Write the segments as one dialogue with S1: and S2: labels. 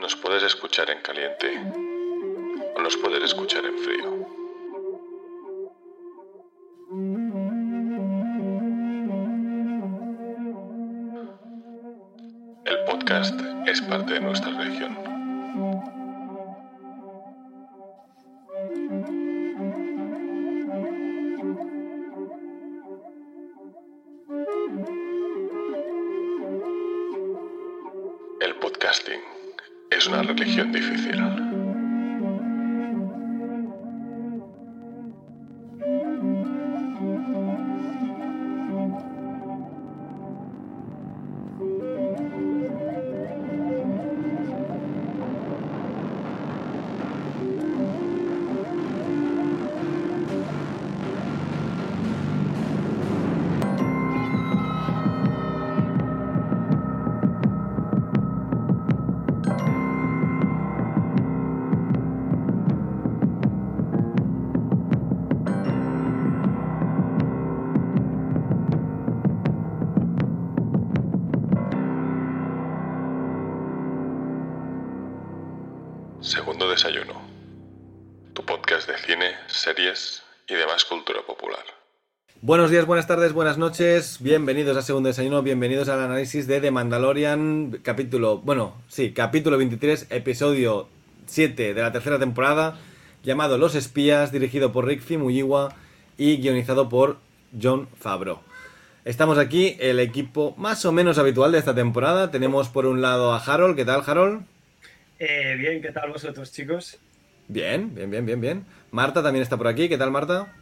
S1: Nos puedes escuchar en caliente o nos puedes escuchar en frío. El podcast es parte de nuestra región. El podcasting es una religión difícil. Segundo desayuno. Tu podcast de cine, series y demás cultura popular.
S2: Buenos días, buenas tardes, buenas noches. Bienvenidos a Segundo Desayuno, bienvenidos al análisis de The Mandalorian, capítulo, bueno, sí, capítulo 23, episodio 7 de la tercera temporada, llamado Los Espías, dirigido por Rick Muyiwa y guionizado por John Favreau. Estamos aquí, el equipo más o menos habitual de esta temporada. Tenemos por un lado a Harold. ¿Qué tal, Harold?
S3: Eh, bien, ¿qué tal vosotros, chicos?
S2: Bien, bien, bien, bien, bien. Marta también está por aquí. ¿Qué tal, Marta?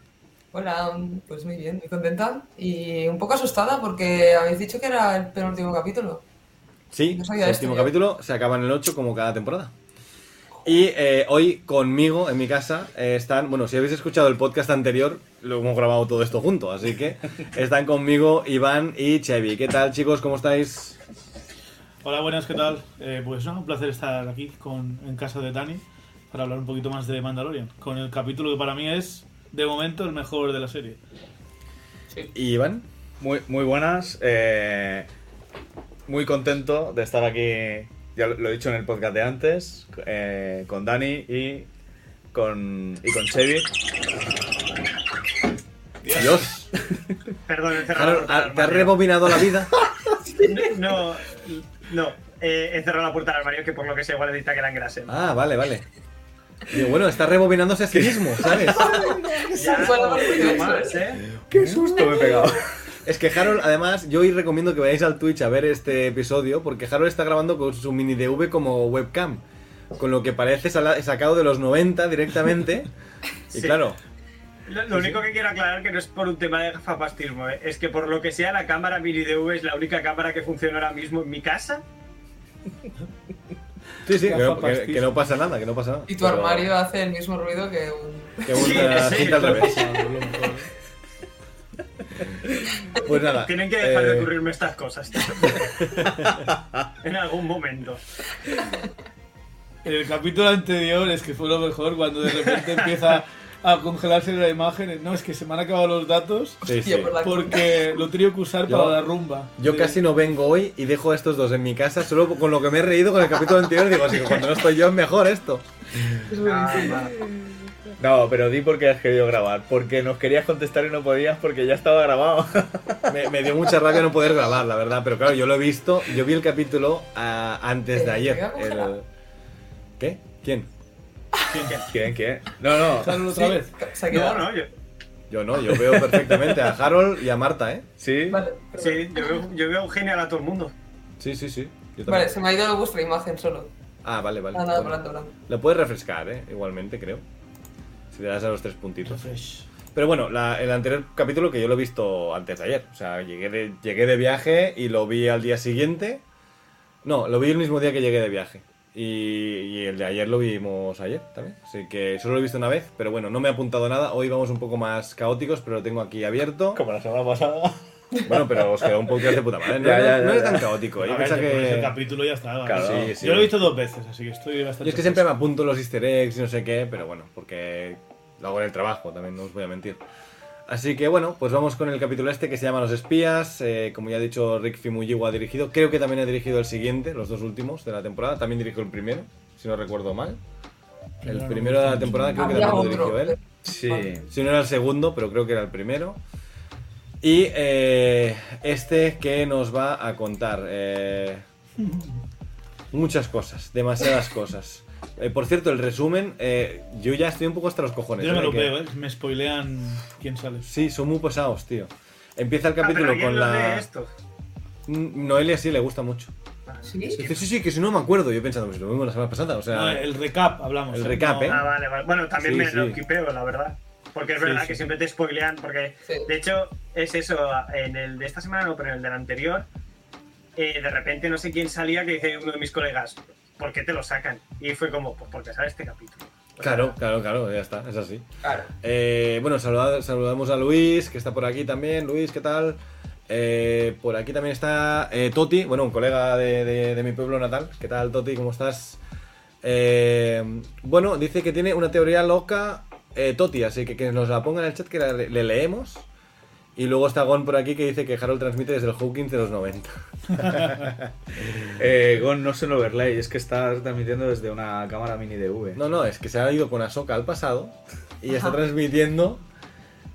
S4: Hola, pues muy bien, muy contenta y un poco asustada porque habéis dicho que era el penúltimo capítulo.
S2: Sí,
S4: No sabía
S2: el
S4: esto
S2: último
S4: yo.
S2: capítulo se acaba en el 8 como cada temporada. Y eh, hoy conmigo en mi casa eh, están, bueno, si habéis escuchado el podcast anterior, lo hemos grabado todo esto junto, así que están conmigo Iván y Chevy. ¿Qué tal chicos? ¿Cómo estáis?
S5: Hola, buenas, ¿qué tal? Eh, pues no, un placer estar aquí con, en casa de Dani para hablar un poquito más de Mandalorian, con el capítulo que para mí es, de momento, el mejor de la serie.
S2: ¿Y Iván?
S6: Muy, muy buenas. eh, muy contento de estar aquí. Ya lo, lo he dicho en el podcast de antes. eh, con Dani y con, y con Chevy.
S2: Dios,
S3: Perdón, he cerrado
S2: Harold, ah,
S3: la puerta del
S2: ¿te has
S3: armario.
S2: rebobinado la vida?
S3: No, no, eh, he cerrado la puerta del armario que por lo que sé igual necesita que la engrasen.
S2: Ah, vale, vale. Digo, bueno, está rebobinándose a sí mismo, ¿sabes?
S3: Ya, no,
S4: Bueno, pues, bueno,
S3: no más,
S4: eso,
S3: ¿eh?
S6: ¡Qué susto me he pegado!
S2: Es que Harold, además, yo hoy recomiendo que vayáis al Twitch a ver este episodio, porque Harold está grabando con su mini DV como webcam, con lo que parece sala- sacado de los 90 directamente. Y
S3: Sí.
S2: claro,
S3: Lo, lo único que quiero aclarar que no es por un tema de gafapastismo, ¿eh? es que por lo que sea la cámara mini DV es la única cámara que funciona ahora mismo en mi casa.
S2: sí, sí, que no,
S5: Gafas
S2: que- que no pasa nada, que no pasa nada.
S4: Y tu
S2: Pero-
S4: armario hace el mismo ruido que un...
S2: Que una
S3: Sí, sí.
S2: cinta al revés. Pues nada.
S3: Tienen que dejar
S2: eh,
S3: de ocurrirme estas cosas. tío. en algún momento.
S5: El capítulo anterior es que fue lo mejor cuando de repente empieza a congelarse la imagen. No, es que se me han acabado los datos
S2: sí,
S4: Tío,
S2: sí.
S4: por la
S5: porque lo he tenido que usar
S2: Yo-
S5: para la rumba.
S2: Yo
S5: Sí.
S2: casi no vengo hoy y dejo a estos dos en mi casa solo con lo que me he reído con el capítulo anterior. Digo, así que cuando no estoy yo es mejor esto.
S4: Es
S3: Ah,
S4: buenísimo.
S6: No, pero di porque has querido grabar. Porque nos querías contestar y no podías porque ya estaba grabado.
S2: Me, me dio mucha rabia no poder grabar, la verdad, pero claro, yo lo he visto, yo vi el capítulo ah, antes de
S4: Eh,
S2: ayer.
S4: ¿te voy a
S2: el-
S4: congelar?
S2: ¿Qué? ¿Quién?
S6: ¿Quién? ¿Quién? No, no.
S5: Usarlo otra vez.
S4: Se ha
S3: No,
S4: quedado.
S3: no, yo,
S2: Yo no, yo veo perfectamente a Harold y a Marta, ¿eh?
S6: ¿Sí?
S4: Vale, perdón.
S3: sí, yo veo, yo veo genial a todo el mundo. Ah,
S2: Sí, sí, sí. yo también.
S4: Vale, se me ha ido vuestra imagen solo.
S2: Ah, vale, vale.
S4: Nada, nada,
S2: bueno.
S4: hablando, hablando.
S2: Lo puedes refrescar, ¿eh? Igualmente, creo. Si le das a los tres puntitos.
S5: Refresh.
S2: Pero bueno, la- el anterior capítulo que yo lo he visto antes de ayer. O sea, llegué de, llegué de viaje y lo vi al día siguiente. No, lo vi el mismo día que llegué de viaje. Y, y el de ayer lo vimos ayer también. Así que solo lo he visto una vez, pero bueno, no me he apuntado nada. Hoy vamos un poco más caóticos, pero lo tengo aquí abierto.
S6: Como la semana pasada.
S2: Bueno, pero os quedó un podcast de puta madre. No,
S6: Ya,
S2: no-
S6: ya, ya,
S2: no es
S6: ya.
S2: tan caótico. eh.
S5: A
S2: Yo
S5: ver,
S2: pensaba
S5: te pones El
S2: que...
S5: capítulo y ya está. vale.
S6: Claro.
S2: Sí, sí.
S5: Yo lo he visto dos veces, así que estoy bastante.
S2: Yo es que siempre me apunto los easter eggs y no sé qué, pero bueno, porque lo hago en el trabajo, también no os voy a mentir. Así que bueno, pues vamos con el capítulo este que se llama Los Espías. Eh, como ya ha dicho, Rick Fimuyiwa ha dirigido. Creo que también ha dirigido el siguiente, los dos últimos de la temporada. También dirigió el primero, si no recuerdo mal. El
S5: Primero,
S2: primero de la temporada creo que
S4: Había
S2: también lo
S4: otro.
S2: dirigió él.
S6: Sí.
S2: Si no era el segundo, pero creo que era el primero. Y eh, este que nos va a contar eh, muchas cosas, demasiadas cosas. Eh, por cierto, el resumen, eh, yo ya estoy un poco hasta los cojones.
S5: Yo no me
S2: ¿eh?
S5: lo
S2: que-
S5: veo, ¿eh? Me spoilean quién sale.
S2: Sí, son muy pesados, tío. Empieza el
S3: Ah, pero
S2: capítulo
S3: ¿quién
S2: con
S3: los lee
S2: la...
S3: estos?
S2: Mm, Noelia sí le gusta mucho.
S4: ¿Sí?
S2: Dice, sí, sí, que si no me acuerdo. Yo pensando, pues lo mismo la semana pasada. O sea,
S5: No, el recap, hablamos.
S2: el
S5: ¿eh?
S2: recap,
S5: No,
S2: ¿eh?
S3: Ah, vale, vale. Bueno, también
S2: Sí,
S3: me lo
S2: sí.
S3: quipeo, la verdad. Porque es
S5: Sí,
S3: verdad
S5: sí.
S3: que siempre te spoilean, porque
S4: Sí.
S3: de hecho es eso, en el de esta semana no, pero en el del anterior, eh, de repente no sé quién salía que dice uno de mis colegas, ¿por qué te lo sacan? Y fue como, pues porque sale este capítulo. O sea,
S2: Claro, claro, claro, ya está, es así.
S4: Claro.
S2: Eh, bueno, saluda- saludamos a Luis, que está por aquí también. Luis, ¿qué tal? Eh, por aquí también está eh, Toti, bueno, un colega de, de- de mi pueblo natal. ¿Qué tal, Toti? ¿Cómo estás? Eh, bueno, dice que tiene una teoría loca eh, Toti, así que que nos la ponga en el chat que la- le leemos. Y luego está Gon por aquí que dice que Harold transmite desde el Hawkins de los 90.
S6: Eh, Gon, no es un overlay, es que estás transmitiendo desde una cámara mini DV.
S2: No, no, es que se ha ido con Ahsoka al pasado y está
S4: Ajá.
S2: transmitiendo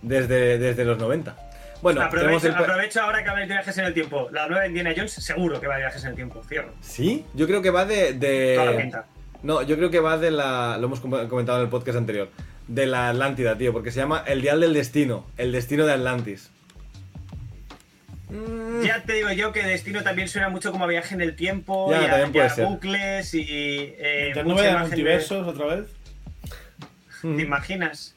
S2: desde, desde los 90. Bueno, tenemos
S3: aprovecho,
S2: el... pa-
S3: aprovecho ahora que habláis de viajes en el tiempo. La nueva Indiana Jones seguro que va de viajes en el tiempo, cierro.
S2: ¿Sí? Yo creo que va de... de-
S3: Toda la pinta.
S2: No, yo creo que va de la... Lo hemos com- comentado en el podcast anterior. De la Atlántida, tío, porque se llama El Dial del Destino. El Destino de Atlantis. mm.
S3: Ya te digo yo que Destino también suena mucho como a viaje en el tiempo,
S2: Ya,
S3: y a,
S2: también
S3: y a
S2: puede ser.
S3: bucles y... Eh,
S5: Mientras no
S3: mucha
S5: vaya de
S3: imagen de-
S5: multiversos otra vez.
S2: Mm,
S3: ¿Te imaginas?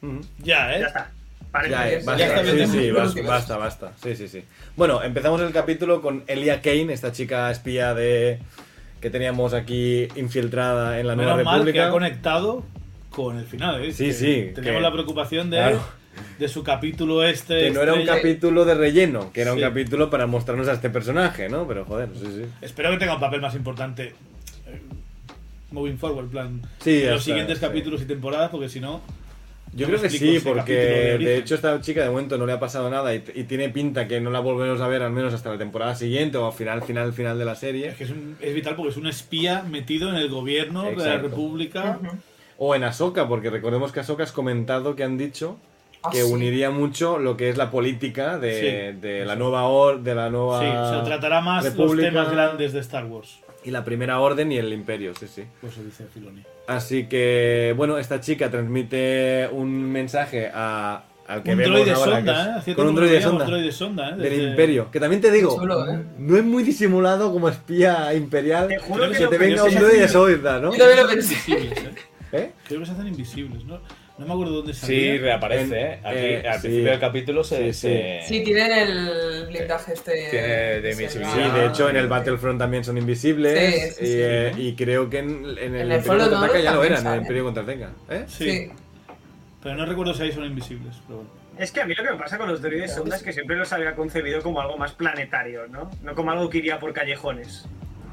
S2: mm.
S5: Ya, ¿eh?
S3: Ya está. Parece
S2: Ya,
S3: que
S2: eh,
S3: es-
S4: Ya
S2: basta,
S4: está
S2: sí,
S4: bien,
S2: sí,
S4: tenemos
S2: bas-
S4: los
S2: basta, basta. Sí, sí, sí. Bueno, empezamos el capítulo con Elia Kane, esta chica espía de que teníamos aquí infiltrada en la Nueva
S5: Menos mal que
S2: República.
S5: ha conectado con el final, ¿eh?
S2: Sí,
S5: Que
S2: sí, que-
S5: Teníamos la preocupación de,
S2: Claro.
S5: de su capítulo este.
S2: Que no era un
S5: estrella.
S2: capítulo de relleno, que era un
S5: Sí.
S2: capítulo para mostrarnos a este personaje, ¿no? Pero joder, sí, sí.
S5: Espero que tenga un papel más importante. eh, Moving forward, en plan.
S2: Sí,
S5: en
S2: ya
S5: los
S2: está,
S5: siguientes
S2: sí.
S5: capítulos y temporadas, porque si no.
S2: Yo
S5: No
S2: creo
S5: me
S2: que
S5: explico
S2: sí,
S5: ese
S2: porque
S5: capítulo de
S2: de,
S5: origen.
S2: hecho esta chica de momento no le ha pasado nada y, y tiene pinta que no la volveremos a ver al menos hasta la temporada siguiente o al final, final, final de la serie.
S5: Es que es, un- es vital porque es un espía metido en el gobierno de la
S2: Exacto.
S5: República.
S4: Ujú.
S2: O en Ahsoka, porque recordemos que Ahsoka has comentado que han dicho
S4: Ah,
S2: que
S4: sí.
S2: uniría mucho lo que es la política de,
S5: Sí,
S2: de la
S5: eso.
S2: nueva or, de la nueva
S5: Sí, se tratará más
S2: República
S5: los temas grandes de Star Wars.
S2: y la primera orden y el imperio, sí, sí.
S5: Pues se dice Filoni.
S2: Así que bueno, esta chica transmite un mensaje a al que
S5: un
S2: vemos
S5: droide
S2: ahora,
S5: sonda,
S2: que es-
S5: ¿eh? Hacía
S2: con
S5: tiempo
S2: un
S5: que
S2: droide
S5: no veíamos
S2: sonda
S5: droide sonda, ¿eh?
S2: del
S5: Desde-
S2: imperio, que también te digo,
S4: Qué chulo, ¿eh?
S2: no es muy disimulado como espía imperial.
S3: Te juro
S5: que
S2: que
S5: lo
S2: te venga
S5: pensé.
S2: un droide sonda, ¿no?
S4: Yo también lo pensé.
S5: Invisibles, ¿eh?
S2: ¿Eh?
S5: Creo que se hacen invisibles, ¿no? No me acuerdo dónde
S6: Sí,
S5: salía.
S2: En-
S6: reaparece, ¿eh? Aquí,
S2: eh,
S6: al
S2: sí.
S6: principio del capítulo se.
S2: Sí, sí.
S6: se-
S4: Sí, tienen el blindaje este.
S6: Tiene de
S4: ese,
S6: invisibilidad.
S2: Sí, Eh,
S5: Ah.
S2: de hecho en el Battlefront también son invisibles.
S4: Sí, sí,
S2: y,
S4: sí,
S2: eh,
S5: ¿no?
S2: y creo que en, en el,
S4: el
S2: Imperio
S4: Foro de
S2: Contraataca
S4: Oro
S2: ya lo eran,
S4: también
S2: en el
S4: salen.
S2: Imperio Contraataca. ¿eh?
S5: Sí.
S4: Sí.
S5: Pero no recuerdo si ahí son invisibles. Pero bueno.
S3: Es que a mí lo que me pasa con los droides sonda es que siempre los había concebido como algo más planetario, ¿no? No como algo que iría por callejones.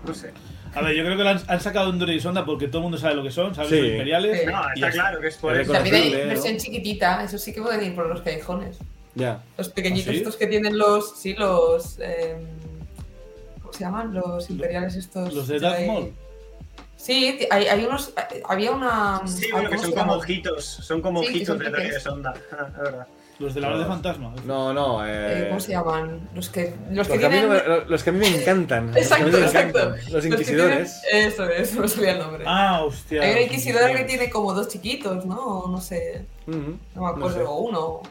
S3: No sé.
S5: A ver, yo creo que lo han, han sacado un droide sonda porque todo el mundo sabe lo que son, ¿sabes?
S2: Sí.
S5: Los imperiales.
S2: Eh,
S4: Sí.
S3: No,
S5: Y
S3: está
S5: ya
S3: claro que es por
S2: Es
S3: eso.
S4: También hay
S2: Conocible, ¿no?
S4: versión chiquitita, eso sí que pueden ir por los callejones.
S2: Ya.
S4: Los pequeñitos
S5: ¿Ah, sí?
S4: estos que tienen los. Sí, los. em, ¿Cómo se llaman? Los imperiales estos.
S5: Los de Darth
S4: Jedi.
S5: Maul.
S4: Sí, ti- hay, hay unos. Había una.
S3: Sí,
S4: ay,
S3: bueno, que
S4: ¿cómo
S3: son
S4: se
S3: como
S4: llama?
S3: ojitos, son como
S4: Sí, que
S3: ojitos
S4: son
S3: de droides
S4: pequeños.
S3: sonda. Ah, es verdad.
S2: Eh,
S5: Los de la hora de fantasma.
S2: No, no.
S4: Eh,
S2: Eh,
S4: ¿Cómo se llaman? Los que. Los
S2: Los
S4: que
S2: que, a mí
S4: tienen.
S2: no me- los- los que a mí me encantan. los que a mí
S4: Exacto,
S2: me
S4: exacto.
S2: encantan, Los
S4: que
S2: inquisidores.
S4: tienen- Eso es, no salía el nombre.
S5: Ah, hostia.
S4: Hay una
S5: los
S4: inquisidora que
S5: inquisidores.
S4: tiene como dos chiquitos, ¿no? O No sé.
S2: Ujú,
S4: No me
S2: No
S4: acuerdo,
S2: sé.
S4: o uno.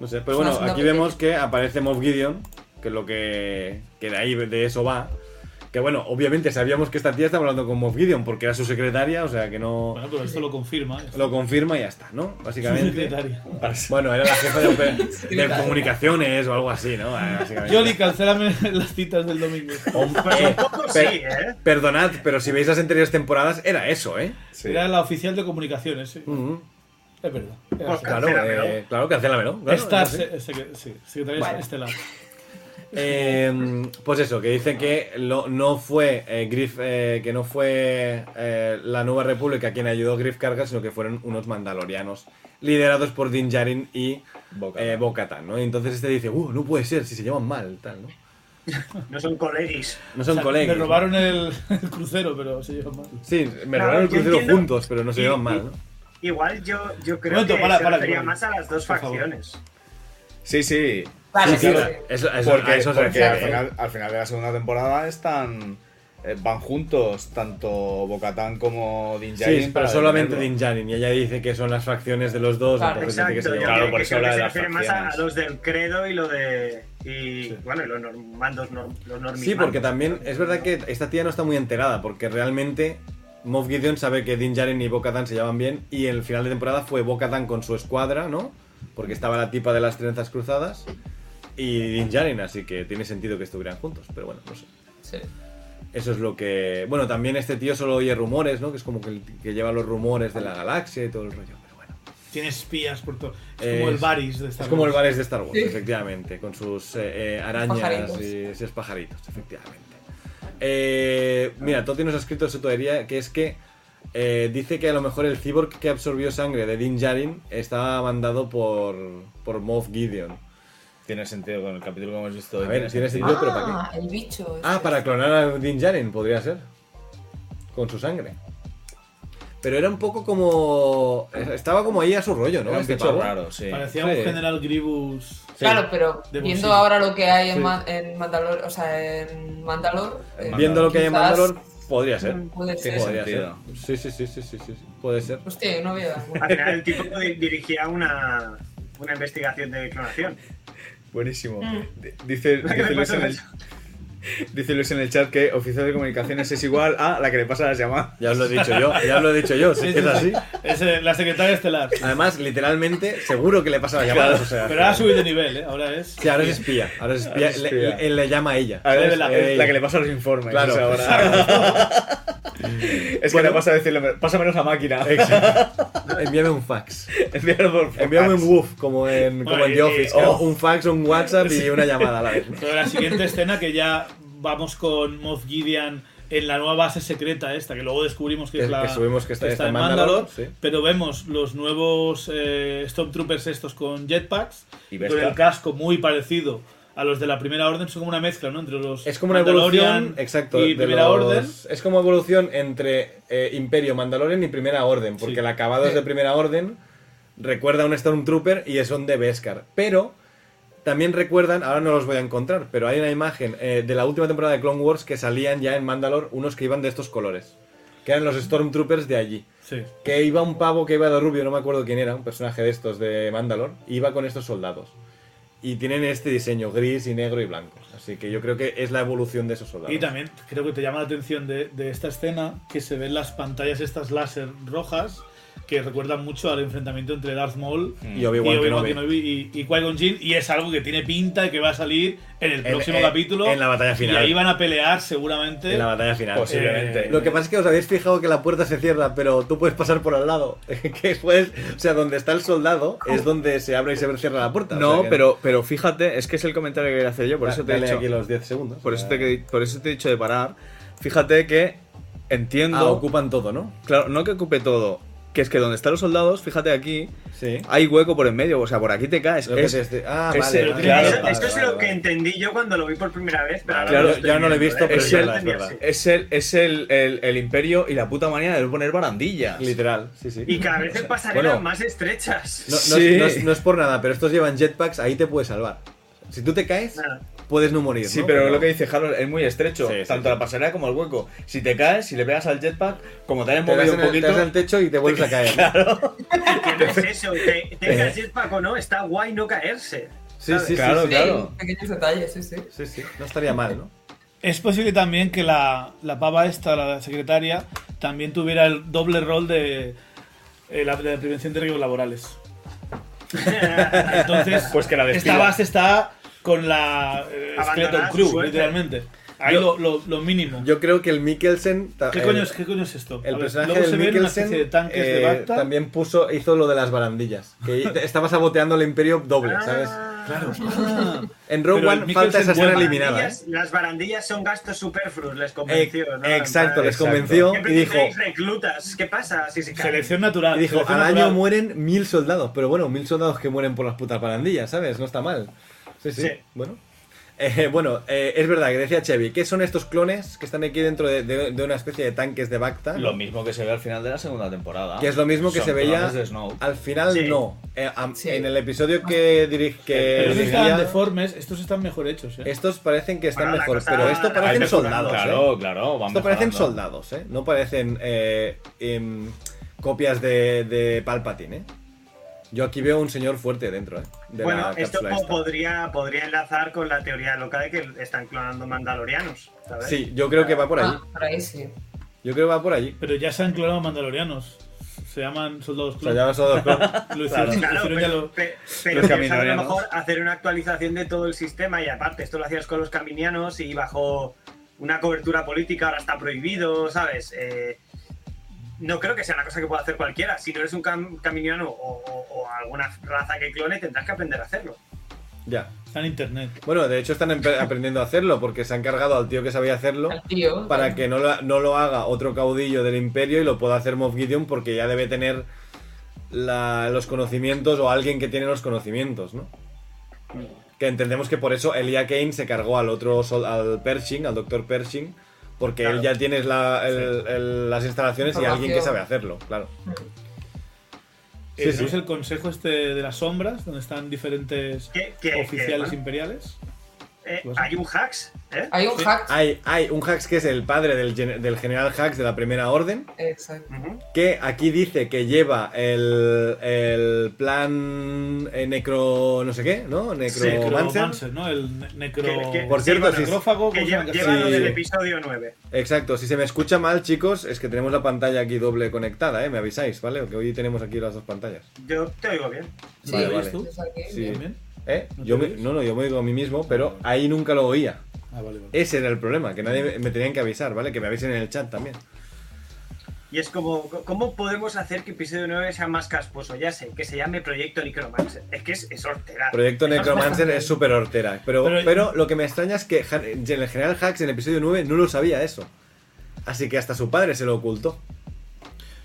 S2: No eh, sé, pero
S4: Son
S2: bueno,
S4: las
S2: aquí
S4: novedades.
S2: vemos que aparece Moff Gideon, que es lo que, que de ahí de eso va. Que bueno, obviamente sabíamos que esta tía estaba hablando con Moff Gideon porque era su secretaria, o sea que no
S5: Bueno, pero esto lo confirma. ¿eh?
S2: lo confirma y ya está, ¿no? Básicamente.
S5: Secretaria.
S2: Bueno, era la jefa de, oper- de
S4: Secretaria.
S2: comunicaciones o algo así, ¿no? Eh, básicamente.
S5: Jolly, cancélame las citas del domingo.
S2: Hom-
S3: Pues
S2: eh,
S3: un poco sí,
S2: per-
S3: ¿eh?
S2: Perdonad, pero si veis las anteriores temporadas, era eso, ¿eh?
S6: sí.
S5: Era la oficial de comunicaciones, sí.
S2: Ujú.
S5: Es verdad. Era
S3: Pues
S5: así.
S2: Claro,
S3: Cancélamelo.
S2: eh, claro, cancélamelo. Claro,
S5: Esta
S2: es así.
S5: se- se- sí, secretaria
S2: Vale.
S5: estelar.
S2: Eh, pues eso, que dice que lo- no fue eh, Griff, eh, que no fue eh, la Nueva República quien ayudó a Griff Carga, sino que fueron unos mandalorianos liderados por Din Djarin y
S6: Boca.
S2: eh, Bo-Katan, ¿no? Y entonces este dice, uh, no puede ser, si se llevan mal, tal, ¿no?
S3: No son coleguis.
S2: No son
S5: O sea,
S2: colegas.
S5: Me robaron el, el crucero, pero sí, mal.
S2: Sí, me
S3: Claro,
S2: robaron el
S3: yo
S2: crucero
S3: entiendo.
S2: juntos, pero no se
S3: Y-
S2: llevan
S3: y-
S2: mal, ¿no?
S3: Igual yo, yo creo
S5: Momento,
S3: que
S5: para,
S3: se
S5: para,
S3: refería
S5: para.
S3: más a las dos
S5: Por favor.
S3: facciones.
S6: Sí, sí.
S4: Vale,
S6: Sí,
S4: sí,
S6: claro.
S4: sí.
S2: Eso, a eso-
S6: Porque,
S2: a eso se
S6: porque al,
S2: refiere.
S6: final, al final de la segunda temporada están eh, van juntos tanto Bocatán como Din Djarin
S2: Sí, pero
S6: para
S2: solamente
S6: detenerlo.
S2: Din Djarin, y ella dice que son las facciones de los dos,
S4: Claro,
S2: entonces Pues dice que se
S3: Exacto, yo
S2: llevan
S6: Claro,
S3: creo
S6: por
S3: que
S6: eso
S3: creo
S6: habla
S3: que
S6: de
S3: se
S6: las
S3: refiere más a, a
S6: facciones.
S3: los del credo y lo de. Y bueno, y los norm- mandos, norm- los normis
S2: Sí, porque
S3: mandos.
S2: también es verdad que esta tía no está muy enterada, porque realmente Moff Gideon sabe que Din Djarin y Bo-Katan se llevan bien, y el final de temporada fue Bo-Katan con su escuadra, ¿no? Porque estaba la tipa de las trenzas cruzadas y Din Djarin, así que tiene sentido que estuvieran juntos, pero bueno, no sé.
S4: Sí.
S2: Eso es lo que... Bueno, también este tío solo oye rumores, ¿no? Que es como que, el- que lleva los rumores de la galaxia y todo el rollo, pero bueno.
S5: Tiene espías por todo. Es
S2: Eh,
S5: como el Baris de esta
S2: Es como el bares de Star Wars,
S4: Sí.
S2: efectivamente, con sus eh, eh, arañas
S4: Pajaritos.
S2: y esos pajaritos, efectivamente. Eh, mira, Toti nos ha escrito su teoría, que es que eh, dice que a lo mejor el cyborg que absorbió sangre de Din Djarin estaba mandado por, por Moff Gideon.
S6: Tiene sentido con el capítulo que hemos visto.
S2: A
S6: hoy,
S2: ver, tiene sentido, pero ¿para qué?
S4: Ah, el bicho.
S2: Ah,
S4: ese.
S2: para clonar a Din Djarin, podría ser. Con su sangre. Pero era un poco como... Estaba como ahí a su rollo, ¿no?
S6: Era Ah, un
S2: Este
S6: bicho
S2: pavo.
S6: raro, sí.
S5: Parecía
S2: Sí.
S5: un general Gribus.
S2: Sí.
S4: Claro, pero
S5: De
S4: viendo
S5: bolsillo.
S4: ahora lo que hay en,
S2: Sí.
S4: Ma- en Mandalor, o sea, en Mandalor, eh,
S2: Viendo lo que hay en
S4: quizás
S2: Mandalor, podría ser.
S4: Puede
S6: Tiene
S4: ser.
S2: Podría ser.
S6: sentido.
S2: Sí, sí, sí, sí, sí, sí, sí. Puede ser.
S4: Hostia, yo no veo.
S2: Ah,
S3: Al final el tipo di- dirigía una, una investigación de clonación.
S6: Buenísimo.
S4: Mm.
S6: D- Dice,
S3: que
S6: dice
S3: le
S6: Luis
S3: pasa
S6: en el, dice Luis en el chat que oficial de comunicaciones es igual a la que le pasa las llamadas.
S2: Ya os lo he dicho yo, ya os lo he dicho yo, si
S5: Sí,
S2: es
S5: sí,
S2: que es así.
S5: sí. Es eh, la secretaria estelar.
S2: Además, literalmente, seguro que le pasa la llamada. O sea,
S5: Pero ahora ha subido de nivel, ¿eh? Ahora es.
S2: Sí, ahora es espía, ahora es espía.
S6: Ahora es
S2: le-
S6: espía.
S2: le- él le llama a ella.
S6: A ver, es
S5: Revela.
S6: la, es la que le pasa los informes.
S2: Claro.
S6: o sea, ahora- es que
S2: Bueno.
S6: le pasa a decirle, pásame la máquina.
S2: Envíame un fax.
S6: Envíalo por fax.
S2: Envíame un woof, como en, como en The
S5: Bueno,
S2: Office.
S5: eh,
S2: que era
S6: oh.
S2: Un fax, un WhatsApp y una llamada a la vez.
S5: Pero la siguiente escena que ya vamos con Moff Gideon en la nueva base secreta esta, que luego descubrimos que,
S2: Que-
S5: es la
S2: que subimos que está- está en
S5: en
S2: Mandalore,
S5: Mandalore,
S2: sí.
S5: pero vemos los nuevos eh, Stormtroopers estos con jetpacks
S6: Y
S5: con
S6: Vespa.
S5: el casco muy parecido a los de la Primera Orden, son como una mezcla, ¿no? Entre los
S2: Es como una
S5: Mandalorian
S2: evolución, exacto,
S5: y
S2: de
S5: Primera
S2: los-
S5: Orden.
S2: Es como evolución entre eh, Imperio, Mandalorian y Primera Orden, porque
S5: Sí.
S2: el acabado es de Primera Orden, recuerda a un Stormtrooper y es un de Beskar. Pero también recuerdan, ahora no los voy a encontrar, pero hay una imagen eh, de la última temporada de Clone Wars que salían ya en Mandalore unos que iban de estos colores, que eran los Stormtroopers de allí.
S5: Sí.
S2: Que iba un pavo que iba de rubio, no me acuerdo quién era, un personaje de estos de Mandalor, iba con estos soldados. Y tienen este diseño gris y negro y blanco. Así que yo creo que es la evolución de esos soldados.
S5: Y también creo que te llama la atención de, de esta escena que se ven las pantallas estas láser rojas que recuerdan mucho al enfrentamiento entre Darth Maul
S2: Y Obi-Wan
S5: y Obi-Wan
S2: Kenobi.
S5: Kenobi y, y Qui-Gon Jinn y es algo que tiene pinta de que va a salir en el
S2: En-
S5: próximo
S2: en-
S5: capítulo
S2: en la batalla final.
S5: y ahí van a pelear seguramente
S2: En la batalla final. Eh,
S6: Posiblemente.
S2: Lo que pasa es que os habéis fijado que la puerta se cierra, pero tú puedes pasar por al lado. que puedes, o sea, donde está el soldado es donde se abre y se cierra la puerta. O sea
S6: No,
S2: que-
S6: pero, pero fíjate, es que es el comentario que quería hacer yo, por
S2: Da-
S6: eso te he
S2: dale
S6: dicho.
S2: aquí los 10 segundos.
S6: Por eso,
S2: Ah,
S6: te, por eso te he dicho de parar. Fíjate que entiendo.
S2: Ah, ocupan todo, ¿no?
S6: Claro, no que ocupe todo. Que es que donde están los soldados, fíjate aquí,
S2: Sí.
S6: hay hueco por en medio. O sea, por aquí te caes.
S2: Lo que
S6: Es-
S2: es este- Ah,
S6: ese-
S2: vale, vale,
S6: claro.
S2: vale,
S3: eso
S2: vale,
S3: eso es
S2: vale,
S3: lo que
S2: vale.
S3: entendí yo cuando lo vi por primera vez. Pero ahora
S2: Claro,
S3: lo estoy
S2: yo no lo he
S3: viendo,
S2: visto,
S3: ¿eh?
S2: pero
S3: Yo
S6: sí,
S3: lo
S6: es
S3: entendí
S2: verdad.
S3: así.
S6: es el, es el, el- el imperio y la puta manía de poner barandillas.
S2: Literal, sí, sí.
S3: Y cada vez en pasarelas
S2: Bueno.
S3: más estrechas.
S2: No, no,
S6: Sí.
S2: es, no es- no es por nada, pero estos llevan jetpacks, ahí te puedes salvar. Si tú te caes,
S3: Nada.
S2: puedes no morir.
S6: Sí,
S2: ¿no?
S6: pero lo que dice Harold es muy estrecho,
S2: Sí, sí, sí.
S6: tanto la pasarela como el hueco. Si te caes, si le pegas al jetpack, como te has
S2: te das
S6: movido
S2: en
S6: un
S2: el-
S6: poquito,
S2: te das al techo y te vuelves a caer.
S3: ¿Qué es eso? Te,
S2: Eh.
S3: tengas jetpack o no, está guay no caerse.
S2: Sí, sí, sí,
S6: Claro,
S2: sí.
S6: claro.
S4: Pequeños detalles, sí, sí.
S2: Sí, sí, no estaría mal, ¿no?
S5: es posible también que la, la pava esta la secretaria también tuviera el doble rol de eh, la, de prevención de riesgos laborales
S3: Ah.
S5: Entonces,
S6: Pues que la despida.
S5: esta base está con la eh,
S3: Abandonada
S5: Skeleton
S3: su
S5: Crew,
S3: suerte.
S5: literalmente. Ahí
S2: Yo-
S5: lo, lo- lo mínimo.
S2: Yo creo que el Mikkelsen. ta-
S5: ¿Qué,
S2: el-
S5: coño es, ¿Qué coño es esto? A
S2: El
S5: ver,
S2: personaje
S5: luego
S2: del
S5: se ve una especie
S2: Mikkelsen
S5: de tanques
S2: eh,
S5: de Bacta.
S2: también puso, hizo lo de las barandillas. Que estaba saboteando el Imperio doble, ¿sabes?
S3: Ah,
S5: Claro.
S2: En Rogue
S5: Pero el
S2: One
S5: Mikkelsen
S2: falta esa escena
S5: vuelve.
S2: eliminada. ¿eh?
S3: Barandillas- Las barandillas son gastos superfluos, les
S2: Eh,
S3: convenció.
S2: exacto,
S3: ¿no? En plan,
S2: les
S6: Exacto.
S2: convenció
S3: Siempre
S2: y dijo,
S3: tenéis reclutas. ¿Qué pasa? Si se caen?
S5: Selección natural.
S2: y dijo,
S5: selección
S2: al año
S5: natural.
S2: mueren mil soldados, pero bueno, mil soldados que mueren por las putas barandillas, ¿sabes? No está mal. Sí, sí.
S3: Sí.
S2: Bueno, Eh, bueno eh, es verdad que decía Chevy, ¿qué son estos clones que están aquí dentro de, de- de una especie de tanques de Bacta?
S6: Lo mismo que se ve al final de la segunda temporada.
S2: Que es lo mismo que
S6: Son
S2: se veía
S6: clones de Snow.
S2: al final,
S3: Sí.
S2: no. Eh, am-
S4: Sí.
S2: En el episodio que, dirige que
S5: Pero estos
S2: dirigía,
S5: estaban deformes, estos están mejor hechos, ¿eh?
S2: estos parecen que están
S3: Bueno, la
S2: mejor,
S3: cosa-
S2: pero esto
S3: Ahí
S2: parecen
S3: te-
S2: soldados. ¿eh?
S6: Claro, claro. van
S2: Esto parecen
S6: mejorando.
S2: soldados, ¿eh? No parecen eh, em, copias de, de Palpatine, ¿eh? Yo aquí veo un señor fuerte dentro, ¿eh? De
S3: bueno,
S2: la
S3: esto
S2: cápsula
S3: po-
S2: esta.
S3: podría, podría enlazar con la teoría loca de que están clonando mandalorianos. ¿sabes?
S2: Sí, yo creo que va por allí.
S4: Ah, por ahí sí.
S2: Yo creo que va por allí.
S5: Pero ya se han clonado mandalorianos. Se llaman soldados
S2: O sea,
S5: clon.
S2: ya vas a dos clones.
S5: Lo hicieron,
S6: Claro.
S5: lo
S3: Claro,
S5: hicieron ya
S3: pero,
S5: lo-
S3: pe- pero
S6: los
S3: piensa que a lo
S6: caminorianos.
S3: mejor hacer una actualización de todo el sistema y aparte, esto lo hacías con los caminianos y bajo una cobertura política ahora está prohibido, ¿sabes? Eh, no creo que sea una cosa que pueda hacer cualquiera. Si no eres un cam- caminiano o, o- o alguna raza que clone, tendrás que aprender a hacerlo.
S2: Ya.
S5: Está en internet.
S2: Bueno, de hecho están empe- aprendiendo a hacerlo porque se han cargado al tío que sabía hacerlo
S4: Al tío.
S2: para que no lo, no lo haga otro caudillo del imperio y lo pueda hacer Moff Gideon porque ya debe tener la- los conocimientos o alguien que tiene los conocimientos, ¿no? Que entendemos que por eso Elia Kane se cargó al otro, sol- al Pershing, al doctor Pershing, porque él
S3: Claro.
S2: ya tiene la- el- el- las instalaciones y alguien que
S4: Información.
S2: sabe hacerlo, claro.
S5: Eh,
S2: Sí,
S5: ¿no
S2: sí.
S5: es el consejo este de las sombras, donde están diferentes
S3: Que- que- que,
S5: oficiales
S3: bueno,
S5: imperiales.
S3: eh,
S2: pues
S3: hay un hacks, ¿eh?
S4: Hay un
S5: Sí.
S4: hack.
S2: Hay, hay un Hax que es el padre del, gen- del general Hax de la Primera Orden, Ah,
S4: Exacto.
S3: Ujú.
S2: que aquí dice que lleva el, el plan eh, necro no sé qué, ¿no? Necromancer.
S5: Necromancer, ¿no? El ne- necro...
S3: Que- que-
S2: Por cierto,
S3: bueno,
S2: si-
S5: necrófago,
S3: Que
S5: ¿cómo se
S3: lleva,
S5: llama?
S3: lleva lo
S2: pues Sí.
S3: del episodio 9.
S2: Exacto, si se me escucha mal, chicos, es que tenemos la pantalla aquí doble conectada, ¿eh? Me avisáis, ¿vale? Que hoy tenemos aquí las dos pantallas.
S3: Yo te oigo bien.
S4: Sí,
S2: Vale,
S5: ¿Ves
S2: vale.
S5: tú?
S4: es aquí,
S2: Sí.
S4: bien.
S5: ¿También?
S2: ¿Eh?
S5: ¿No te
S2: Yo me-
S5: oyes?
S2: no, no, yo me digo a mí mismo, pero ahí nunca lo oía.
S5: Ah, vale, vale.
S2: Ese era el problema, que nadie me- me tenían que avisar, ¿vale? Que me avisen en el chat también.
S3: Y es como, ¿cómo podemos hacer que episodio 9 sea más casposo? Ya sé, que se llame Proyecto Necromancer. Es que es, es hortera.
S2: Proyecto Necromancer es súper hortera. Pero, pero,
S5: Pero-
S2: lo que me extraña es que Han- el general Hax en el episodio 9 no lo sabía eso. Así que hasta su padre se lo ocultó.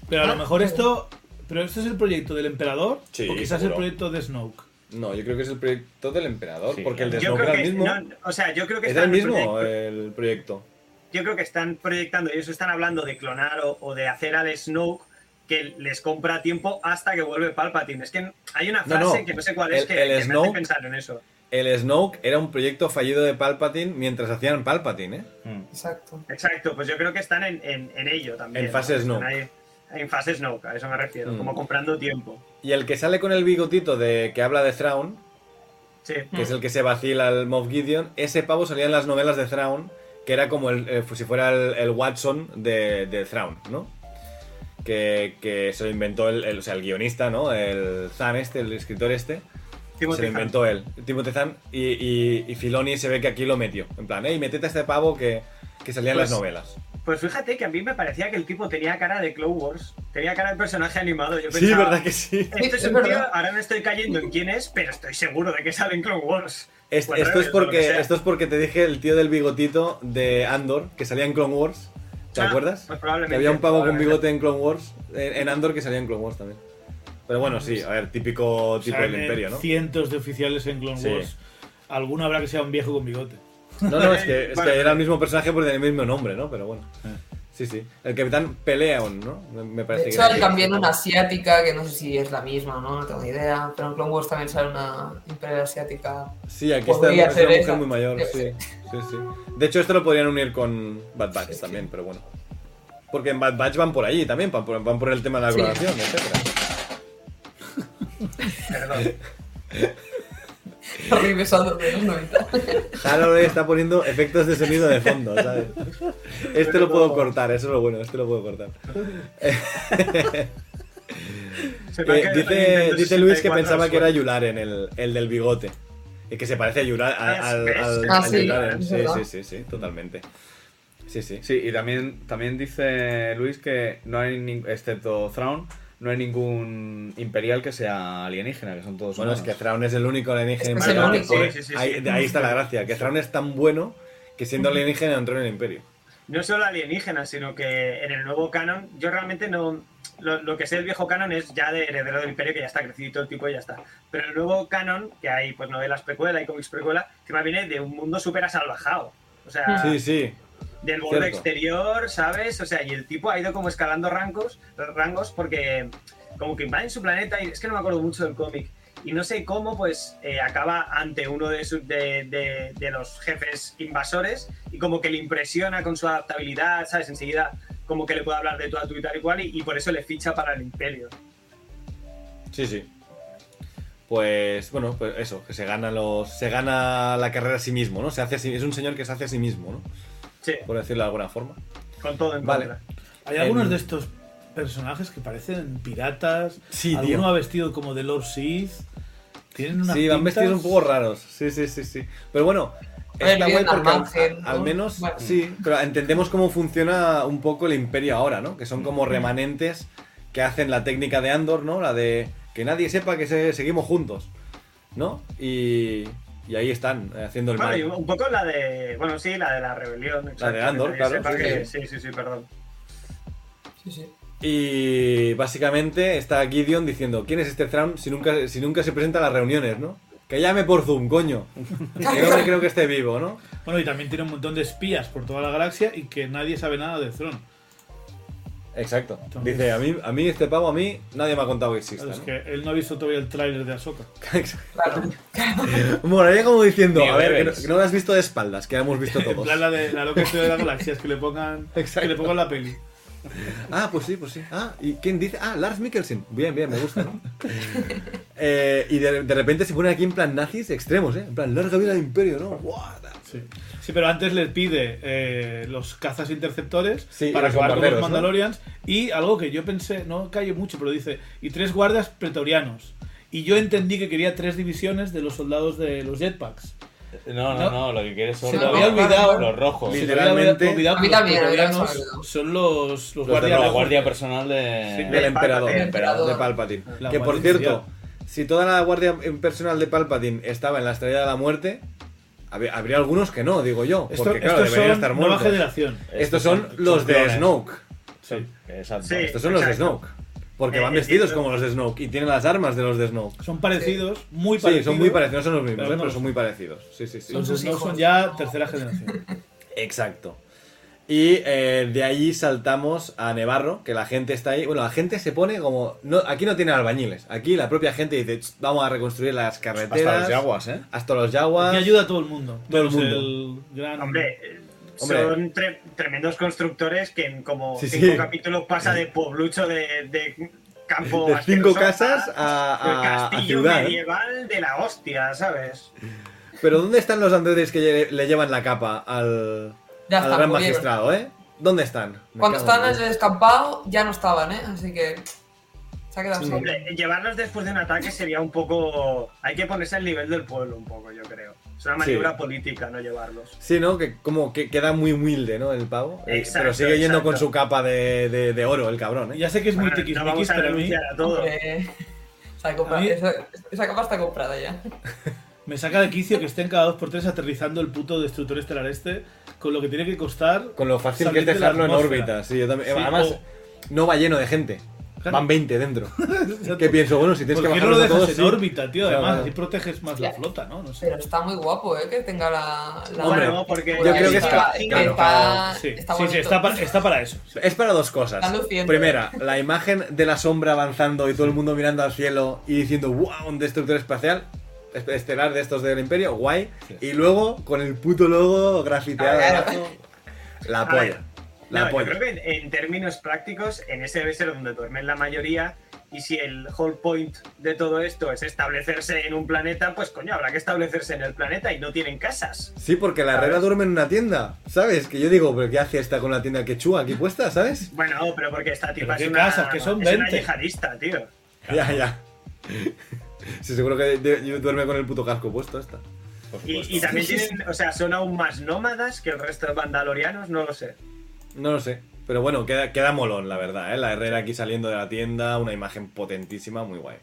S5: Pero a
S4: Ah,
S5: lo mejor
S4: sí.
S5: esto... Pero esto es el proyecto del emperador
S6: Sí,
S5: o quizás el
S6: seguro.
S5: proyecto de Snoke.
S2: No, yo creo que es el proyecto del emperador,
S6: Sí,
S2: porque el de
S3: Yo
S6: claro.
S2: Snoke
S3: creo
S2: era
S3: que
S2: el mismo.
S3: no, o sea, yo creo que
S2: Era el
S3: están
S2: mismo
S3: proyect-
S2: el proyecto.
S3: yo creo que están proyectando, ellos están hablando de clonar o, o de hacer al Snoke que les compra tiempo hasta que vuelve Palpatine. Es que hay una
S2: No,
S3: frase
S2: no.
S3: que no sé cuál es
S2: El-
S3: que,
S2: el
S3: que me
S2: Snoke-
S3: hace pensar en eso.
S2: El Snoke era un proyecto fallido de Palpatine mientras hacían Palpatine, ¿eh?
S6: Mm.
S4: Exacto.
S3: Exacto, pues yo creo que están en, en- en ello también.
S2: En fase
S3: ¿no? Están
S2: Snoke.
S3: ahí- en fase Snoke, a eso me refiero,
S2: Mm.
S3: como comprando tiempo.
S2: Y el que sale con el bigotito de que habla de Thrawn,
S3: Sí.
S2: que es el que se vacila al Moff Gideon, ese pavo salía en las novelas de Thrawn, que era como el, eh, si fuera el, el Watson de, de Thrawn, ¿no? Que, que se lo inventó el, el- o sea, el guionista, ¿no? El Zan este, el escritor este, se
S3: Timothy
S2: lo inventó él, Timothy Zahn, y, y, y Filoni se ve que aquí lo metió, en plan, hey, metete a este pavo que, que salía en las
S3: Pues-
S2: novelas.
S3: Hunt. Pues fíjate que a mí me parecía que el tipo tenía cara de Clone Wars, tenía cara de personaje animado. Yo
S2: Sí,
S3: pensaba,
S2: verdad que sí.
S3: Este es
S4: Es
S3: un tío,
S4: verdad.
S3: ahora no estoy cayendo en quién es, pero estoy seguro de que sale en Clone Wars.
S2: Es-
S3: O
S2: Este,
S3: en
S2: esto, es
S3: Rebels, o lo que
S2: porque,
S3: sea.
S2: esto es porque te dije el tío del bigotito de Andor, que salía en Clone Wars. ¿Te
S3: Ah,
S2: acuerdas?
S3: pues probablemente,
S2: Que había un pavo con
S3: probablemente.
S2: bigote en Clone Wars, en, en Andor que salía en Clone Wars también. Pero bueno, sí, a ver, típico tipo del
S5: Salen
S2: imperio, ¿no?
S5: cientos de oficiales en Clone
S2: Sí.
S5: Wars. Alguno habrá que sea un viejo con bigote.
S2: No, no, es que, es
S3: Vale. Ah.
S2: que era el mismo personaje porque tenía el mismo nombre, ¿no? Pero bueno. Sí, sí. El capitán Peleon, ¿no? Me- Me parece
S4: De
S2: que
S4: hecho,
S2: era.
S4: hay también una asiática, que no sé si es la misma, ¿no? No tengo ni idea. Pero en Clone Wars también sale una imperial asiática.
S2: Sí, aquí está
S4: Podría
S2: es una
S4: ser
S2: mujer
S4: esa.
S2: muy mayor,
S4: Debe
S2: sí, sí, sí. De hecho, esto lo podrían unir con Bad Batch
S4: Sí,
S2: también, pero bueno. Porque en Bad Batch van por allí también, van por, van por el tema de la
S4: Sí.
S2: clonación, etcétera.
S3: Perdón.
S4: Regresando de los 90.
S2: Ahora le está poniendo efectos de sonido de fondo, ¿sabes? Este lo puedo cortar, eso es lo bueno, este lo puedo cortar.
S3: Se me ha
S2: Eh,
S3: quedado el
S2: dice,
S3: Nintendo
S2: dice Luis que
S3: 64
S2: pensaba
S3: al
S2: que era
S3: suelo.
S2: Yularen, el, el del bigote. Y que se parece a Yularen.
S3: Es-
S2: Al,
S3: es-
S2: al-
S4: Ah,
S2: al
S4: sí,
S2: Yularen.
S4: es
S2: Sí,
S4: verdad.
S2: sí, sí, sí, totalmente. Sí, sí.
S6: Sí, y también, también dice Luis que no hay, nin- excepto Thrawn, no hay ningún imperial que sea alienígena, que son todos
S2: Bueno, es que
S6: humanos.
S2: Thrawn es el único alienígena.
S4: Es que es el
S2: imperial.
S4: único.
S2: Joder,
S3: Sí, sí, sí,
S2: ahí,
S3: sí.
S2: de ahí está la gracia, que Thrawn es tan bueno que siendo alienígena entró en el imperio.
S3: no solo alienígenas, sino que en el nuevo canon, yo realmente no. Lo, lo que sé del viejo canon es ya de heredero del imperio, que ya está crecido y todo el tipo y ya está. Pero el nuevo canon, que hay pues novelas precuela y cómics precuela, que más viene de un mundo súper asalvajado. O sea,
S2: Sí, sí.
S3: del borde
S2: Cierto.
S3: exterior, ¿sabes? O sea, y el tipo ha ido como escalando rangos, rangos porque como que va en su planeta y es que no me acuerdo mucho del cómic. Y no sé cómo, pues eh, acaba ante uno de, sus- de, de- de los jefes invasores y como que le impresiona con su adaptabilidad, ¿sabes? Enseguida como que le puede hablar de todo a tu y tal y cual y, y por eso le ficha para el imperio.
S2: Sí, sí. Pues bueno, pues eso, que se gana los. Se gana la carrera a sí mismo, ¿no? Se hace a sí- es un señor que se hace a sí mismo, ¿no?
S3: Sí,
S2: Por decirlo de alguna forma.
S3: con todo en
S2: Vale. Pues
S3: contra.
S5: Hay
S2: En-
S5: algunos de estos personajes que parecen piratas.
S2: Sí,
S5: Alguno
S2: tío.
S5: ha vestido como de Lord Sith. Tienen unas
S2: Sí, van
S5: pintas-
S2: vestidos un poco raros. Sí, sí, sí, sí. Pero bueno,
S4: Oye,
S2: está guay
S4: viven al
S2: porque al,
S4: margen, ¿no?
S2: al menos
S4: Bueno.
S2: sí, pero entendemos cómo funciona un poco el imperio ahora, ¿no? Que son como
S4: Mm.
S2: remanentes que hacen la técnica de Andor, ¿no? La de que nadie sepa que se- seguimos juntos, ¿no? Y, y ahí están, eh, haciendo el
S3: Bueno, Ah, y
S2: mal.
S3: un poco la de, bueno, sí, la de la rebelión. exacto,
S2: Andor,
S3: que
S2: claro,
S3: sepa
S2: sí,
S3: que-
S2: sí.
S3: sí, sí, sí, perdón.
S4: Sí, sí.
S2: Y básicamente está Gideon diciendo, ¿quién es este Thrawn si nunca, si nunca se presenta a las reuniones, ¿no? Que llame por Zoom, coño. Que no me creo que esté vivo, ¿no?
S5: Bueno, y también tiene un montón de espías por toda la galaxia y que nadie sabe nada de Throne.
S2: Exacto.
S5: Entonces-
S2: Dice, a mí, a mí este pavo, a mí nadie me ha contado que exista.
S5: Es
S2: ¿no?
S5: que él no ha visto todavía el tráiler de Ahsoka.
S4: Claro.
S2: Moraría como diciendo,
S6: Ni
S2: a ver, que no,
S6: bebes.
S2: que no lo has visto de espaldas, que la hemos visto
S5: En
S2: todos.
S5: plan la de la loca historia de la galaxia, es que le pongan,
S2: Exacto.
S5: que le pongan la peli.
S2: Ah, pues sí, pues sí. Ah, ¿y quién dice? Ah, Lars Mikkelsen. Bien, bien, me gusta, ¿no? Eh, y de, de repente se ponen aquí en plan nazis extremos, ¿eh? En plan, larga vida al imperio, ¿no? What the-
S5: Sí. Sí, pero antes les pide eh, los cazas interceptores
S2: Sí, y
S5: para
S2: los
S5: acabar con los
S2: bombarderos, ¿no?
S5: Mandalorians y algo que yo pensé, no cayó mucho, pero dice, y tres guardias pretorianos. Y yo entendí que quería tres divisiones de los soldados de los jetpacks.
S6: No, no,
S5: No.
S6: no, lo que quieres son
S5: Se
S4: Sí,
S5: lo
S6: los,
S5: había
S4: claro,
S5: olvidado.
S4: claro.
S6: los rojos.
S5: Se
S6: Los
S5: me había
S2: Oh. Literalmente-
S5: olvidado
S4: A
S5: que
S4: mí
S5: los
S4: también, a mí también
S5: pretorianos
S4: se me olvidó.
S5: son los, los
S2: de
S6: de
S5: guardias
S6: la
S5: de la
S6: guardia
S5: muerte.
S6: personal de...
S2: Del emperador.
S3: Palpatine.
S2: De Palpatine.
S5: La
S2: que por
S5: guardia
S2: cierto, si toda la guardia personal de Palpatine estaba en la estrella de la muerte, hab- habría algunos que no, digo yo.
S5: Esto-
S2: Porque claro,
S5: estos son
S2: deberían estar
S5: nueva
S2: muertos.
S5: generación.
S2: Estos son los de
S6: clones.
S2: Snoke.
S5: Sí.
S6: Exacto.
S3: Sí.
S2: Estos son los de
S3: Exacto.
S2: Snoke. Porque
S3: Eh,
S2: van vestidos
S3: entiendo.
S2: como los de Snoke y tienen las armas de los de Snoke.
S5: Son parecidos, muy
S2: Sí,
S5: parecidos.
S2: son muy parecidos, no son los mismos,
S5: Pero
S2: eh,
S5: no
S2: pero son
S5: los son.
S2: muy parecidos. Sí, sí, sí.
S5: Son,
S4: sus
S5: no
S4: hijos.
S5: son ya tercera generación.
S2: Exacto. Y eh, de allí saltamos a Nevarro, que la gente está ahí. Bueno, la gente se pone como. No, aquí no tienen albañiles. Aquí la propia gente dice: "Ch, vamos a reconstruir las carreteras.
S6: Hasta los yaguas, ¿eh?
S2: Hasta los
S5: Y
S2: yaguas.
S5: ayuda a todo el mundo.
S2: Todo el
S5: menos
S2: mundo.
S5: el gran-
S3: Hombre, eh,
S2: Hombre.
S3: son tre- tremendos constructores que en como
S2: Sí,
S3: cinco
S2: sí.
S3: capítulos pasa de pueblucho de, de campo
S2: De cinco
S3: asqueroso
S2: casas a,
S3: el
S2: a- a
S3: castillo
S2: ciudad. ¿eh?
S3: medieval de la hostia, ¿sabes?
S2: Pero ¿dónde están los androides que lle- le llevan la capa al,
S4: Ya
S2: al
S4: está,
S2: gran
S4: murieron.
S2: magistrado, eh? ¿Dónde están? Me cago
S4: Cuando
S2: en
S4: estaban en
S2: Dios.
S4: el escampado ya no estaban, ¿eh? Así que se ha quedado
S2: Sí.
S4: solo.
S3: Hombre, llevarlos después de un ataque sería un poco... Hay que ponerse al nivel del pueblo un poco, yo creo. Es una maniobra
S2: Sí.
S3: política no llevarlos.
S2: Sí, ¿no? Que como que queda muy humilde, ¿no? El pavo. Eh,
S3: Exacto,
S2: pero sigue yendo con
S3: exacto.
S2: su capa de, de- de oro, el cabrón, ¿eh?
S5: Ya sé que es muy
S3: Bueno, no
S5: tiquismiquis,
S3: vamos a
S5: pero a mí
S3: renunciar a todo.
S4: Hombre, se ha comprado-
S5: A mí-
S4: esa, esa capa está comprada ya.
S5: me saca de quicio que estén cada dos por tres aterrizando el puto destructor estelar este con lo que tiene que costar.
S2: Con lo fácil que
S5: salir
S2: es
S5: de la
S2: dejarlo en
S5: atmósfera.
S2: órbita. Sí, yo también.
S5: Sí,
S2: Además,
S5: o-
S2: no va lleno de gente.
S5: Claro.
S2: Van 20 dentro.
S5: Exacto.
S2: que pienso, bueno, si tienes
S5: ¿Por
S2: que
S5: qué no
S2: bajar
S5: lo dejas
S2: todos,
S5: en
S2: sí.
S5: órbita, tío?
S2: Claro,
S5: Además,
S2: claro.
S5: así proteges más la flota, ¿no? No sé.
S4: Pero está muy guapo, ¿eh? Que tenga la... la
S2: Hombre,
S4: la-
S3: porque
S2: yo creo que es
S4: está-
S2: que-
S4: está-
S2: claro,
S5: Sí,
S4: está
S5: sí, sí,
S4: bonito.
S5: está, pa- está para eso. sí.
S2: Es para dos cosas.
S4: Está luciendo.
S2: Primera, la imagen de la sombra avanzando y todo el mundo mirando al cielo y diciendo, wow, un destructor espacial est- estelar de estos del imperio, guay. Y luego, con el puto logo grafiteado
S4: Claro.
S2: abajo, la
S3: A ver,
S2: polla. La
S3: No, yo
S2: polla.
S3: creo que en, en términos prácticos, en ese debe ser donde duermen la mayoría. Y si el whole point de todo esto es establecerse en un planeta, pues coño, habrá que establecerse en el planeta y no tienen casas.
S2: Sí, porque la herrera duerme en una tienda, ¿sabes? Que yo digo, ¿pero qué hace esta con la tienda quechua aquí puesta, ¿sabes?
S3: Bueno, pero porque esta tipa
S5: qué
S3: es una,
S5: casas, que son
S3: es una
S5: 20.
S3: yihadista, tío.
S2: Ya, ya. Sí, seguro que de- yo duerme con el puto casco puesto esta.
S6: Por supuesto.
S3: Y, y también tienen, o sea, son aún más nómadas que el resto de mandalorianos, no lo sé.
S2: No lo sé. Pero bueno, queda, queda molón, la verdad, ¿eh? La Herrera aquí saliendo de la tienda, una imagen potentísima, muy guay.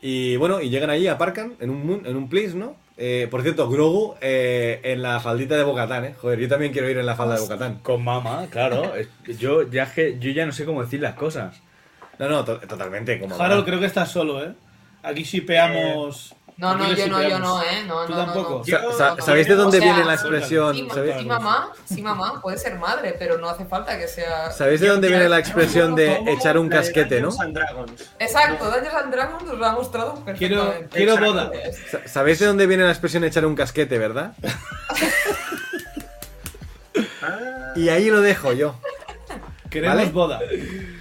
S2: Y bueno, y llegan allí, aparcan en un, mun- en un plis, ¿no? Eh, por cierto, Grogu eh, en la faldita de Bocatán, ¿eh? Joder, yo también quiero ir en la falda de Bocatán.
S6: Con mamá, claro. Es- Yo ya, es que- yo ya no sé cómo decir las cosas.
S2: No, no, to- totalmente, como...
S5: Harold, creo que estás solo, ¿eh. Aquí shipeamos.
S4: Eh, No, no,
S5: aquí le
S4: yo no, yo
S5: shipeamos.
S4: no, ¿eh? No,
S5: ¿Tú
S4: no, no,
S5: tampoco?
S4: no.
S2: Sa-
S3: Yo-
S2: sa- ¿Sabéis de dónde
S4: o sea,
S2: viene la expresión?
S4: Sí, ma-
S2: ¿Sabéis-
S4: sí, mamá, sí, mamá, puede ser madre, pero no hace falta que sea.
S2: ¿Sabéis de dónde viene la expresión de
S3: Como
S2: echar un
S3: la de
S2: casquete, no?
S3: Dungeons and Dragons.
S4: Exacto, Dungeons and Dragons nos lo ha mostrado
S5: Quiero,
S4: perfectamente.
S5: quiero
S3: Exacto.
S5: boda.
S2: Sa- ¿Sabéis de dónde viene la expresión echar un casquete, verdad?
S3: Ah,
S2: Y ahí lo dejo yo.
S5: Queremos
S2: ¿Vale?
S5: boda.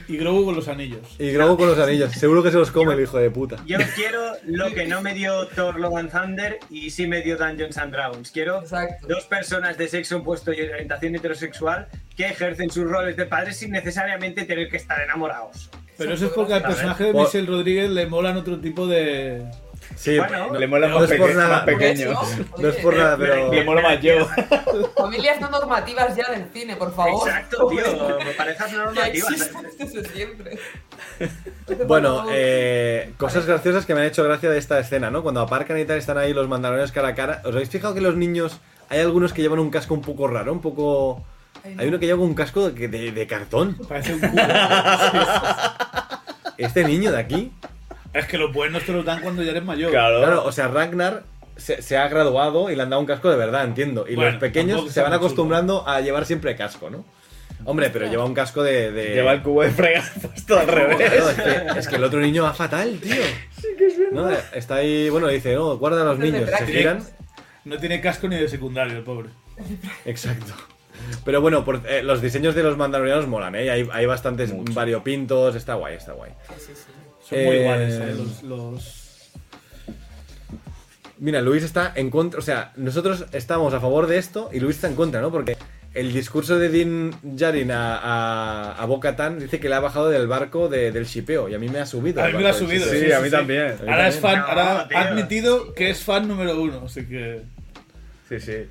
S5: Y Grogu con los anillos.
S2: Y Grogu con los anillos. Seguro que se los come el hijo de puta.
S3: yo quiero lo que no me dio Thor Love and Thunder y sí me dio Dungeons and Dragons. Quiero
S4: Exacto.
S3: dos personas de sexo opuesto y orientación heterosexual que ejercen sus roles de padres sin necesariamente tener que estar enamorados.
S5: Pero eso es porque al
S3: A ver.
S5: personaje de
S2: Por-
S5: Michelle Rodríguez le molan otro tipo de.
S2: Sí,
S3: Bueno,
S6: Le mola
S2: No
S6: más,
S2: es por
S6: peque-
S2: nada.
S6: más pequeño.
S4: Por eso,
S2: no es por
S4: oye,
S2: nada,
S3: me-
S2: pero...
S6: Le mola más yo.
S4: Familias no normativas ya del cine, por favor.
S3: Exacto, tío. Parejas no
S4: Ya
S3: normativas.
S4: existen desde siempre. No hace
S2: Bueno,
S4: falta-
S2: eh, cosas graciosas que me han hecho gracia de esta escena, ¿no? Cuando aparcan y tal, están ahí los mandalones cara a cara. ¿Os habéis fijado que los niños, hay algunos que llevan un casco un poco raro, un poco...
S4: Ay, no.
S2: Hay uno que lleva un casco de, de- de cartón.
S5: Parece un cubo.
S2: Este niño de aquí.
S5: es que los buenos te los dan cuando ya eres mayor.
S2: Claro,
S6: Claro.
S2: o sea, Ragnar se, se ha graduado y le han dado un casco de verdad, entiendo. Y
S5: Bueno,
S2: los pequeños
S5: tampoco
S2: se van
S5: sea muy
S2: acostumbrando a llevar siempre casco, ¿no? Hombre, pero lleva un casco de... de-
S6: Lleva el cubo de fregar puesto al
S2: Claro,
S6: revés.
S2: es, que, es que el otro niño va fatal, tío. ¿No? Está ahí, bueno, dice, no, guarda a los
S4: Es de
S2: niños. Se
S4: práctica.
S2: giran
S5: No tiene casco ni de secundario, el pobre.
S2: Exacto. Pero bueno, por- eh, los diseños de los mandalorianos molan, ¿eh? Hay, hay bastantes
S6: Mucho.
S2: variopintos, está guay, está guay.
S4: Sí, sí, sí.
S5: Son muy
S2: Eh,
S5: iguales, ¿eh? Los, los-
S2: Mira, Luis está en contra, o sea, nosotros estamos a favor de esto y Luis está en contra, ¿no? Porque el discurso de Din Jarin a, a, a Bo-Katan dice que le ha bajado del barco de- del shipeo y a mí me ha subido.
S5: A
S2: del
S5: mí me la ha
S2: barco del
S5: subido.
S2: shipeo.
S6: sí, a mí también.
S5: Ahora es fan,
S3: No,
S5: ahora
S3: tío.
S5: ha admitido que es fan número uno, así que.
S6: Sí, sí.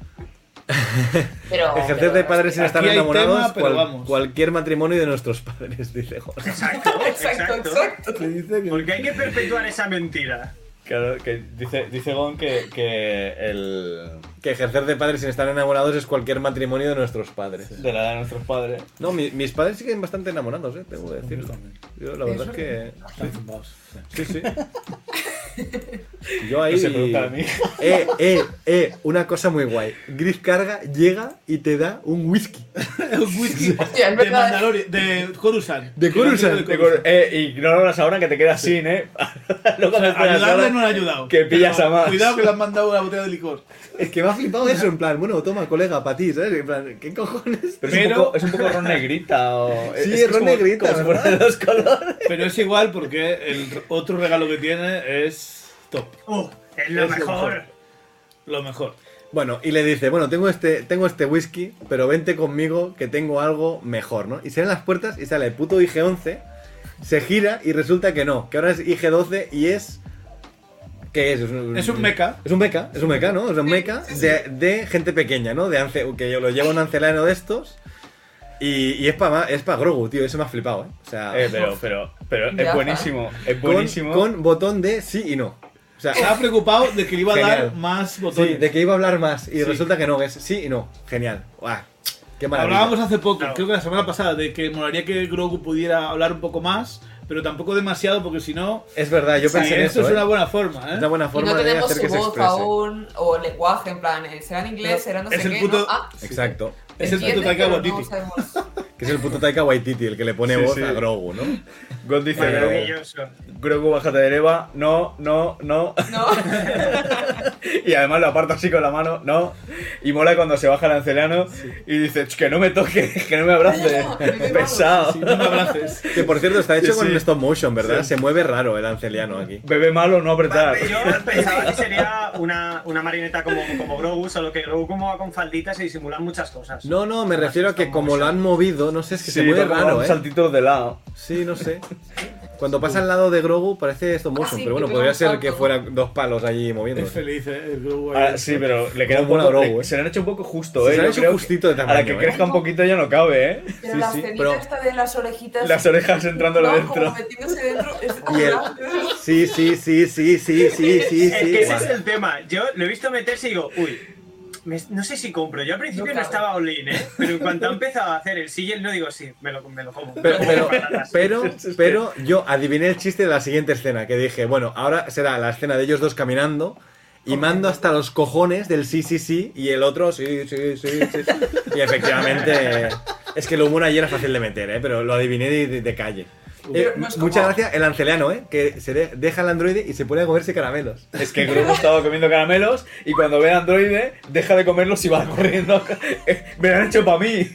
S4: Pero,
S2: Ejercer de
S4: pero-
S2: padres sin
S5: Aquí
S2: estar
S5: hay
S2: enamorados,
S5: tema, pero
S2: cual-
S5: vamos.
S2: cualquier matrimonio de nuestros padres, dice Jorge.
S3: Exacto,
S4: Exacto,
S3: exacto.
S4: exacto.
S3: Porque hay que perpetuar esa mentira.
S6: Claro, que dice, dice Gon que, que el.
S2: Que ejercer de padres sin estar enamorados es cualquier matrimonio de nuestros padres.
S6: de la edad de nuestros padres.
S2: No, mi- mis padres siguen bastante enamorados, eh, tengo que decirlo. Yo la verdad es que.
S5: Están zumbados.
S2: Sí, sí. Yo ahí.
S6: Que se pregunta a mí.
S2: Eh, eh, eh, una cosa muy guay. Griff carga, llega y te da un whisky.
S5: Un whisky
S4: Hostia, es
S5: de
S4: verdad.
S5: Mandalorian, de Coruscant.
S2: De Coruscant,
S5: De
S6: Te cor- Eh, ignóralas ahora que te quedas sin, eh. Luego
S5: O sea,
S6: te esperas
S5: ayudarle
S6: ahora
S5: no le ha ayudado.
S6: Que pillas
S5: Pero
S6: a más.
S5: Cuidado que le han mandado una botella de licor.
S2: Es que me ha flipado eso, en plan, bueno, toma, colega, para ti, ¿sabes? En plan, ¿qué cojones?
S6: Pero es,
S5: Pero-
S6: un poco, es un poco ron negrita o.
S2: Sí,
S6: Oh, que
S2: ron
S6: como-
S2: negrita,
S6: como si fuera
S2: ¿verdad?
S6: de los colores.
S5: Pero es igual porque el otro regalo que tiene es top.
S3: Uh, es lo
S5: Es lo
S3: mejor.
S5: mejor. Lo mejor.
S2: Bueno, y le dice, bueno, tengo este, tengo este whisky, pero vente conmigo que tengo algo mejor, ¿no? Y se ven las puertas y sale el puto IG-11, se gira y resulta que no, que ahora es IG-12 y es... ¿Qué es?
S5: Es un meca.
S2: Es un meca, es un meca, ¿no? Es un meca
S4: sí, sí.
S2: de, de gente pequeña, ¿no? De ance, que lo lleva un ancelano de estos y, y es para es pa Grogu, tío, eso me ha flipado, ¿eh? O sea,
S6: Eh, pero, pero, pero
S4: Ya.
S6: es buenísimo. Es
S2: con,
S6: buenísimo.
S2: con botón de sí y no. O sea,
S5: Estaba preocupado de que le iba a dar
S2: Genial.
S5: más
S2: Sí,
S5: botones.
S2: de que iba a hablar más y
S5: Sí.
S2: resulta que no, es sí y no. Genial. Guau, qué maravilla.
S5: Hablábamos hace poco,
S3: Claro.
S5: creo que la semana pasada, de que molaría que Grogu pudiera hablar un poco más, pero tampoco demasiado porque si no...
S2: Es verdad, yo pensé en
S5: esto
S2: eso.
S5: es
S2: ¿eh?
S5: una buena forma, ¿eh?
S2: Es una buena
S4: Y
S2: forma
S4: no
S2: de
S4: tenemos
S2: hacer
S4: su
S2: que se
S4: voz
S2: exprese.
S4: aún, o lenguaje, en plan, eh, será en inglés, será no sé
S5: es el
S4: qué,
S5: puto-
S4: ¿no? Ah,
S2: Exacto.
S5: Es el
S4: entiende,
S5: puto Taika
S4: pero
S5: Waititi.
S4: No sabemos.
S2: Que es el puto Taika Waititi el que le pone
S6: Sí,
S2: voz
S6: sí.
S2: a Grogu, ¿no?
S6: Gon dice:
S3: Maravilloso.
S6: Grogu, bájate de Eva. No, no, no.
S4: No,
S6: Y además lo aparta así con la mano, ¿no? Y mola cuando se baja el anciano y dice, "Ch, que no me toques, que no me abraces.
S4: No, que me
S6: Pesado.
S5: Sí, no me abraces.
S2: Que por cierto está hecho
S6: Sí,
S2: con
S6: sí.
S2: stop motion, ¿verdad? Se mueve raro el anceliano aquí.
S6: Bebé malo, no apretar.
S3: Yo pensaba que sería una, una marioneta como, como Grogu, solo que Grogu como va con faldita se disimulan muchas cosas.
S2: No, no, me refiero a que como lo han movido, no sé, es que
S6: Sí,
S2: se mueve
S6: toca
S2: raro,
S6: un
S2: ¿eh?
S6: saltito de lado.
S2: Sí, no sé. Cuando pasa al lado de Grogu parece esto motion,
S4: Ah, sí,
S2: pero bueno,
S4: que
S2: podría
S4: pega un
S2: ser que
S4: salto.
S2: fuera dos palos allí
S5: Es
S2: moviéndose.
S5: feliz, eh, el Grogu ahí.
S6: Ah, sí, pero le queda un
S2: Como
S6: poco.
S2: una Grogu,
S6: le-
S2: eh.
S6: Se le han hecho un poco justo,
S2: Se le
S6: eh.
S2: han
S6: Yo
S2: hecho
S6: creo que
S2: justito de
S6: Para que
S2: tamaño, eh.
S6: crezca un poquito ya no cabe, eh.
S4: Pero
S2: Sí,
S4: la
S2: sí,
S4: escenita
S2: pero-
S4: esta de las orejitas.
S6: Las orejas entrándolo
S4: no,
S6: dentro.
S4: Como metiéndose dentro. Es
S2: Y el- Sí, sí, sí, sí, sí, sí, sí, sí.
S3: es que ese
S2: Guau.
S3: es el tema. Yo lo he visto meterse y digo, uy, me- no sé si compro. Yo al principio no
S4: No cabe.
S3: estaba all-in, ¿eh? Pero en cuanto ha empezado a hacer el sigil, no digo, sí, me lo, me lo como.
S2: Pero, pero,
S3: Patatas.
S2: pero, pero yo adiviné el chiste de la siguiente escena, que dije, bueno, ahora será la escena de ellos dos caminando y mando hasta los cojones del sí, sí, sí y el otro sí, sí, sí, sí. Y efectivamente, es que el humor ayer era fácil de meter, ¿eh? pero lo adiviné de, de- de calle. Eh,
S4: Pero no es como-
S2: muchas gracias el anceliano, ¿eh? que se de- deja al androide y se pone a comerse caramelos.
S6: Es que Grogu estaba comiendo caramelos y cuando ve a androide, deja de comerlos y va corriendo. Me lo han hecho para mí.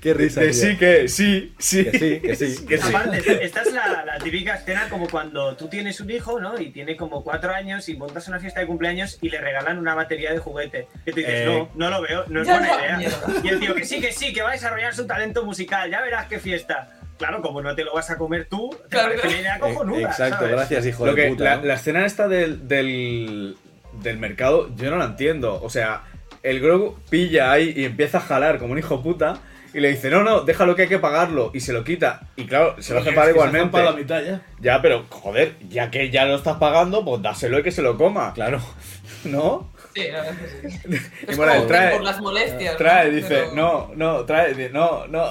S2: Qué risa.
S6: De
S2: tío.
S6: sí que sí, sí.
S2: Que sí, que sí.
S6: que sí.
S3: Aparte, esta es la, la típica escena como cuando tú tienes un hijo, ¿no? Y tiene como cuatro años y montas una fiesta de cumpleaños y le regalan una batería de juguete. Y tú dices,
S2: Eh,
S3: no, no lo veo, no es
S4: ya
S3: buena
S4: no,
S3: idea.
S4: mierda.
S3: Y el tío, que sí, que sí, que va a desarrollar su talento musical, ya verás qué fiesta. Claro, como no te lo vas a comer tú, te
S4: Claro,
S3: parece una idea
S2: Eh,
S3: cojonuda,
S2: Exacto,
S3: ¿sabes?
S2: gracias, hijo
S6: Lo
S2: de
S6: que,
S2: puta.
S6: la,
S2: ¿no?
S6: la escena esta del, del, del mercado, yo no la entiendo. O sea, el Grogu pilla ahí y empieza a jalar como un hijo puta y le dice, no, no, déjalo que hay que pagarlo. Y se lo quita. Y claro, se lo hace
S5: Es
S6: pagar
S5: que se
S6: igualmente.
S5: zampa la mitad ya.
S6: Ya, pero joder, ya que ya lo estás pagando, pues dáselo y que se lo coma.
S2: Claro.
S6: ¿No?
S4: Sí, la verdad es que sí. Es
S6: bueno,
S4: como
S6: trae-
S4: por las molestias.
S6: Trae,
S4: ¿no?
S6: dice,
S4: Pero-
S6: no, no, trae, di- no, no.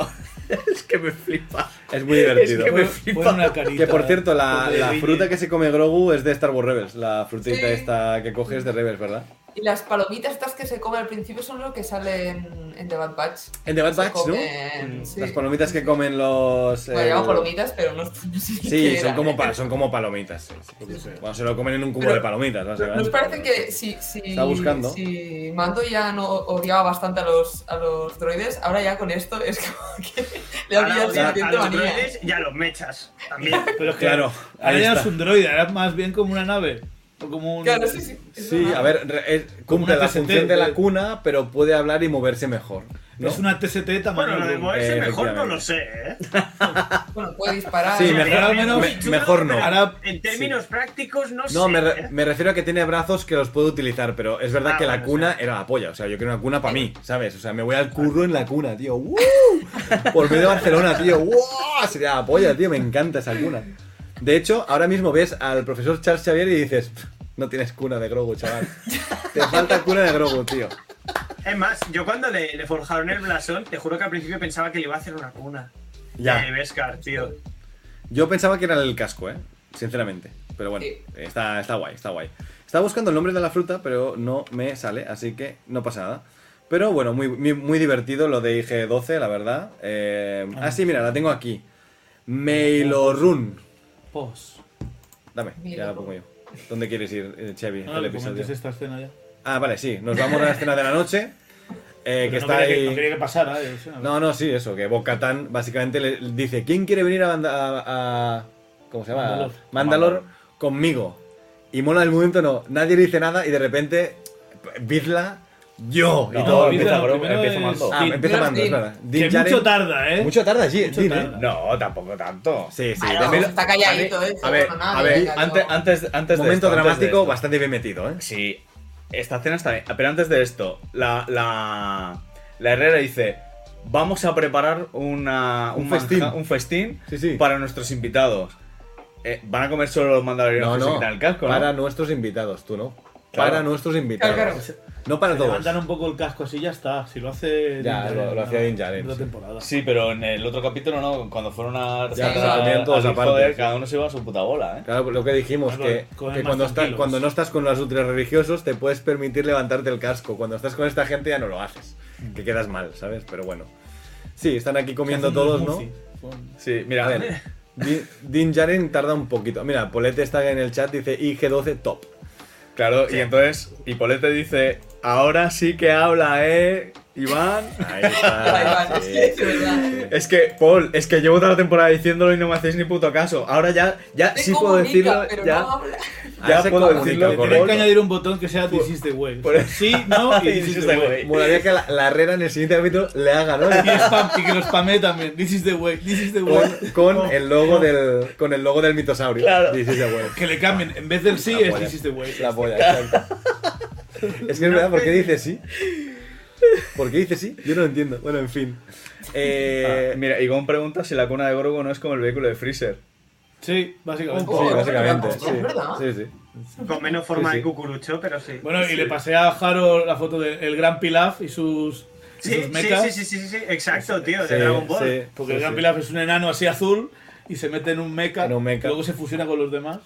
S6: es que me flipa.
S2: Es muy divertido.
S6: Es que me
S5: Pon- pon
S6: flipa.
S5: una carita,
S2: Que por cierto, la,
S5: de
S2: la
S5: Luigi.
S2: fruta que se come Grogu es de Star Wars Rebels, la frutita
S4: Sí.
S2: esta que coges de Rebels, ¿verdad?
S4: Y las palomitas estas que se come al principio son lo que sale en, en The Bad Batch.
S2: En The Bad
S4: Se
S2: Batch, ¿no?
S4: comen, sí.
S2: Las palomitas que comen los.
S4: Bueno,
S2: eh,
S4: llaman palomitas, pero no, no sé qué
S2: Sí, son
S4: eran,
S2: como,
S4: ¿eh?
S2: pa- son como palomitas. sí, sí. Bueno, se lo comen en un cubo
S4: Pero-
S2: de palomitas, básicamente.
S4: Nos parece que si, si,
S2: Está buscando.
S4: si Mando ya no odiaba bastante a los, a los droides, ahora ya con esto es como que le
S3: Ahora,
S4: había
S3: o sea, a
S4: suficiente
S3: los
S4: manía.
S3: droides ya los mechas también.
S5: Pero es que
S2: Claro,
S5: Ahora
S2: ahí
S5: ya no
S2: está.
S5: es un droide, ahora es más bien como una nave. O como un.
S4: Claro, sí, sí. es
S2: Sí,
S4: verdad.
S2: a ver, re- es-
S5: Como
S2: cumple
S5: una
S2: la
S5: TST,
S2: función de la
S5: de-
S2: cuna, pero puede hablar y moverse mejor. ¿no?
S5: Es una TST
S3: Bueno,
S5: tamaño.
S3: lo de
S5: Grogu.
S3: moverse
S2: Eh,
S3: mejor no lo
S2: efectivamente.
S3: sé, ¿eh?
S4: Bueno, puede disparar.
S2: Sí,
S5: mejor al menos-
S3: Muy chulo,
S2: mejor no.
S3: pero
S5: Ahora-
S3: En términos prácticos, no, sé.
S2: No, me, re-
S3: ¿eh?
S2: me refiero a que tiene brazos que los puedo utilizar, pero es verdad
S3: Ah,
S2: que la
S3: bueno,
S2: cuna era la polla. O sea, yo quiero una cuna para mí, ¿sabes? O sea, me voy al curro en la cuna, tío. ¡Uh! Por medio de Barcelona, tío. ¡Wow! Sería la polla, tío. Me encanta esa cuna. De hecho, ahora mismo ves al profesor Charles Xavier y dices, no tienes cuna de Grogu, chaval. Te falta cuna de Grogu, tío.
S3: Es más, yo cuando le, le forjaron el blasón, te juro que al principio pensaba que le iba a hacer una cuna.
S2: Ya.
S3: Eh, Beskar, tío.
S2: Yo pensaba que era el casco, ¿eh? Sinceramente. Pero bueno,
S4: Sí.
S2: está, está guay, está guay. Estaba buscando el nombre de la fruta, pero no me sale, así que no pasa nada. Pero bueno, muy, muy, muy divertido lo de IG-12, la verdad. Eh, ah, sí, mira, la tengo aquí. Mailorun.
S5: Pos.
S2: Dame, ya la pongo yo. ¿Dónde quieres ir, eh, Chevy?
S5: No, no
S2: el
S5: le
S2: episodio?
S5: comentes esta escena ya.
S2: Ah, vale, sí. Nos vamos a la escena de la noche. eh, que
S5: Pero no
S2: está
S5: quería que-
S2: ahí...
S5: no quería que pasara. eh, o sea,
S2: No, no, sí, eso, que Bocatán básicamente le dice, ¿quién quiere venir a, Manda- a- a- ¿cómo se llama?
S5: Mandalor.
S2: Mandalor, conmigo. Y mola el momento, no, nadie le dice nada y de repente, Bizla, yo.
S6: No,
S2: y todo
S5: Bizla,
S6: empieza,
S5: Ah, lo
S6: bro,
S5: primero
S6: empieza
S5: es-
S6: mando.
S2: Ah,
S5: Din-
S2: empieza
S4: Din-
S2: Mando, es
S4: Din.
S2: verdad. Din
S5: Que
S2: Jaren-
S5: mucho tarda, ¿eh?
S2: Mucho tarda, sí,
S5: Mucho
S2: Din, ¿eh?
S5: tarda.
S6: No, tampoco tanto.
S2: Sí, sí.
S4: Ah, no,
S2: también-
S4: está calladito,
S6: también-
S4: eh,
S6: a ver,
S4: no, nada,
S6: a ver,
S4: ya, ya,
S6: antes,
S4: no.
S6: antes, antes de
S2: Momento
S6: esto, antes de
S2: dramático
S6: esto.
S2: bastante bien metido, ¿eh?
S6: Sí, esta escena está bien. Pero antes de esto, la, la, la Herrera dice: Vamos a preparar una,
S2: Un festín.
S6: manja- un festín
S2: Sí, sí.
S6: para nuestros invitados. Eh, ¿Van a comer solo los mandalorianos
S2: No,
S6: que se
S2: no,
S6: quitan el casco?
S2: para
S6: ¿no?
S2: nuestros invitados, tú no.
S6: Claro.
S2: Para nuestros invitados.
S4: Claro,
S2: No para todos.
S5: Levantan un poco el casco así ya está. Si lo hace.
S2: Ya,
S5: Din
S2: lo-
S5: Djarin,
S2: lo hacía
S5: ¿no?
S2: Din Djarin,
S5: Otra
S2: sí.
S5: temporada.
S6: Sí, pero en el otro capítulo no, cuando fueron a
S2: Ya,
S6: rescatar
S4: se
S2: comían todos
S6: al hijo
S2: aparte,
S6: de-
S2: sí.
S6: cada uno se iba a su puta bola, ¿eh?
S2: Claro, lo que dijimos,
S5: Claro,
S2: que,
S5: comen
S2: que
S5: más
S2: cuando, estás,
S5: tranquilos.
S2: cuando no estás con los ultra religiosos te puedes permitir levantarte el casco. Cuando estás con esta gente ya no lo haces.
S5: Mm.
S2: Que quedas mal, ¿sabes? Pero bueno. Sí, están aquí comiendo
S5: Hacen unos
S2: todos, ¿no?
S5: muffins con-
S6: Sí,
S2: A
S6: mira,
S2: ver, Di- Din Djarin tarda un poquito. Mira, Polete está en el chat, dice IG12 top.
S6: claro, y entonces Hipólete dice: Ahora sí que habla, ¿eh? Iván.
S2: Ahí está,
S4: Ahí va,
S2: sí,
S4: sí, es verdad.
S2: sí, sí.
S6: Es que, Paul, es que llevo toda la temporada diciéndolo y no me hacéis ni puto caso. Ahora ya, ya
S4: Se
S6: sí puedo
S4: comunica,
S6: decirlo.
S4: pero
S6: Ya,
S4: no habla.
S6: ya
S2: Ahora se
S6: puedo
S2: comunica,
S6: decirlo.
S2: correcto.
S5: Tienes que
S6: Paul.
S5: añadir un botón que sea This is the way.
S6: por-
S5: Sí, no y
S6: This
S5: This
S6: is
S5: is
S6: the
S5: the
S6: way.
S5: way.
S2: Molaría que la, la Herrera en el siguiente capítulo le haga, ¿no?
S5: Y, spam, y que lo spamé también. This is the way, this is the way.
S2: Con, con el logo del con el logo del mitosaurio.
S6: Claro.
S2: Sí, sí, sí, bueno.
S5: Que le cambien. En vez del sí,
S2: La
S5: es
S2: polla.
S5: this is the way.
S2: La polla, exacto. Es que es verdad, ¿por qué dice sí? ¿Por qué dice sí? Yo no lo entiendo. Bueno, en fin.
S6: Eh,
S2: Eh,
S4: Ah.
S6: mira, Igon pregunta si la cuna de Gorgo no es como el vehículo de Freezer.
S5: Sí, básicamente.
S2: sí,
S4: Oh,
S2: básicamente.
S4: hostia,
S2: sí.
S4: es verdad.
S2: Sí, sí.
S3: Con menos forma
S2: Sí, sí.
S3: de cucurucho, pero sí.
S5: Bueno, y le pasé a Jaro la foto del el Gran Pilaf y sus, y
S3: sí,
S5: sus
S3: sí,
S5: mechas.
S3: sí, sí, sí, sí, sí, exacto, tío, de
S2: Sí,
S3: Dragon Ball.
S2: sí,
S5: Porque
S2: sí,
S5: el Gran
S2: sí.
S5: Pilaf es un enano así azul y se mete en un mecha.
S2: En un mecha.
S5: Luego se fusiona con los demás.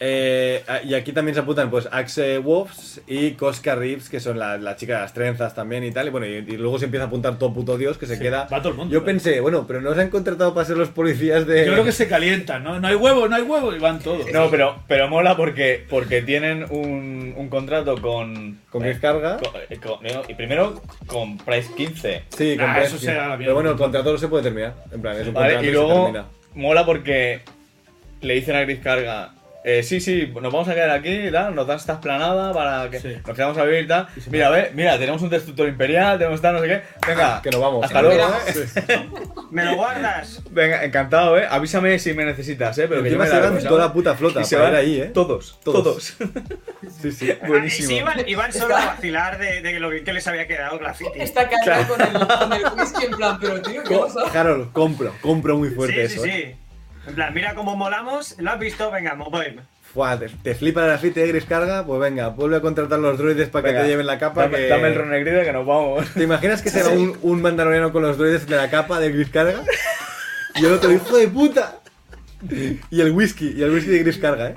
S2: Eh, y aquí también se apuntan pues Axe Wolves y Koska Reeves, que son la, la chica de las trenzas también y tal. Y bueno, y, y luego se empieza a apuntar todo puto Dios que se queda.
S5: va todo el mundo,
S2: Yo
S5: ¿eh?
S2: pensé, bueno, pero no se han contratado para ser los policías de.
S5: Yo creo que se calientan, ¿no? No hay huevo, no hay huevo y van todos.
S6: No, pero, pero mola porque, porque tienen un, un contrato con.
S2: ¿Con Chris Carga?
S6: con- eh, con- no, y primero con Price 15.
S2: Sí,
S5: Nah,
S2: con
S5: eso
S2: Pepsi.
S5: será la mierda.
S2: Pero bueno, el contrato no se puede terminar. En plan, es un
S6: Vale,
S2: contrato
S6: y
S2: se
S6: luego
S2: termina.
S6: mola porque le dicen a Chris Carga. eh, sí, sí, nos vamos a quedar aquí y tal, nos dan esta esplanada para que
S5: Sí.
S6: nos quedamos a vivir y tal. Mira, ve, mira, tenemos un destructor imperial, tenemos tal, no sé qué. Venga,
S2: Ah, Que nos vamos.
S6: Hasta luego,
S4: Mira.
S6: eh.
S3: ¿Me lo guardas?
S6: Venga, encantado, eh. Avísame si me necesitas, eh. Pero que yo
S2: encima
S6: me
S2: se
S6: largo,
S2: van
S6: ¿sabes?
S2: toda la puta flota
S6: Y se
S2: para
S6: van
S2: ir ahí, ¿eh?
S6: Todos,
S2: Todos.
S6: todos.
S2: Sí, sí.
S6: Buenísimo.
S3: Ah, y sí, iban, iban solo a vacilar de, de lo que les había quedado graffiti.
S4: Está cagado con el, con el whisky en plan, pero tío, ¿qué pasa?
S2: Harold, compro, compro muy
S3: Sí,
S2: fuerte
S3: sí,
S2: eso. ¿eh?
S3: sí. En plan, mira cómo molamos, lo has visto, venga, mo- voy.
S2: Fua, te, te flipa la fit de Gris Carga, pues venga, vuelve a contratar los droides para que
S6: Venga,
S2: te lleven la capa.
S6: Dame,
S2: que-
S6: dame el Ronegrida que nos vamos.
S2: ¿Te imaginas que se va un, un mandaloriano con los droides de la capa de Gris Carga? Y el otro, hijo de puta. Y el whisky, y el whisky de Gris Carga, ¿eh?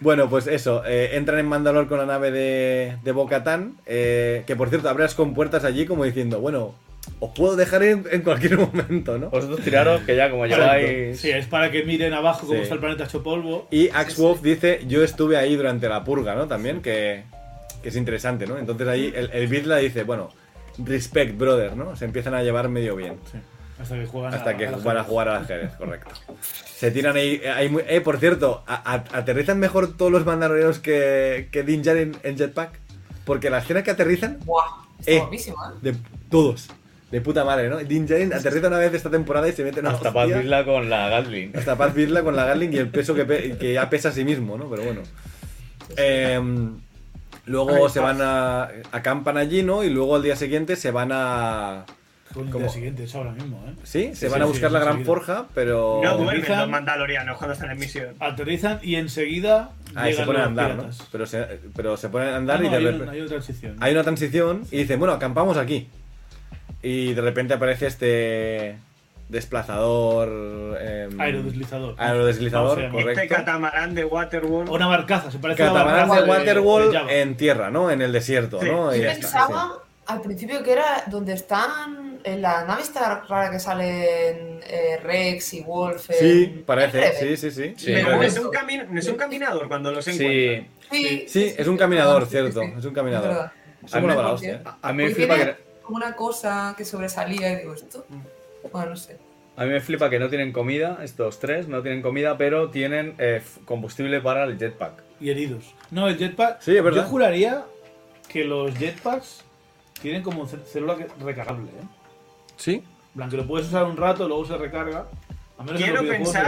S2: Bueno, pues eso, eh, entran en Mandalor con la nave de, de Bo-Katan, eh, que por cierto, abras con puertas allí como diciendo, bueno, os puedo dejar en, en cualquier momento, ¿no?
S6: Vosotros tiraros que ya como lleváis.
S5: Sí, es para que miren abajo cómo
S2: Sí.
S5: está el planeta hecho polvo.
S2: Y Axe Wolf dice, yo estuve ahí durante la purga, ¿no? También, que, que es interesante, ¿no? Entonces ahí el, el Bitla dice, bueno, respect, brother, ¿no? Se empiezan a llevar medio bien.
S5: Sí, hasta que juegan
S2: Hasta que
S5: las
S2: van a jugar al ajedrez, correcto. Se tiran ahí. hay muy- eh, por cierto, a- a- aterrizan mejor todos los mandalorianos que, que Din Djarin en, jetpack. Porque la escena que aterrizan,
S4: Buah, está
S2: Eh.
S4: guapísimo, ¿eh?
S2: de todos. De puta madre, ¿no? Din Djarin aterriza una vez esta temporada y se mete en una
S6: Hasta
S2: hostia.
S6: partirla con la Gatling.
S2: Hasta Paz Virla con la Garling y el peso que, pe- que ya pesa a sí mismo, ¿no? Pero bueno. Em, luego
S4: Ay,
S2: se
S4: Paz.
S2: van a. acampan allí, ¿no? Y luego al día siguiente se van a.
S5: Con el
S2: Como-
S5: día siguiente, es ahora mismo, ¿eh?
S2: ¿Sí? Se
S5: Sí,
S2: van
S5: sí,
S2: a
S5: sí,
S2: buscar la gran
S5: enseguida.
S2: forja, pero.
S3: No
S5: duerme.
S3: duermen
S5: utilizan-
S3: los mandalorianos cuando están en misión.
S5: Aterrizan y enseguida.
S2: Ahí Ah, se
S5: llegan
S2: ponen a
S5: los
S2: andar, ¿no?
S5: piratas.
S2: Pero se, pero se ponen a andar
S5: Ah,
S2: y
S5: no,
S2: de
S5: hay,
S2: repente.
S5: un- hay una transición.
S2: Hay una transición y dicen, bueno, acampamos aquí. Y de repente aparece este desplazador. em,
S5: Aerodeslizador.
S2: aerodeslizador,
S5: No, se llama.
S2: correcto.
S3: Este catamarán de Waterworld.
S5: O una barcaza, se parece
S2: Catamarán
S5: a la
S2: de
S5: barcaza
S2: Waterwall
S5: Java.
S2: en tierra, ¿no? En el desierto,
S3: Sí.
S2: ¿no? Y
S4: Yo
S2: ya está, sí.
S4: pensaba al principio que era donde están en la nave esta rara que salen eh, Rex y Wolf. en-
S2: Sí,
S4: en
S2: parece, sí,
S4: breve.
S2: sí, sí.
S6: Sí.
S3: Pero no
S2: Correcto.
S3: es, un cami- no es un caminador cuando los encuentran.
S6: Sí.
S4: Sí,
S2: Sí, es un caminador, cierto, es un caminador.
S4: verdad.
S2: Es una mala
S4: porque-
S2: hostia.
S6: A mí me
S4: Porque
S6: flipa que.
S4: tiene como una cosa que sobresalía y digo, ¿esto?
S2: Mm.
S4: Bueno, no sé.
S6: A mí me flipa que no tienen comida, estos tres no tienen comida, pero tienen eh, f- combustible para el jetpack.
S5: Y heridos. No, el jetpack.
S2: Sí, es verdad.
S5: Yo juraría que los jetpacks tienen como cé- célula que- recargable, ¿eh?
S2: Sí.
S5: En plan, que lo puedes usar un rato, luego se recarga. A menos en
S3: Quiero
S5: los videojuegos
S3: pensar-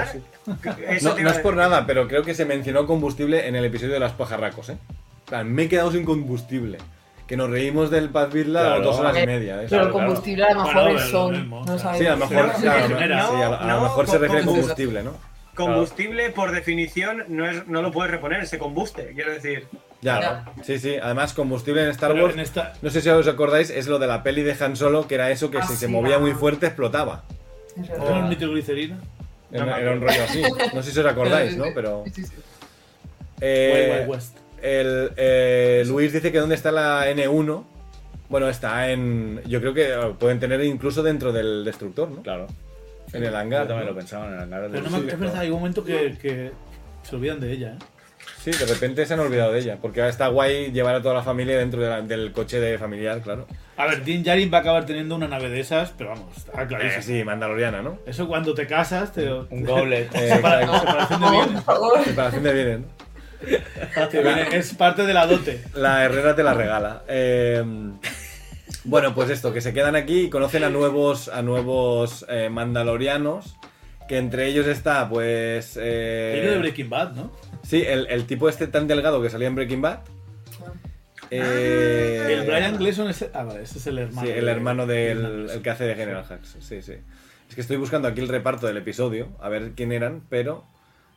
S5: era así.
S3: Eso
S2: No,
S3: te
S2: no
S3: iba
S2: es
S3: a
S2: por
S3: decir.
S2: nada, pero creo que se mencionó combustible en el episodio de las pajarracos, ¿eh? En plan, me he quedado sin combustible. Que nos reímos del Paz Birla
S6: Claro.
S2: dos horas y media. de eso.
S4: Pero
S6: Claro,
S4: el combustible a lo mejor
S5: Bueno,
S4: es
S5: pero lo
S4: sol.
S5: mismo,
S4: no
S5: o sea,
S4: sabemos.
S2: Sí, a lo mejor,
S5: Pero no
S2: claro,
S5: se
S2: no,
S5: genera.
S2: sí, a lo- a lo
S3: No,
S2: mejor se
S3: con-
S2: refiere a
S4: con-
S2: combustible, ¿no?
S3: Combustible, por definición, no, es, no lo puedes reponer, se combuste, quiero decir.
S2: Ya,
S4: Claro.
S2: sí, sí. Además, combustible en Star
S5: Pero
S2: Wars,
S5: en esta.
S2: no sé si os acordáis, es lo de la peli de Han Solo, que era eso que
S4: Ah,
S2: si se
S4: sí,
S2: movía
S4: ah.
S2: muy fuerte explotaba.
S4: Es
S5: ¿no
S4: verdad.
S5: era nitroglicerina?
S2: Era,
S3: No me
S2: era un rollo así. No sé si os acordáis, ¿no? Pero...
S4: Sí, sí, sí.
S2: eh,
S5: Wild Wild West.
S2: el, eh, Luis dice que dónde está la N1. Bueno, está en... Yo creo que eh, pueden tener incluso dentro del destructor, ¿no?
S6: Claro.
S2: En el
S6: Yo
S2: hangar.
S6: también lo
S2: ¿no?
S6: pensaba en el hangar.
S5: Pero
S6: del
S5: no me- es
S6: desierto.
S5: verdad, hay un momento que, que se olvidan de ella, ¿eh?
S2: Sí, de repente se han olvidado de ella, porque ahora está guay llevar a toda la familia dentro de la- del coche de familiar, claro.
S5: A ver, Din Djarin va a acabar teniendo una nave de esas, pero vamos, está
S2: Eh,
S5: clarísimo.
S2: sí, mandaloriana, ¿no?
S5: Eso cuando te casas, te.
S6: Un goblet.
S2: Eh,
S5: Separa-
S2: exacto.
S5: separación de
S4: No, por
S5: bienes.
S4: favor.
S2: Separación de bienes. ¿no?
S5: Te viene- es parte de la dote.
S2: La Herrera te la regala. Eh, bueno, pues esto, que se quedan aquí y conocen a nuevos, a nuevos eh, mandalorianos, que entre ellos está, pues... eh,
S5: Viene de Breaking Bad, ¿no?
S2: sí, el, el tipo este tan delgado que salía en Breaking Bad. Eh,
S5: El Brian Gleason es. Ah, vale, ese es el hermano.
S2: Sí, el
S5: de-
S2: hermano
S5: Gleason.
S2: del el que hace de General Hacks. Sí, sí. Es que estoy buscando aquí el reparto del episodio, a ver quién eran, pero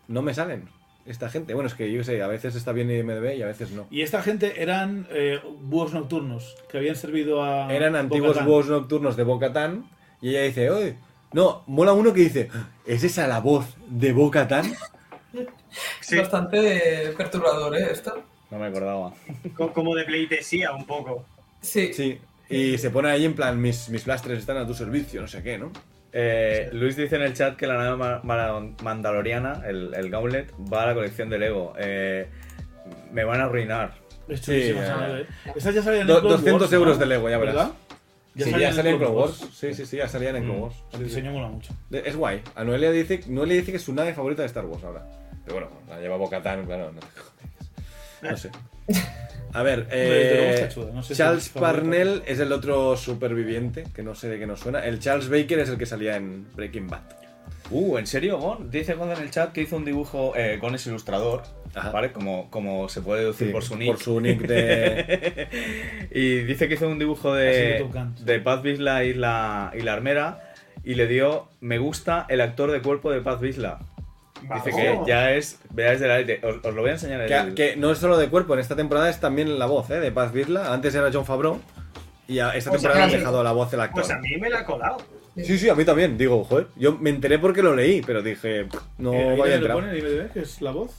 S2: no me salen esta gente. Bueno, es que yo qué sé, a veces está bien IMDb y a veces no.
S5: Y esta gente eran eh, búhos nocturnos que habían servido a.
S2: Eran antiguos
S5: Bo-Katan.
S2: búhos nocturnos de Bocatán y ella dice, oye, no, mola uno que dice, ¿es esa la voz de Bocatán?
S3: Sí,
S4: Bastante perturbador, ¿eh? Esto.
S6: No me acordaba.
S3: co- como de pleitesía un poco.
S4: Sí.
S2: Sí. Y se pone ahí en plan, mis, mis blasters están a tu servicio, no sé qué, ¿no?
S6: Eh, Luis dice en el chat que la nave ma- mara- mandaloriana, el, el Gauntlet, va a la colección de Lego. Eh, me van a arruinar.
S5: Es chulísima
S2: Sí,
S5: esa
S2: eh.
S5: nave, ¿eh? Esas ya salían en
S2: Do-
S5: Clone
S2: 200
S5: Wars,
S2: euros
S5: ¿no?
S2: de Lego, ya verás.
S5: ¿Verdad?
S2: Sí,
S5: salían
S2: ya salían en Clone Wars. Sí, sí, sí, ya salían en
S5: Mm.
S2: Clone Wars. Sí,
S5: El
S2: sí.
S5: diseño mola mucho.
S2: De- Es guay. A Noelia dice, Noelia dice que es su nave favorita de Star Wars ahora. Pero bueno, la lleva Bocatán, claro, no te jodes. No sé. A ver,
S5: desde luego
S2: eh,
S5: está chuda, no sé si
S2: Charles
S5: es favorita.
S2: Parnell es el otro superviviente, que no sé de qué nos suena. El Charles Baker es el que salía en Breaking Bad.
S6: Uh, ¿en serio, Gon? Dice Gon en el chat que hizo un dibujo eh, con ese ilustrador,
S2: Ajá.
S6: ¿vale? Como, como se puede deducir por su nick.
S2: Por su nick de...
S6: y dice que hizo un dibujo
S5: Así que
S6: de,
S5: tú cantas.
S6: de Paz Vizla y la, y la armera y le dio me gusta el actor de cuerpo de Paz Vizla.
S3: Vamos.
S6: Dice que ya es, veáis de la élite. Os, os lo voy a enseñar
S2: que,
S6: el,
S2: que no es solo de cuerpo, en esta temporada es también la voz, ¿eh? De Paz Virla. Antes era John Favreau. Y a- esta
S3: Pues
S2: temporada
S3: a
S2: han
S3: mí-
S2: dejado la voz del actor.
S3: Pues a mí me la ha colado.
S2: Sí, sí, a mí también. Digo, joder, yo me enteré porque lo leí, pero dije, no
S5: Eh, ahí
S2: vaya a
S5: le
S2: entrar.
S5: ponen IMDb, que es la voz.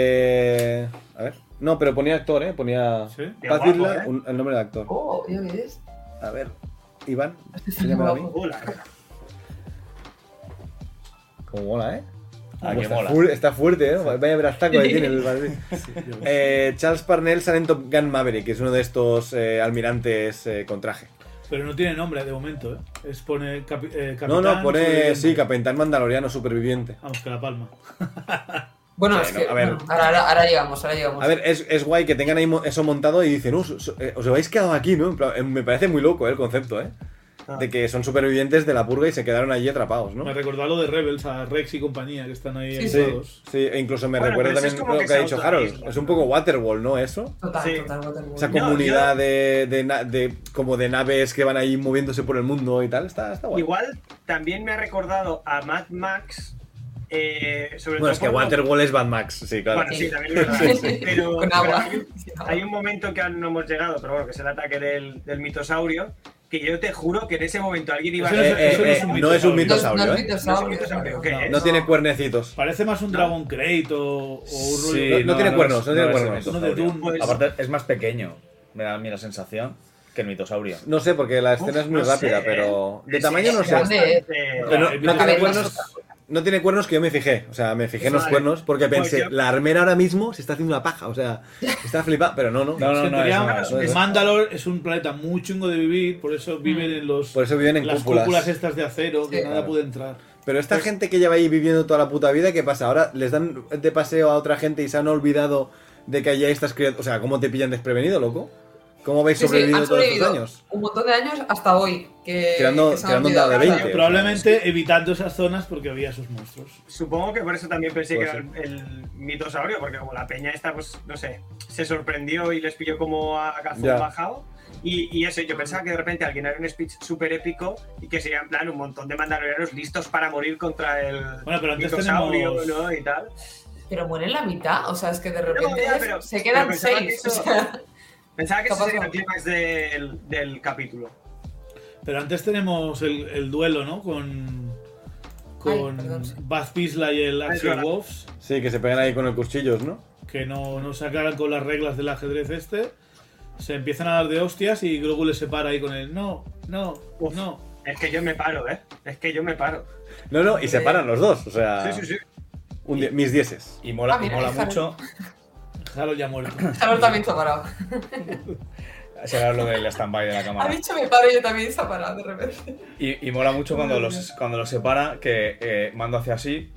S2: Eh, a ver. No, pero ponía actor, ¿eh? Ponía
S5: Sí.
S3: Qué
S2: Paz
S3: guapo,
S2: Vizla,
S3: ¿eh?
S2: un- el nombre del actor.
S4: Oh, ¿ya ves?
S2: A ver, Iván,
S4: Este
S2: se llama a mí.
S4: guapo.
S3: Hola.
S2: Como mola, ¿eh?
S6: Ah,
S2: Como
S6: que
S2: está,
S6: mola.
S2: fuer- está fuerte, ¿eh? Vaya brastaco que tiene el Madrid. Eh, Charles Parnell sale en Top Gun Maverick, que es uno de estos eh, almirantes eh, con traje.
S5: Pero no tiene nombre de momento, ¿eh? Es pone capi- eh, capitán.
S2: no, no, pone,
S5: superviviente.
S2: sí, Capitán Mandaloriano Superviviente.
S5: Vamos, que la palma.
S4: Bueno,
S2: Bueno,
S4: es que.
S2: a ver.
S4: bueno, ahora, ahora, ahora llegamos, ahora llegamos.
S2: A ver, es, es guay que tengan ahí mo- eso montado y dicen, "Us, so- eh, os habéis quedado aquí, ¿no? En plan, eh, Me parece muy loco eh, el concepto, ¿eh?
S3: Ah.
S2: De que son supervivientes de la purga y se quedaron allí atrapados, ¿no?
S5: Me recordó a lo de Rebels, a Rex y compañía, que están ahí
S4: Sí,
S5: en
S4: sí.
S5: todos.
S2: Sí, e incluso me
S3: Bueno,
S2: recuerda
S3: pero eso es
S2: también
S3: como
S2: lo
S3: que
S2: que ha
S3: se
S2: dicho
S3: autoaíslan,
S2: Harold. Es un poco Waterworld, ¿no? Eso.
S4: Total,
S3: sí.
S4: total, total.
S2: Esa
S3: No,
S2: comunidad de, de na- de- como de naves que van ahí moviéndose por el mundo y tal. Está, está guay.
S3: Igual también me ha recordado a Mad Max. eh, sobre
S2: Bueno,
S3: todo
S2: es que
S3: por lo-
S2: Waterworld es Mad Max, sí, claro.
S3: Bueno, sí, también es verdad. Pero,
S4: Con agua.
S3: pero hay, un- hay un momento que aún no hemos llegado, pero bueno, que es el ataque del, del mitosaurio. Que yo te juro que en ese momento alguien iba a.
S5: Eso no es-
S2: Eh,
S5: eso
S2: eh, eh, no es un
S4: Los,
S2: mitosaurio,
S4: los
S2: ¿eh?
S4: dinosaurios,
S3: Dinosaurio, ¿qué?
S2: No
S3: eso-
S2: tiene cuernecitos.
S5: Parece más un Dragon Crate o, o un rollo.
S6: Sí,
S2: no- no tiene cuernos,
S6: es-
S2: no tiene
S6: es el
S2: cuernos.
S5: No, de Eh,
S6: mitosaurio.
S5: Dune.
S3: Pues-
S6: Aparte, es más pequeño, me da a mí la sensación, que el mitosaurio.
S2: No sé, porque la escena
S3: Uf,
S2: es muy
S3: no eh,
S2: rápida,
S3: sé,
S2: pero.
S3: ¿eh?
S2: De
S3: Sí,
S2: tamaño no
S3: es
S2: sé.
S4: grande.
S3: bastante-
S2: Pero no,
S5: El
S2: no tiene
S4: mitosaurio
S2: cuernos.
S4: es-
S2: No tiene cuernos que yo me fijé. O sea, me fijé en los
S3: Vale.
S2: cuernos porque
S3: Pues
S2: pensé,
S3: yo-
S2: la armera ahora mismo se está haciendo una paja. O sea, está flipada. Pero no, no.
S6: No,
S5: Es
S6: no,
S5: que en
S6: no,
S5: teoría,
S6: eso no, eso
S2: no.
S5: Mandalore es un planeta muy chungo de vivir, por eso viven en los
S6: Pues
S2: Por eso viven en
S5: las
S2: cúpulas.
S5: cúpulas. estas de acero que
S4: Mm. Sí.
S5: nada puede entrar.
S2: Pero esta gente que lleva ahí viviendo toda la puta vida, ¿qué pasa? Ahora les dan de paseo a otra gente y se han olvidado de que allá estas criaturas. O sea, ¿cómo te pillan desprevenido, loco? ¿Cómo habéis
S4: Sí, sí,
S2: sobrevivido
S4: han
S2: todos estos
S4: sobrevivido
S2: años?
S4: un montón de años hasta hoy. Que,
S2: Tirando-
S4: que se han
S2: tirando un dado de
S4: olvidado.
S2: 20.
S5: Probablemente evitando esas zonas porque había esos monstruos.
S3: Supongo que por eso también pensé
S2: Pues
S3: que era el, el mitosaurio, porque como la peña esta, pues no sé, se sorprendió y les pilló como a calzón
S2: Ya.
S3: bajado. Y, y eso, yo pensaba que de repente alguien haría un speech súper épico y que sería en plan un montón de mandalorianos listos para morir contra el
S5: Bueno, pero antes
S3: mitosaurio,
S5: tenemos-
S3: ¿no? Y tal.
S4: Pero mueren la mitad, o sea, es que de repente
S3: ya, pero-
S4: se quedan
S3: pero pensaba que
S4: seis.
S3: eso-
S4: o sea,
S3: Pensaba que
S4: ¿Qué
S3: ese
S4: pasa?
S3: sería el clímax del, del capítulo.
S5: Pero antes tenemos el, el duelo, ¿no? Con con
S4: Ay, perdón, sí.
S5: Baz Pisla y el Axel
S3: verdad.
S5: Wolves,
S2: Sí, que se pegan ahí con el cuchillos, ¿no?
S5: que no, no se aclaran con las reglas del ajedrez este. Se empiezan a dar de hostias y Grogu les separa ahí con el no, no,
S3: Uf.
S5: no.
S3: Es que yo me paro, ¿eh? Es que yo me paro.
S2: No,
S4: Eh,
S2: no, y se paran los dos. O sea,
S3: Sí, sí, sí.
S2: un die- mis dieces.
S6: Y mola,
S4: Ah, mira,
S6: y mola
S4: hija.
S6: mucho
S5: Harold ya muerto.
S4: Harold también está parado.
S6: Se ha hablado lo del stand-by de la
S4: Ha
S6: cámara.
S4: dicho mi padre y yo también está parado de repente.
S6: Y, y mola mucho cuando los, cuando los separa, que eh, Mando hace así,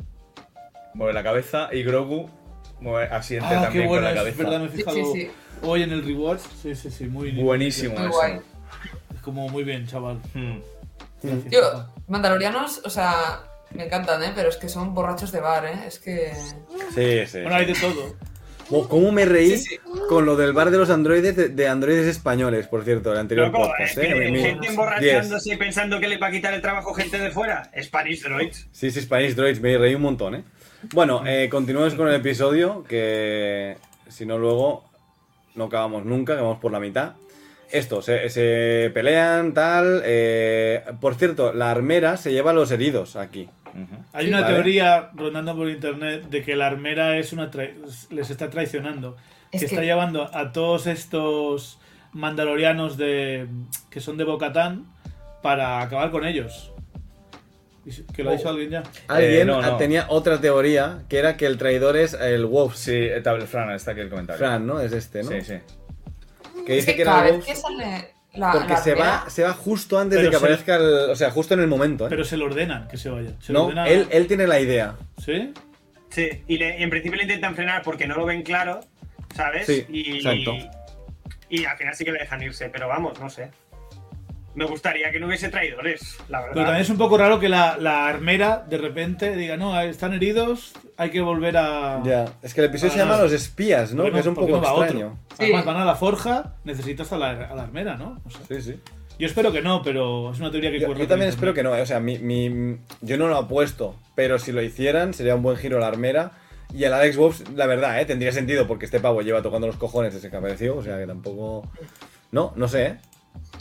S6: mueve la cabeza, y Grogu mueve asiente
S5: Ah, qué
S6: también
S5: bueno,
S6: con la
S5: es
S6: cabeza.
S5: verdad, me he
S4: Sí, sí,
S5: fijado
S4: sí.
S5: hoy en el rewatch. Sí, sí, sí, muy bien.
S6: Buenísimo
S4: Muy
S6: eso.
S4: guay.
S5: Es como muy bien, chaval.
S4: Mm.
S6: Hmm.
S5: Gracias,
S4: Tío,
S5: papá.
S4: mandalorianos, o sea, me encantan, ¿eh? Pero es que son borrachos de bar, ¿eh? Es que...
S2: Sí, sí.
S5: Bueno, hay de todo.
S2: Oh, ¿Cómo me reí
S4: Sí, sí.
S2: con lo del bar de los androides de, de androides españoles, por cierto, el anterior
S3: Loco,
S2: podcast,
S3: eh,
S2: eh?
S3: que
S2: Mi-
S3: gente
S2: diez.
S3: emborrachándose y pensando que le va a quitar el trabajo gente de fuera. Spanish Droids.
S2: Sí, sí, Spanish Droids, me reí un montón, ¿eh? Bueno, eh, continuemos con el episodio, que si no luego no acabamos nunca, que vamos por la mitad. Esto, se, se pelean, tal... eh, por cierto, la armera se lleva a los heridos aquí.
S6: Ujú.
S5: Hay una
S2: Vale.
S5: teoría rondando por internet de que la armera es una trai- les está traicionando.
S4: Es
S5: que, está
S4: que-
S5: llevando a todos estos mandalorianos de que son de Bocatán para acabar con ellos. Y si- Que lo ha
S4: Oh.
S5: dicho alguien ya.
S2: Alguien
S6: Eh, no, no.
S2: tenía otra teoría, que era que el traidor es el Wolf,
S6: Sí, Table Fran, está aquí el comentario.
S2: Fran, ¿no? Es este, ¿no?
S6: Sí, sí.
S2: Que
S4: Es
S2: dice
S4: que
S2: que
S4: cada
S2: era el Wolf
S4: vez que sale la
S2: porque
S4: la
S2: se va,
S4: armera-
S2: se va justo antes de
S5: Pero
S2: que
S5: se-
S2: aparezca el... O sea, justo en el momento, ¿eh?
S5: Pero se le ordenan que se vaya. Se le
S2: no,
S5: ordena-
S2: él, él tiene la idea.
S5: ¿Sí?
S3: Sí, y, le- y en principio le intentan frenar porque no lo ven claro, ¿sabes?
S2: Sí,
S3: y,
S2: exacto.
S3: Y al final sí que le dejan irse, pero vamos, no sé. Me gustaría que no hubiese traidores, la
S5: Pero también
S3: verdad.
S5: es un poco raro que la, la armera de repente diga, no, están heridos, hay que volver a...
S2: Ya, es que el episodio se
S5: Ah,
S2: llama
S5: no.
S2: Los espías, ¿no?
S5: ¿Por qué
S2: Que es un
S5: por qué
S2: poco
S5: no va otro?
S2: extraño.
S4: Sí.
S5: Además, van a la forja, necesitas a la, a la armera, ¿no? O sea,
S2: Sí, sí.
S5: yo espero que no, pero es una teoría que
S2: Yo,
S5: corre
S2: yo
S5: por
S2: también
S5: internet.
S2: espero que no, eh, o sea, mi, mi- yo no lo apuesto, pero si lo hicieran sería un buen giro a la armera. Y el Alex Wolf, la verdad, ¿eh? tendría sentido porque este pavo lleva tocando los cojones desde que apareció, o sea que tampoco... No, no sé, ¿eh?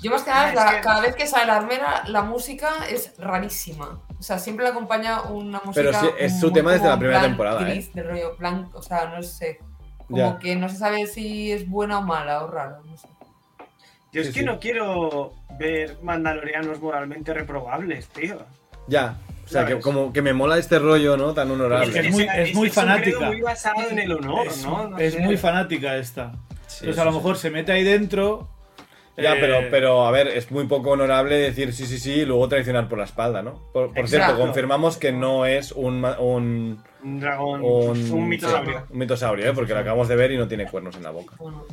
S4: Yo más que
S3: Ah,
S4: nada,
S3: es
S4: la-
S3: que-
S4: cada vez que sale la armera, la música es rarísima. O sea, siempre le acompaña una música.
S2: sí, es su
S4: muy
S2: tema desde
S4: como
S2: la primera
S4: en plan
S2: temporada, ¿eh?
S4: Gris, del rollo blanco, o sea, no sé. Como
S2: Ya.
S4: que no se sabe si es buena o mala o raro. No sé.
S3: Yo es
S2: sí,
S3: que
S2: sí.
S3: no quiero ver mandalorianos moralmente reprobables, tío.
S2: Ya, o sea,
S3: Ya
S2: que
S3: ves.
S2: como que me mola este rollo, ¿no? Tan
S5: Es que
S2: honorable.
S5: es muy- es muy
S3: Un
S5: fanática.
S3: credo muy basado en el honor,
S5: es,
S3: ¿no? No
S5: es
S3: sé.
S5: muy fanática esta.
S6: Sí,
S5: Entonces a lo
S6: sí, sí.
S5: mejor se mete ahí dentro.
S2: Ya,
S5: eh,
S2: pero, pero a ver, es muy poco honorable decir sí, sí, sí y luego traicionar por la espalda, ¿no? Por, por cierto,
S4: Exacto.
S2: confirmamos que no es un... ma- un
S3: Un dragón,
S2: un,
S3: un mitosaurio.
S2: sí, un mitosaurio, ¿eh? porque lo acabamos de ver y no tiene cuernos en la boca.
S4: Bueno,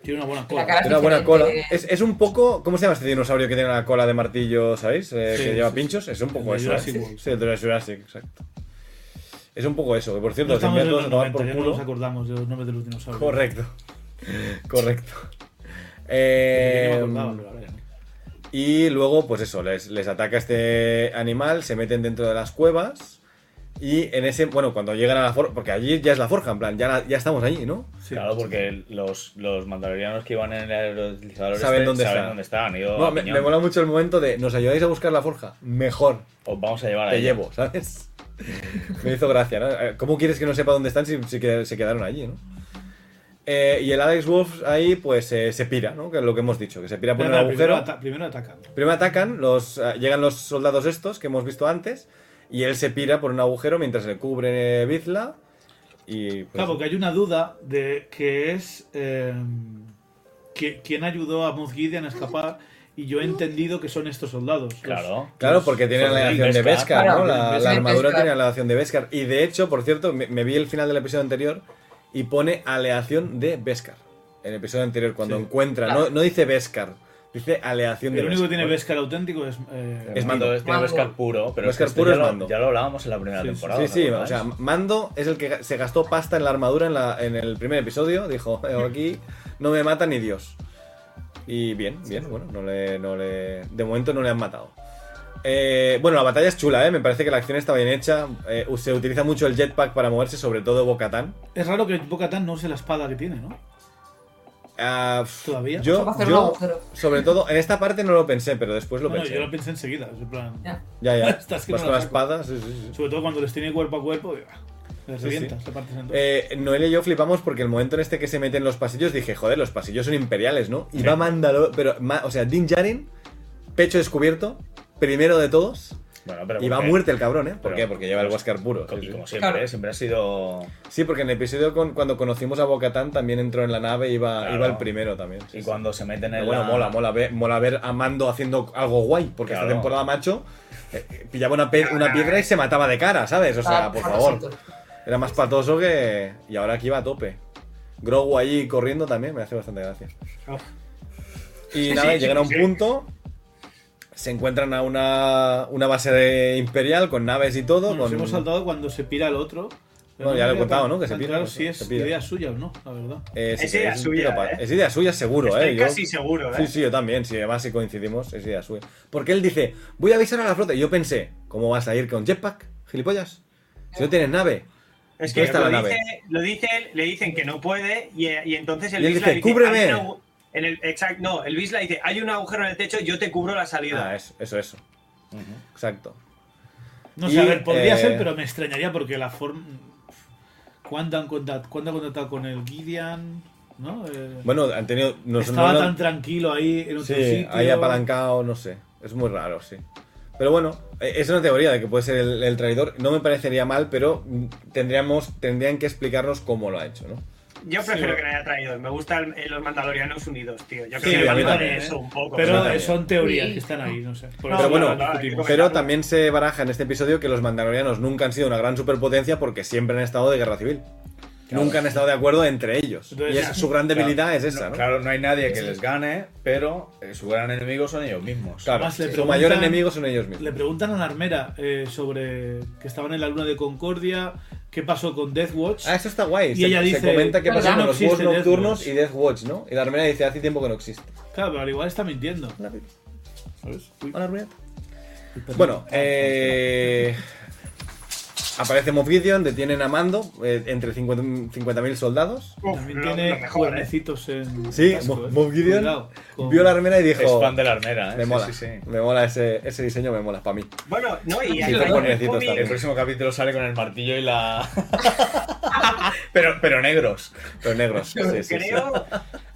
S5: Tiene una buena
S4: la
S5: cola.
S4: cara es
S2: Tiene una buena cola.
S4: diferente.
S2: Es, es un poco. ¿Cómo se llama este dinosaurio que tiene la cola de martillo, ¿sabéis? Eh,
S5: Sí,
S2: que lleva
S5: sí,
S2: pinchos. Es un poco
S5: El de
S2: eso. ¿eh?
S5: Jurassic World.
S2: Sí, el de Jurassic, exacto. Es un poco eso, que por
S5: No
S2: cierto, se
S5: estamos en
S2: envía todos
S5: los
S2: a tomar
S5: 90, ya
S2: por
S5: no nos
S2: culo.
S5: acordamos de los nombres de los dinosaurios.
S2: Correcto. Correcto.
S5: Que
S2: Eh,
S5: yo me acordaba, pero ahora ya no.
S2: y luego, pues eso, les, les ataca este animal, se meten dentro de las cuevas. Y en ese, bueno, cuando llegan a la forja, porque allí ya es la forja, en plan, ya, la- ya estamos allí, ¿no?
S5: Sí.
S6: Claro, porque los, los mandalorianos que iban en el aerodeslizador este
S2: Saben dónde
S6: saben
S2: está.
S6: dónde están. han ido
S2: No,
S6: a
S2: me,
S6: piñón.
S2: me mola mucho el momento de ¿nos ayudáis a buscar la forja? Mejor,
S6: Os vamos a llevar
S2: te
S6: ahí.
S2: llevo, ¿sabes? me hizo gracia, ¿no? Eh, ¿Cómo quieres que no sepa dónde están si, si que- se quedaron allí, no? Eh, y el Alex Wolf ahí, pues eh, se pira, ¿no? Que es lo que hemos dicho, que se pira por
S5: Espera,
S2: un
S5: espera, primero,
S2: agujero.
S5: ata- primero atacan.
S2: Primero atacan, los, eh, llegan los soldados estos que hemos visto antes, y él se pira por un agujero mientras le cubre Bizla. Y pues,
S5: Claro, porque hay una duda de que es eh, que- quién ayudó a Moff Gideon a escapar y yo he entendido que son estos soldados. Pues, los-
S6: Claro.
S2: Claro, porque tiene la
S6: Porque
S2: aleación de
S6: Beskar.
S2: Beskar, ¿no?
S4: Claro,
S2: La,
S4: Beskar.
S2: la armadura
S4: Beskar.
S2: tiene la aleación de Beskar. Y de hecho, por cierto, me, me vi el final del episodio anterior y pone aleación de Beskar. El episodio anterior, cuando
S5: Sí.
S2: encuentra, no,
S4: Claro.
S2: no dice Beskar, dice aleación de
S5: el único que tiene
S2: Beskar.
S5: Beskar auténtico es, eh,
S2: Es
S6: Es
S2: Mando.
S6: mando, es tiene
S4: Mando.
S6: Beskar puro, pero
S2: Beskar
S6: es que esto
S2: puro
S6: ya
S2: es
S6: lo-
S2: Mando.
S6: Ya lo hablábamos en la primera
S5: Sí, sí,
S6: temporada.
S2: Sí, sí,
S6: ¿no?
S2: o sea, Mando es el que ga- se gastó pasta en la armadura en, la- en el primer episodio. Dijo, "Eh, aquí no me mata ni Dios. Y bien, bien, bueno, no le, no le- de momento no le han matado. Eh, bueno, la batalla es chula, ¿eh? me parece que la acción está bien hecha. Eh, se utiliza mucho el jetpack para moverse, sobre todo Bocatán.
S5: es raro que Bo-Katan no use la espada que tiene, ¿no?
S2: Ah, pf,
S5: ¿Todavía?
S4: Se
S2: Yo,
S4: va a hacer
S2: yo,
S4: un agujero.
S2: sobre todo, en esta parte no lo pensé, pero después lo
S5: No, no,
S2: pensé.
S5: yo lo pensé enseguida. es en plan-
S4: Ya.
S2: Ya, ya.
S5: Estás que
S2: Vas
S5: no
S2: con
S5: lo
S2: la
S5: saco.
S2: espada, sí, sí, sí.
S5: Sobre todo cuando les tiene cuerpo a cuerpo, y, ah, les
S2: Sí, sí.
S5: revientas, le partes en dos.
S2: Eh, Noel y yo flipamos porque el momento en este que se meten los pasillos dije, joder, los pasillos son imperiales, ¿no? Y
S6: Sí.
S2: va Mandalor, pero, ma- o sea, Din Djarin, pecho descubierto, primero de todos,
S7: Bueno, pero
S2: Y va a
S7: porque-
S2: muerte el cabrón, ¿eh?
S7: pero-
S6: ¿Por qué? Porque lleva el Wesker puro.
S7: co-
S6: sí,
S7: Y
S6: sí.
S7: como siempre,
S4: Claro.
S7: ¿eh? siempre ha sido.
S2: Sí, porque en el episodio con- cuando conocimos a Bocatán también entró en la nave y iba,
S7: Claro.
S2: iba el primero también. sí,
S7: Y
S2: sí.
S7: cuando se meten en
S2: Pero bueno,
S7: la-
S2: mola, mola ver, mola ver a Mando haciendo algo guay, porque
S7: Claro.
S2: esta temporada, macho, eh, pillaba una, pe- una piedra y se mataba de cara, ¿sabes? O sea,
S4: Ah,
S2: por
S4: patosito.
S2: favor. Era más patoso que. Y ahora aquí va a tope. Grogu ahí corriendo también me hace bastante gracia.
S3: Oh.
S2: Y nada,
S3: sí,
S2: llegan a un
S3: sí.
S2: punto. Se encuentran a una, una base de imperial con naves y todo.
S5: Nos
S2: con-
S5: hemos saltado cuando se pira el otro.
S2: Bueno,
S5: No
S2: ya lo he
S5: me
S2: contado,
S5: tan-
S2: ¿no? Que se
S5: tan
S2: pira,
S5: Claro,
S2: pues,
S5: si es
S2: se pira.
S5: idea suya o no, la verdad.
S2: Eh, sí,
S3: Es idea
S2: un
S3: suya,
S2: tiro pa-
S3: ¿eh?
S2: Es idea suya seguro,
S3: Estoy
S2: ¿eh? Yo-
S3: casi seguro, ¿eh?
S2: Sí, sí, yo también. Sí, además si coincidimos, es idea suya. Porque él dice, voy a avisar a la flota. Y yo pensé, ¿cómo vas a ir con jetpack, gilipollas? Si no tienes nave. ¿Dónde
S3: Es que
S2: está
S3: lo,
S2: la
S3: dice,
S2: nave?
S3: lo dice él, le dicen que no puede y, y entonces el
S2: Y él
S3: Bisla
S2: dice, "Cúbreme".
S3: "Hay un agu- en el, exact- no, el Bisla dice, hay un agujero en el techo, yo te cubro la salida.
S2: Ah, eso, eso, eso. Exacto.
S5: No
S2: Y,
S5: sé, a ver, podría
S2: eh,
S5: ser, pero me extrañaría porque la forma. ¿Cuánto han contactado, cuánto han contactado con el Gideon? ¿No? Eh,
S2: Bueno, han tenido... nos-
S5: estaba
S2: no- no-
S5: tan tranquilo ahí en otro
S2: sí,
S5: sitio.
S2: ahí apalancado, no sé. Es muy raro, sí. Pero bueno, eh, es una teoría de que puede ser el, el traidor. No me parecería mal, pero mm, tendríamos, tendrían que explicarnos cómo lo ha hecho, ¿no?
S3: Yo prefiero
S5: Sí.
S3: que no haya traído. Me gustan eh, los mandalorianos unidos, tío. Yo
S5: Sí,
S3: creo
S2: a
S3: que
S2: mí
S3: me
S2: también,
S3: eso
S5: ¿eh?
S3: un poco.
S5: Pero
S2: Pues,
S5: eh, son teorías
S4: sí.
S5: que están ahí, no sé. Por
S3: No,
S5: eso
S2: Pero bueno,
S5: Ah, la discutimos.
S2: Pero también se baraja en este episodio que los mandalorianos nunca han sido una gran superpotencia porque siempre han estado de guerra civil. Nunca han estado de acuerdo entre ellos.
S5: Entonces,
S2: y es-
S5: ya,
S2: su gran debilidad es esa,
S6: No,
S2: ¿no?
S6: Claro, no hay nadie que les gane, pero eh, su gran enemigo son ellos mismos.
S2: Claro,
S5: Además, le
S2: su
S5: preguntan-
S2: mayor enemigo son ellos
S5: Le
S2: mismos.
S5: preguntan a la armera eh, sobre que estaban en la luna de Concordia, qué pasó con Death Watch.
S2: Ah, eso está guay.
S5: Y
S2: se,
S5: ella
S2: se
S5: dice,
S2: comenta que
S5: "Ya
S2: pasaron
S5: no ¿eh?
S2: los
S5: existe
S2: juegos
S5: Death
S2: nocturnos
S5: Watch".
S2: y Death Watch, ¿no? Y la armera dice, hace tiempo que no existe.
S5: Claro, pero al igual está mintiendo.
S2: Una pip-
S5: ¿sabes? Uy,
S2: una armera. Bueno, eh, aparece Moff Gideon, detienen a Mando eh, entre 50 50.000 soldados.
S3: Uf,
S5: También
S3: lo-
S5: tiene
S3: lo mejor, ¿eh?
S5: cuernecitos en.
S2: Sí,
S5: el casco,
S2: Mo-
S5: eh.
S2: Moff Gideon
S5: Cuidado con-
S2: Vio la armera y dijo...
S6: Es fan de la armera, ¿eh?
S2: Me
S6: Sí,
S2: mola,
S6: sí, sí.
S2: me mola ese, ese diseño, me mola para mí.
S3: Bueno, no, y
S4: Sí,
S3: aquí
S4: son
S3: en el
S2: cuernecitos
S3: cómic-
S2: también.
S6: El próximo capítulo sale con el martillo y la. pero, pero negros.
S2: Los negros. sí, sí, sí.
S3: Creo,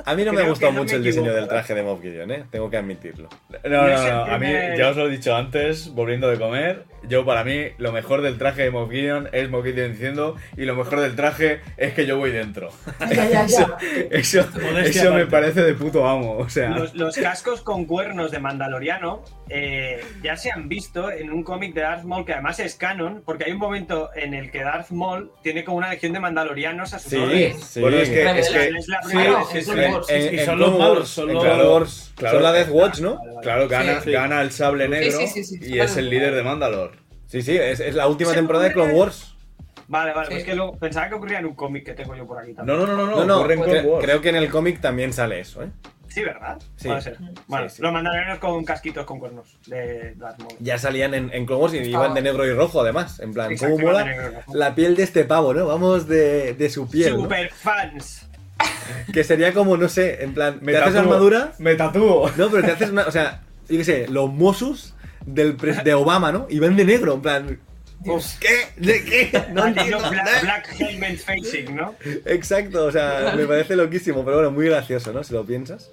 S2: A mí no me ha
S3: creo
S2: gustado
S3: que no
S2: mucho
S3: me
S2: el diseño
S3: equivoco,
S2: del traje de Moff Gideon, ¿eh? tengo que admitirlo.
S6: No,
S3: No es
S6: no,
S3: el
S6: no. A mí,
S3: primer-
S6: ya os lo he dicho antes, volviendo de comer. Yo, para mí, lo mejor del traje de Moff Gideon es Moff Gideon diciendo, y lo mejor del traje es que yo voy dentro.
S4: Ay, ay, ay,
S6: Eso,
S4: ay.
S6: eso,
S5: Modestia
S6: eso me
S5: aparte.
S6: parece de puto amo. O sea,
S3: los, los cascos con cuernos de Mandaloriano eh, ya se han visto en un cómic de Darth Maul que además es canon, porque hay un momento en el que Darth Maul tiene como una legión de Mandalorianos a su
S2: Sí,
S3: orden.
S2: sí.
S6: bueno, es que. Es
S3: Es la-
S6: que
S3: es la
S5: sí,
S3: primera
S5: sí,
S3: vez.
S5: sí.
S2: En-
S4: Sí, sí,
S2: en-
S5: y
S2: en
S5: son los
S2: Clone
S5: malos,
S2: Wars,
S5: son
S2: en
S5: los-
S2: Clone Wars,
S6: claro.
S2: son la Death Watch, ¿no?
S6: Claro, gana,
S5: Sí.
S6: gana el sable negro
S4: sí, sí, sí,
S6: y
S4: claro.
S6: es el líder de Mandalor.
S2: Sí, sí, es, es la última
S4: Sí,
S2: temporada de Clone Wars.
S3: Vale, vale,
S4: Sí.
S3: pues que luego pensaba que ocurría en un cómic que tengo yo por aquí
S6: No,
S3: también.
S6: no, no, no, no,
S2: No, no,
S6: ocurre en Clone
S2: cre-
S6: Wars.
S2: creo que en el cómic también sale eso, ¿eh?
S3: Sí, ¿verdad?
S2: Sí.
S3: Puede ser. Bueno,
S2: Sí, sí.
S3: los mandalorianos con casquitos con cuernos de Darth Maul.
S2: Ya salían en, en Clone Wars y iban de negro y rojo, además. En plan,
S3: Exacto,
S2: ¿cómo mola
S3: iban de negro y rojo.
S2: la piel de este pavo, no? Vamos de, de su piel, ¿no?
S3: Superfans.
S2: Que sería como, no sé, en plan,
S6: Me
S2: ¿te haces
S6: tatúo-
S2: armadura?
S6: Me tatúo.
S2: No, pero te haces una. O sea, yo qué sé, los Mossos del pres- de Obama, ¿no? Y van de negro, en plan.
S4: Dios.
S2: ¿Qué? ¿De qué? No
S3: Han tenido
S2: entiendo
S3: Black,
S2: nada.
S3: Black Helmet Facing, ¿no?
S2: Exacto, o sea, me parece loquísimo, pero bueno, muy gracioso, ¿no? Si lo piensas.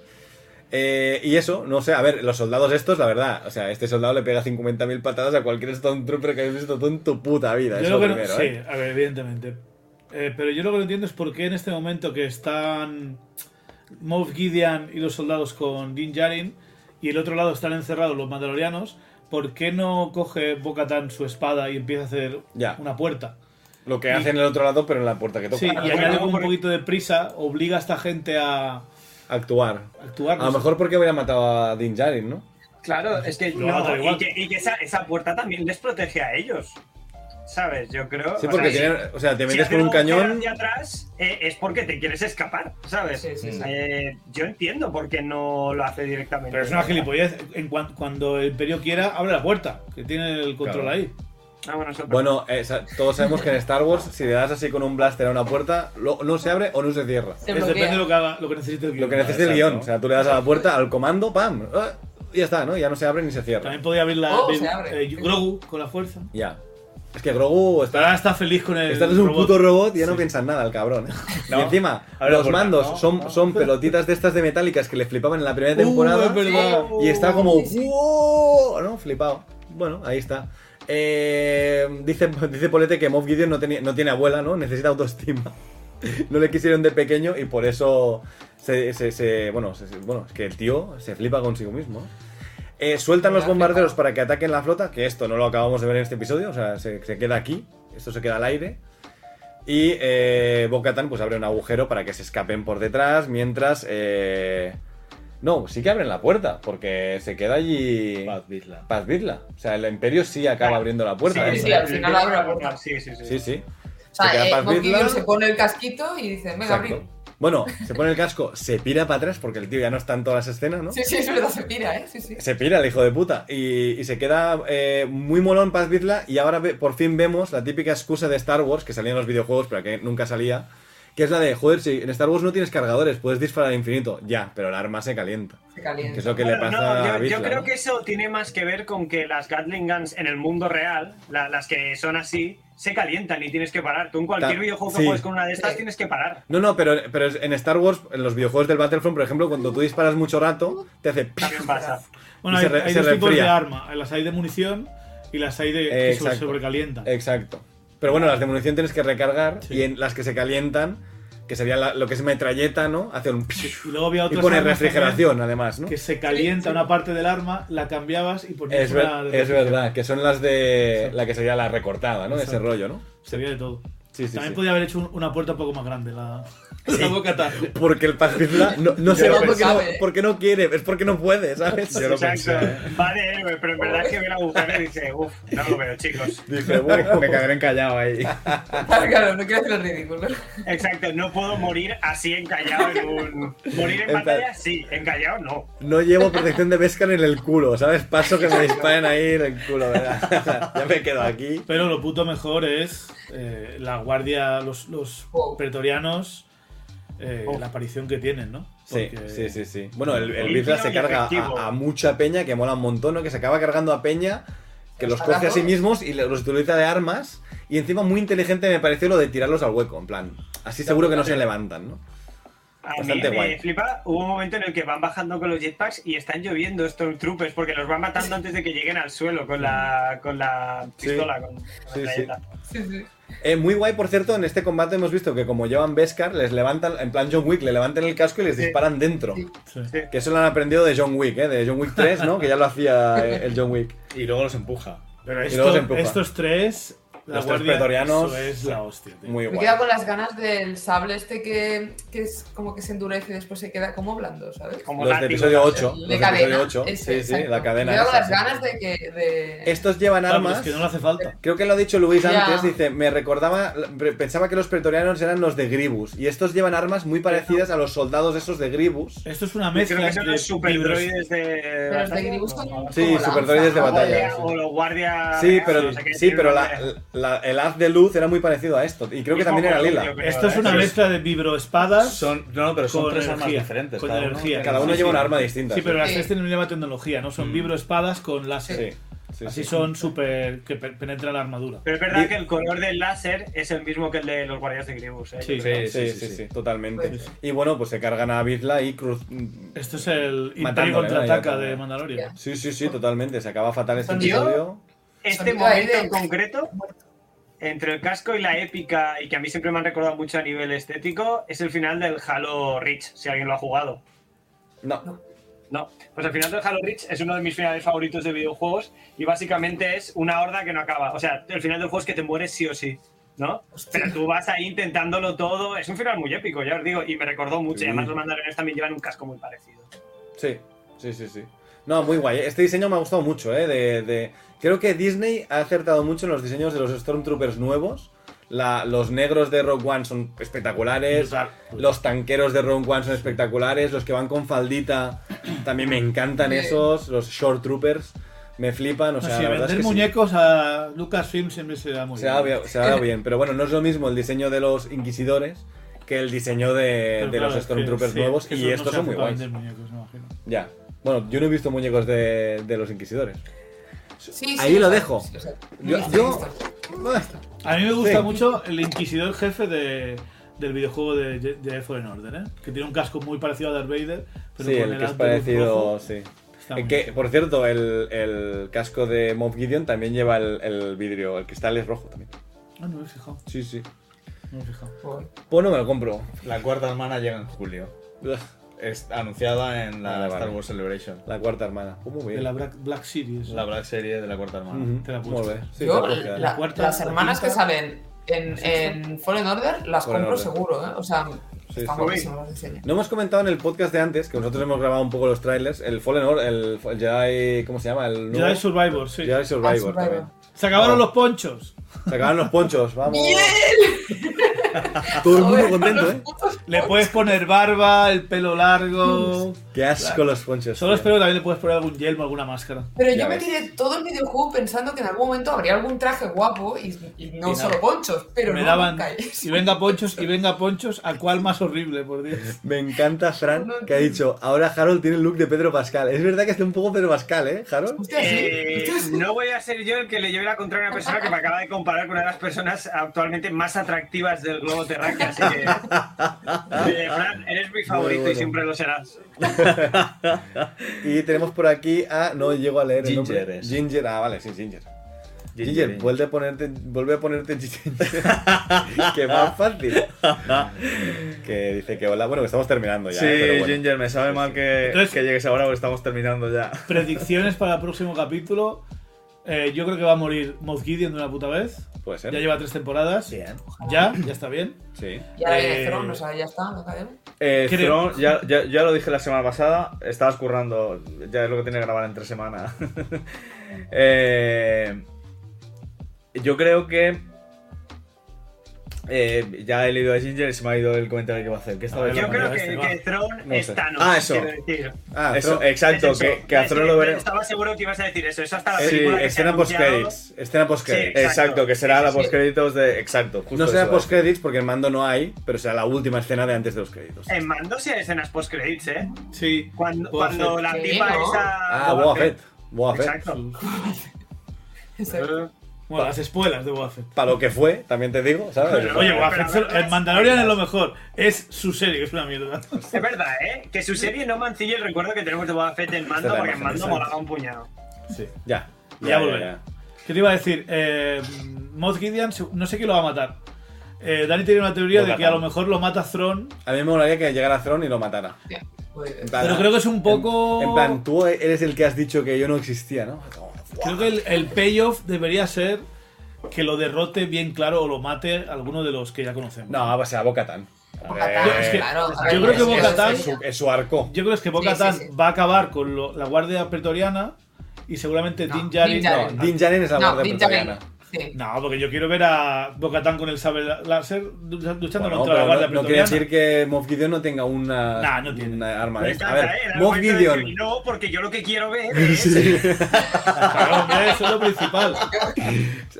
S2: Eh, y eso, no sé, a ver, los soldados estos, la verdad, o sea, este soldado le pega 50.000 patadas a cualquier Stormtrooper que hayas visto tú en tu puta vida.
S5: Yo
S2: Es
S5: lo
S2: lo
S5: que no-
S2: primero,
S5: sí,
S2: ¿eh?
S5: a ver, evidentemente. Eh, pero yo lo que no entiendo es por qué en este momento que están Moff Gideon y los soldados con Din Djarin y el otro lado están encerrados los mandalorianos, ¿por qué no coge Bo-Katan su espada y empieza a hacer
S2: Ya.
S5: una puerta?
S2: Lo que hacen en el otro lado, pero en la puerta que toca.
S5: Sí, y añade
S3: Bueno,
S5: un
S3: porque-
S5: poquito de prisa, obliga a esta gente a
S2: Actuar.
S5: actuar.
S2: A
S5: no
S2: lo
S5: sé.
S2: mejor porque hubiera matado a Din Djarin, ¿no?
S3: Claro, es que
S5: Lo
S3: no,
S5: mata igual.
S3: y que, y que esa, esa puerta también les protege a ellos. ¿Sabes? Yo creo.
S2: Sí,
S3: o
S2: porque
S3: sea,
S2: tienen, o sea, te
S3: si
S2: metes
S3: hacen
S2: con un
S3: agujero
S2: cañón.
S3: hacia atrás eh, es porque te quieres escapar, ¿sabes?
S4: Sí, sí, sí.
S3: Eh, yo entiendo por qué no lo hace directamente.
S5: Pero es una gilipollez. En cuan- cuando el Imperio quiera, abre la puerta, que tiene el control
S6: Claro.
S5: ahí.
S3: Ah, bueno, eso-
S2: Bueno, eh, sa- todos sabemos que en Star Wars, si le das así con un blaster a una puerta, lo- no se abre o no se cierra.
S4: Se
S5: Es,
S4: bloquea.
S5: depende de lo que, haga, lo que necesite el
S2: Lo que
S5: guion.
S2: necesita el
S6: Exacto.
S2: guión. O sea, tú le das a la puerta, al comando, ¡pam! ¡Ah! Y ya está, ¿no? Ya no se abre ni se cierra.
S5: También podía abrir la
S4: Oh,
S5: abrir,
S4: se abre.
S5: eh, Grogu con la fuerza.
S2: Ya. Es que Grogu
S5: Pero ahora
S2: está.
S5: está feliz con el.
S2: Está es un
S5: robot.
S2: puto robot y ya no
S5: Sí.
S2: piensa en nada el cabrón. ¿eh?
S6: No.
S2: y encima,
S6: Abre la
S2: los
S6: puerta.
S2: mandos
S6: No,
S2: son,
S6: no.
S2: son pelotitas de estas de metálicas que le flipaban en la primera
S5: Uh,
S2: temporada.
S5: es verdad.
S2: Y está como,
S4: Sí, sí.
S2: "Wow", ¿no? Flipado. Bueno, ahí está. Eh, dice, dice Polete que Moff Gideon no, tenía- no tiene abuela, ¿no? Necesita autoestima. No le quisieron de pequeño y por eso se, se- se- bueno, se- se- bueno, es que el tío se flipa consigo mismo. Eh, sueltan los bombarderos para que ataquen la flota, que esto no lo acabamos de ver en este episodio, o sea, se, se queda aquí, esto se queda al aire. Y eh, Bo-Katan, pues abre un agujero para que se escapen por detrás, mientras... eh, no, sí que abren la puerta, porque se queda allí...
S6: Bad Vizsla.
S2: Paz Vizsla. O sea, el Imperio sí acaba abriendo la puerta.
S4: Sí,
S2: ¿eh?
S4: sí, al final abre la puerta.
S3: Sí, sí, sí.
S2: sí, sí.
S4: O sea,
S2: Se queda
S4: eh,
S2: Paz
S4: Bob
S2: Bidlin.
S4: Gideon se pone el casquito y dice, venga,
S2: Exacto.
S4: abrir.
S2: Bueno, se pone el casco, se pira para atrás porque el tío ya no está en todas las escenas, ¿no?
S4: Sí, sí, es verdad, se pira, ¿eh? Sí, sí.
S2: Se pira el hijo de puta y, y se queda eh, muy molón Paz Vizla y ahora ve- por fin vemos la típica excusa de Star Wars que salía en los videojuegos pero que nunca salía, que es la de, joder, si en Star Wars no tienes cargadores, puedes disparar al infinito, ya, pero el arma se calienta,
S4: Se
S2: que es
S4: calienta.
S2: lo que le
S3: Bueno,
S2: pasa
S3: no,
S2: a
S3: yo, yo
S2: Vizla.
S3: creo
S2: ¿no?
S3: que eso tiene más que ver con que las Gatling Guns en el mundo real, la- las que son así, se calientan y tienes que parar. Tú en cualquier
S2: Ta-
S3: videojuego
S2: sí.
S3: que juegues con una de estas
S4: Sí.
S3: tienes que parar.
S2: No, no, pero, pero en Star Wars, en los videojuegos del Battlefront, por ejemplo, cuando tú disparas mucho rato, te hace...
S3: También pasa.
S5: Bueno,
S2: Y se
S5: hay,
S2: re-
S5: hay
S2: se
S5: dos tipos de
S2: resfría.
S5: arma. Las hay de munición y las hay de
S2: Eh,
S5: que se
S2: exacto. Eh,
S5: sobrecalientan.
S2: Exacto. Pero bueno, las de munición tienes que recargar
S5: Sí.
S2: y en las que se calientan, que sería la- lo que es metralleta, ¿no? Hace un...
S5: Y luego había
S2: Y
S5: otras
S2: pone
S5: armas
S2: refrigeración, además, ¿no?
S5: también que se calienta una parte del arma, la cambiabas y ponías
S2: Es, ver-
S5: una de
S2: es verdad, que son las de...
S5: Exacto.
S2: La que sería la recortada, ¿no? Ese
S5: Exacto.
S2: rollo, ¿no?
S5: Se veía de todo.
S2: Sí, sí,
S5: También
S2: sí.
S5: podía haber hecho un- una puerta un poco más grande la, la boca tarde.
S2: Porque el Pazbizla no, no se
S4: Yo
S2: va
S4: lo
S2: porque no,
S4: pensaba, ¿eh?
S2: porque no quiere, es porque no puede, ¿sabes?
S6: Yo lo
S3: Exacto.
S6: pensé, ¿eh?
S3: Va de héroe, pero en verdad es que ve el agujero y dice, uff, no lo veo, chicos.
S2: Dije, bueno,
S6: Me cagaré encallado ahí.
S4: Claro, no quiero hacer el ridículo.
S3: Exacto, no puedo morir así encallado en un. Morir en
S2: En
S3: batalla,
S2: plan-
S3: sí, encallado no.
S2: no llevo protección de Beskar en el culo, ¿sabes? Paso que me disparen ahí en el culo, ¿verdad? ya me quedo aquí.
S5: Pero lo puto mejor es eh, la guardia, los, los
S4: Wow.
S5: pretorianos, eh,
S3: Oh.
S5: la aparición que tienen, ¿no?
S2: Sí,
S5: Porque-
S2: sí, sí, sí. Bueno, el, el
S3: Limpio
S2: Bifla se
S3: y
S2: carga
S3: efectivo.
S2: a, a mucha peña que mola un montón, ¿no? Que se acaba cargando a peña, que los
S4: ¿A
S2: coge a sí
S4: todos?
S2: mismos y le- los utiliza de armas. Y encima muy inteligente me pareció lo de tirarlos al hueco, en plan. Así seguro que no se levantan, ¿no?
S3: A
S2: Bastante
S3: mí
S2: guay.
S3: me flipa, hubo un momento en el que van bajando con los jetpacks y están lloviendo estos troopers porque los van matando antes de que lleguen al suelo con la, con la
S2: Sí.
S3: pistola, con, con la
S2: Sí, sí.
S3: metralleta.
S4: Sí, sí.
S2: Eh, muy guay, por cierto, en este combate hemos visto que como llevan Beskar, les levantan, en plan John Wick, le levantan el casco y les
S3: Sí.
S2: disparan dentro.
S4: Sí.
S5: sí.
S3: Sí.
S2: Que eso lo han aprendido de John Wick, ¿eh? De John Wick 3, ¿no? Que ya lo hacía eh, el John Wick.
S6: Y luego los empuja.
S5: Pero
S2: Y luego se
S5: esto,
S2: empuja.
S5: estos tres, la
S2: Los tres
S5: guardia,
S2: pretorianos,
S5: eso es la hostia. tío.
S2: Muy
S4: Me
S2: guay.
S4: queda con las ganas del sable este que, que es como que se endurece y después se queda como blando, ¿sabes?
S3: Como
S2: Los de
S3: látigo,
S2: episodio
S3: ¿sabes?
S2: 8. Los de
S4: de cadena.
S2: episodio 8.
S4: ese,
S2: Sí, sí,
S4: exacto.
S2: la cadena.
S4: Me queda con
S2: esa,
S4: las
S2: sí. Este
S4: ganas de que. De...
S2: Estos llevan
S5: Claro, Ah, pero
S2: armas.
S5: es que no le hace falta.
S2: Creo que lo ha dicho Luis
S4: Ya.
S2: antes, dice, me recordaba, pre- pensaba que los pretorianos eran los de Gribus, y estos llevan armas muy parecidas a los soldados esos de Gribus.
S5: Esto es una
S3: Yo Creo
S5: mezcla
S3: que son
S5: entre
S3: los
S5: libros-
S3: superdroides de.
S4: Pero los de
S3: batalla,
S4: Gribus son.
S3: ¿no?
S4: como
S2: Sí,
S4: lanza,
S2: superdroides de
S4: ¿no?
S2: batalla,
S4: O-
S2: sí.
S3: O los guardias.
S2: Sí,
S3: reales,
S2: pero,
S3: no sé qué,
S2: sí, pero la-
S3: tiene
S2: la- el haz de luz era muy parecido a esto, y creo que
S3: Mismo
S2: también era
S3: color,
S2: lila.
S3: yo creo. ¿eh?
S5: Esto es una mezcla de vibroespadas
S6: Son, no, no, pero son
S5: Con
S6: tres
S5: energía,
S6: armas diferentes.
S5: con
S6: uno
S5: energía.
S6: tiene-
S2: Cada uno
S5: Sí,
S2: lleva
S5: sí.
S2: una arma distinta.
S5: Sí, pero las
S4: Sí.
S5: tres tienen una misma tecnología, ¿no? Son
S2: Mm.
S5: vibroespadas con láser.
S2: Sí, sí,
S5: Así
S2: sí.
S5: son súper. que pe- penetran la armadura.
S3: Pero es verdad
S2: Di-
S3: que el color del láser es el mismo que el de los guardias de Gribus. ¿eh?
S5: Sí,
S3: Yo creo.
S2: Sí, sí, sí, sí, totalmente.
S4: Sí.
S2: Y bueno, pues se cargan a Bizla y Cruz...
S5: Esto es el Imperio
S2: Matándole,
S5: contraataca
S2: ¿no? Ya,
S5: de
S2: ya.
S5: Mandalorian.
S2: Sí, sí, sí, totalmente. Se acaba fatal este
S4: ¿Son
S2: episodio.
S3: Este
S4: Sonido ahí
S3: momento
S4: de-
S3: en concreto, entre el casco y la épica, y que a mí siempre me han recordado mucho a nivel estético, es el final del Halo Reach, si alguien lo ha jugado.
S2: No,
S3: No, pues el final del Halo Reach es uno de mis finales favoritos de videojuegos y básicamente es una horda que no acaba. O sea, el final del juego es que te mueres sí o sí, ¿no?
S4: Hostia.
S3: Pero tú vas ahí intentándolo todo. Es un final muy épico, ya os digo, y me recordó mucho.
S2: Sí.
S3: Y además los mandarines también llevan un casco muy parecido.
S2: Sí, sí, sí, sí. No, muy guay. Este diseño me ha gustado mucho, ¿eh? De, de- Creo que Disney ha acertado mucho en los diseños de los Stormtroopers nuevos. La- los negros de Rogue One son espectaculares.
S5: Brutal.
S2: Los tanqueros de Rogue One son espectaculares. Los que van con faldita también me encantan
S4: Bien.
S2: esos. Los Short Troopers me flipan. O
S5: No,
S2: sea,
S5: si
S2: la verdad es
S5: vender
S2: que sí.
S5: muñecos a Lucasfilm siempre se da muy
S2: Se ha, eh, dado
S5: bien.
S2: bien, se ha dado bien. Pero bueno, no es lo mismo el diseño de los Inquisidores que el diseño de,
S5: Pero
S2: de
S5: claro,
S2: los
S5: es que-
S2: Stormtroopers
S5: sí,
S2: nuevos.
S5: es que eso
S2: y
S5: no
S2: estos
S5: se
S2: son muy
S5: ocupa
S2: guays.
S5: vender muñecos, me imagino.
S2: Ya. Bueno, yo no he visto muñecos de, de los Inquisidores.
S4: Sí, sí,
S2: Ahí lo
S4: sé,
S2: dejo.
S4: sí, lo sé.
S2: Yo-
S4: Listo,
S2: yo-
S4: listo.
S5: A mí me gusta
S2: Sí.
S5: mucho el Inquisidor jefe de, del videojuego de, de Fallen Order, ¿eh? que tiene un casco muy parecido a Darth Vader, pero
S2: sí,
S5: con
S2: el que es
S5: haz de luz rojo.
S2: parecido, sí. Eh, Que, por cierto, el, el casco de Moff Gideon también lleva el, el vidrio, el cristal es rojo también.
S5: Ah, no me he fijado.
S2: Sí, sí.
S5: No me he fijado.
S4: Joder.
S2: Pues no me lo compro.
S6: La cuarta hermana llega en julio.
S2: Ugh,
S6: Es anunciada en la
S2: Vale, vale.
S6: Star Wars Celebration.
S2: La cuarta Oh, hermana. ¿Cómo voy?
S5: De la Black, Black Series.
S6: La Black Serie de la cuarta hermana.
S5: te la
S2: Muy
S5: busco.
S2: bien. Sí,
S4: Yo,
S2: te la busco, dale.
S4: la-
S5: cuarta,
S4: las
S5: la
S4: hermanas que
S5: quinta,
S4: salen en,
S5: la sexta.
S4: en Fallen Order las
S2: Fallen
S4: compro
S2: Order.
S4: seguro, ¿eh? O sea,
S2: Sí,
S4: están
S2: sí.
S4: buenísimas las diseñas.
S2: No hemos comentado en el podcast de antes, que nosotros hemos grabado un poco los trailers, el Fallen Or, el, el Jedi. ¿Cómo se llama? El nuevo-
S5: Jedi Survivor, sí.
S2: Jedi Survivor,
S4: Ah, Survivor.
S2: también.
S5: Se acabaron
S2: Oh.
S5: los ponchos.
S2: Se acaban los ponchos, vamos.
S4: ¡Bien!
S2: Todo el mundo
S4: Joder,
S2: contento,
S4: los
S2: ¿eh?
S4: putos
S5: Le puedes poner barba, el pelo largo.
S2: Qué asco los ponchos.
S5: Solo
S2: tío.
S5: espero que también le puedes poner algún yelmo, alguna máscara.
S4: Pero
S2: Ya
S4: yo me
S2: ves.
S4: tiré todo el videojuego pensando que en algún momento habría algún traje guapo y, y no
S5: Y nada.
S4: solo ponchos, pero
S5: me
S4: no
S5: daban.
S4: nunca
S5: Y venga ponchos, y venga ponchos, a cuál más horrible, por Dios.
S2: Me encanta Fran,
S4: No, no,
S2: que ha
S4: tío.
S2: dicho, ahora Harold tiene el look de Pedro Pascal. Es verdad que está un poco Pedro Pascal, ¿eh, Harold?
S4: Hostia, sí.
S3: Eh, no voy a ser yo el que le lleve la contra a una persona que me acaba de comparar con una de las personas actualmente más atractivas del globo terráqueo. Así que, Eh, Fran, eres mi favorito
S2: bueno.
S3: y siempre lo serás.
S2: Y tenemos por aquí a... No llego a leer el
S6: Ginger
S2: nombre.
S6: es.
S2: Ginger, ah, vale, sí, Ginger. Ginger,
S6: Ginger.
S2: vuelve a ponerte, vuelve a ponerte Ginger. que más fácil. que dice que hola. Bueno, que estamos terminando ya.
S6: Sí,
S2: eh, pero bueno.
S6: Ginger, me sabe mal que,
S5: Entonces-
S6: que llegues ahora porque estamos terminando ya.
S5: Predicciones para el próximo capítulo. Eh, yo creo que va a morir Moff Gideon de una puta vez.
S2: Puede ser.
S5: Ya lleva tres temporadas. Ya, ya está bien.
S2: Sí.
S4: Y ahora viene
S5: Eh,
S4: Throne, o sea, ya está, no caemos.
S6: Eh,
S5: Creo-
S6: Throne, ya, ya- ya lo dije la semana pasada, estabas currando, ya es lo que tiene que grabar entre semana. Eh, yo creo que... eh, ya he leído de Ginger y se me ha ido el comentario que va a hacer. que esta
S5: A ver,
S6: vez
S3: Yo
S6: lo
S3: creo
S6: mandaré.
S5: este
S3: que,
S5: va.
S3: que Throne
S2: No sé.
S3: es Thanos.
S6: Ah, eso.
S3: quiero decir.
S2: Ah,
S6: Eso,
S2: Throne-
S6: exacto,
S3: Es
S6: que,
S3: eso.
S6: que a
S3: Es
S6: Throne lo veremos.
S3: Estaba seguro que ibas a decir eso. Eso hasta la
S6: Sí,
S2: Ah, Sí,
S3: película que se ha
S2: escena
S3: anunciado.
S2: post-credits. Escena post-credits.
S3: Sí,
S6: Exacto, que será
S4: Sí,
S6: la
S4: sí.
S6: postcréditos de... Exacto, justo
S2: No será
S6: eso, ¿eh?
S2: post-credits porque el mando no hay, pero será la última escena de antes de los créditos.
S3: En Mando sí hay escenas post-credits, ¿eh?
S5: Sí.
S3: Cuando,
S5: Boba
S3: cuando la
S4: Sí,
S3: tipa
S4: ¿no?
S3: esa.
S2: Ah, Boba Fett. Boba Fett.
S3: Exacto.
S4: Pues,
S5: Bueno, las espuelas de Boba Fett.
S2: Para lo que fue, también te digo, ¿sabes?
S5: Oye, Boba
S3: Pero,
S5: Fett,
S3: pero,
S5: el Mandalorian es lo mejor. Es su serie, es una mierda.
S3: Es verdad, ¿eh? Que su serie no mancille el recuerdo que tenemos de Boba Fett en
S2: Esta es
S3: Mando,
S2: la
S3: porque en
S2: imagen,
S3: Mando
S2: exacto.
S3: molaba un puñado.
S5: Sí.
S2: Ya.
S5: Ya volverá. ¿Qué te iba a decir? Eh, Moff Gideon, se- no sé quién lo va a matar. Eh, Dani tiene una teoría
S2: Lo
S5: de que a
S2: matan.
S5: lo mejor lo mata Thron,
S2: A mí me molaría que llegara Throne y lo matara.
S4: pues,
S2: En plan-
S5: pero creo que es un poco.
S2: En, en plan, tú eres el que has dicho que yo no existía, ¿no?
S5: Creo que el, el payoff debería ser que lo derrote bien claro o lo mate alguno de los que ya conocemos.
S2: No, o sea, Bocatan.
S5: es que-
S4: pues, claro, a ver,
S5: yo creo que
S4: es- es-
S5: Bo-Katan-
S2: Es,
S4: es-
S2: su- es su arco.
S5: Yo creo es que Boca
S4: Sí, sí, sí.
S5: va a acabar con lo- la guardia pretoriana y seguramente
S4: No,
S5: Din Djarin-
S4: Din
S2: No,
S4: Djarin.
S2: Din Djarin es la
S4: No,
S2: guardia
S4: Din
S2: pretoriana.
S4: Djarin. Sí.
S5: No, porque yo quiero ver a Boca con el sable láser lucha- luchando
S2: Bueno,
S5: contra
S2: pero
S5: la
S2: no,
S5: guardia
S2: no quiere
S5: pretoriana.
S2: decir que Moff Gideon no tenga una,
S5: Nah, no tiene.
S2: una arma
S3: Me
S2: de esta. A
S3: encanta, ¿eh?
S2: ver,
S3: El
S2: Moff
S3: argumento de
S2: Gideon.
S3: que No, porque yo lo que quiero ver es.
S5: Claro, hombre, eso es lo principal.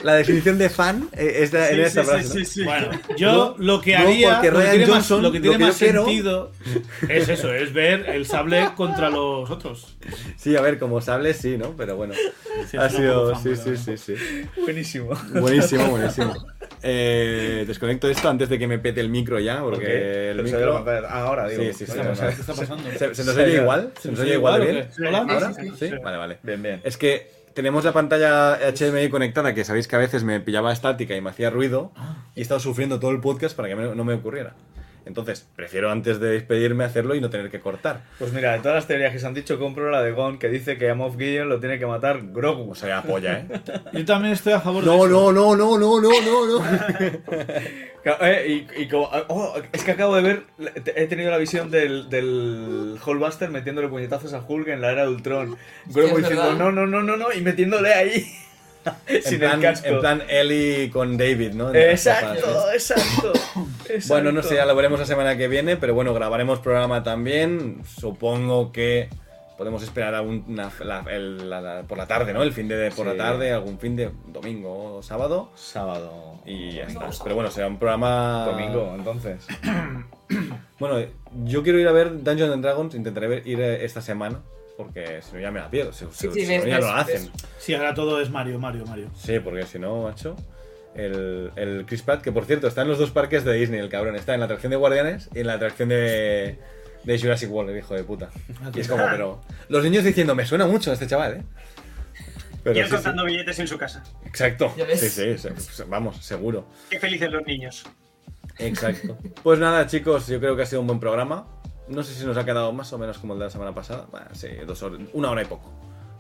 S2: La definición de fan eh, es la- en esta frase. ¿no?
S5: Bueno, yo
S2: No,
S5: lo que
S2: no,
S5: haría,
S2: porque
S5: lo que
S2: Ryan
S5: tiene más,
S2: Johnson,
S5: lo que
S2: lo
S5: tiene
S2: que yo
S5: más
S2: quiero-
S5: sentido es eso, es ver el sable contra los otros.
S2: Sí, a ver, como sable sí, ¿no? Pero bueno.
S5: Sí,
S2: ha
S5: es un
S2: sido.
S5: poco fan,
S2: Sí,
S5: pero
S2: sí,
S5: bueno.
S2: sí, sí.
S6: Buenísimo.
S2: Buenísimo, buenísimo. Eh, desconecto esto antes de que me pete el micro ya, porque
S6: Porque
S2: el micro.
S6: Ahora, digo.
S2: Sí, sí, sí,
S5: ¿Qué está
S2: además.
S5: pasando? ¿Qué está pasando?
S2: ¿Se, se nos
S6: Sí,
S2: oye
S6: ya.
S2: igual? ¿Se,
S5: ¿Se
S2: nos
S5: nos
S2: oye
S5: oye
S2: igual de
S5: igual o
S2: bien?
S5: qué? Hola.
S2: ¿Ahora?
S4: Sí, sí,
S2: ¿Sí?
S3: sí.
S2: Vale, vale.
S6: Bien, bien.
S2: Es que tenemos la pantalla HDMI conectada, que sabéis que a veces me pillaba estática y me hacía ruido, y he estado sufriendo todo el podcast para que me- no me ocurriera. Entonces, prefiero antes de despedirme hacerlo y no tener que cortar.
S6: Pues mira, de todas las teorías que se han dicho, compro la de Gon que dice que a Moff Gideon lo tiene que matar Grogu.
S2: O sea, polla, ¿eh?
S5: Yo también estoy a favor de
S2: No, no,
S5: eso.
S2: no, no, no, no, no, no.
S6: Ca- eh, y, y como- oh, es que acabo de ver, he tenido la visión del, del Hallbuster metiéndole puñetazos a Hulk en la era de Ultron. Grogu
S4: es
S6: diciendo
S4: verdad.
S6: no, no, no, no, no, y metiéndole ahí.
S2: En
S6: sin el
S2: plan,
S6: casco.
S2: en plan Ellie con David, ¿no? En las tapas, ¿eh?
S6: exacto, exacto, exacto.
S2: Bueno, no sé, ya lo veremos la semana que viene, pero bueno, grabaremos programa también. Supongo que podemos esperar a un- una- la- el- la- la- por la tarde, ¿no? El fin de, de por
S6: Sí.
S2: la tarde, algún fin de domingo o sábado.
S6: Sábado.
S2: Y ya está.
S4: Domingo, sábado.
S2: Pero bueno, será un programa.
S6: Domingo, entonces.
S2: Bueno, yo quiero ir a ver Dungeons and Dragons, intentaré ver- ir eh, esta semana, porque si no ya me la pierdo. Si, si-
S4: sí,
S2: si
S4: ves,
S2: no ya
S4: ves,
S2: lo hacen.
S5: Sí, ahora todo es Mario, Mario, Mario.
S2: Sí, porque si no, macho. El, el Chris Pratt, que por cierto está en los dos parques de Disney, el cabrón. Está en la atracción de Guardianes y en la atracción de, de de Jurassic World, el hijo de puta.
S5: Ah,
S2: Y es
S5: claro.
S2: como, pero. Los niños diciendo, me suena mucho este chaval, ¿eh?
S3: Y
S2: Pero
S3: él
S2: sí, sí.
S3: contando billetes en su casa.
S2: Exacto.
S4: Ya ves.
S2: Sí, sí, se- se- vamos, seguro.
S3: Qué felices los niños.
S2: Exacto. Pues nada, chicos, yo creo que ha sido un buen programa. No sé si nos ha quedado más o menos como el de la semana pasada. Bueno, sí, dos horas, una hora y poco.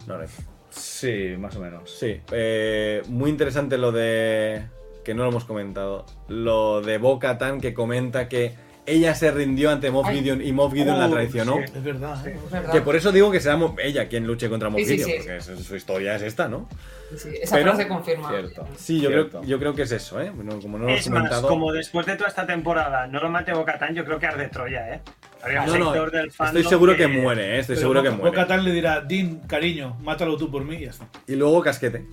S2: Una hora y poco.
S6: Sí, más o menos.
S2: Sí, eh, muy interesante lo de. que no lo hemos comentado. Lo de Boca Tan que comenta que ella se rindió ante Moff
S4: Ay.
S2: Gideon y Moff Gideon la
S3: Oh,
S2: traicionó.
S3: sí.
S5: Es verdad, ¿eh?
S4: Es verdad.
S2: Que por eso digo que será Mo- ella quien luche contra Moff
S4: Sí, sí,
S2: Gideon,
S4: sí.
S2: porque es- su historia es esta, ¿no?
S4: Sí, esa
S2: Pero-
S4: frase confirma.
S6: Cierto.
S2: Sí, yo
S6: Cierto.
S2: creo, yo creo que es eso, ¿eh? Bueno, como no lo hemos
S3: Es más,
S2: comentado.
S3: como después de toda esta temporada no lo mate Bocatán, yo creo que arde Troya, ¿eh? Había un
S2: No, no,
S3: sector del fandom
S2: estoy seguro que muere, ¿eh? estoy
S5: Pero
S2: seguro que
S5: Bo-
S2: muere.
S5: Bo-Katan le dirá, Din, cariño, mátalo tú por mí y ya está.
S2: Y luego casquete.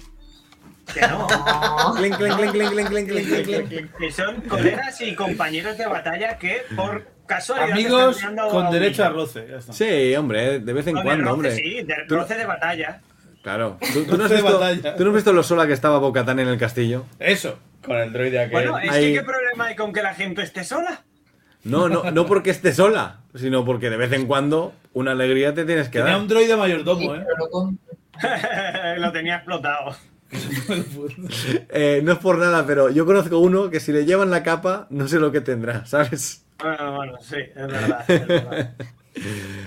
S3: Que no.
S4: No.
S2: Clink, clink, clink, clink, clink, clink, clink, clink, clink.
S3: que son colegas y compañeros de batalla que por casualidad
S5: Amigos
S3: están mirando
S5: con
S3: un
S5: derecho a
S3: niño.
S5: roce, ya está.
S2: Sí, hombre, eh, de vez en
S3: No, de
S2: cuando,
S3: roce,
S2: hombre.
S3: Sí, de
S2: Tú-
S3: roce de batalla.
S2: Claro. ¿Tú, tú no has
S5: Roce de
S2: visto,
S5: batalla.
S2: tú no has visto lo sola que estaba Bocatán en el castillo?
S5: Eso.
S6: Con el droide aquel.
S3: Bueno, es
S2: ahí-
S3: que qué problema hay con que la gente esté sola.
S2: No, no, no porque esté sola, sino porque de vez en cuando una alegría te tienes que
S5: Tenía
S2: dar.
S5: un droide
S4: Sí,
S5: mayordomo, ¿eh?
S4: pero lo con-
S3: lo tenía explotado.
S2: Eh, no es por nada, pero yo conozco uno que si le llevan la capa, no sé lo que tendrá, ¿sabes?
S3: Bueno, bueno, sí, es verdad. es verdad.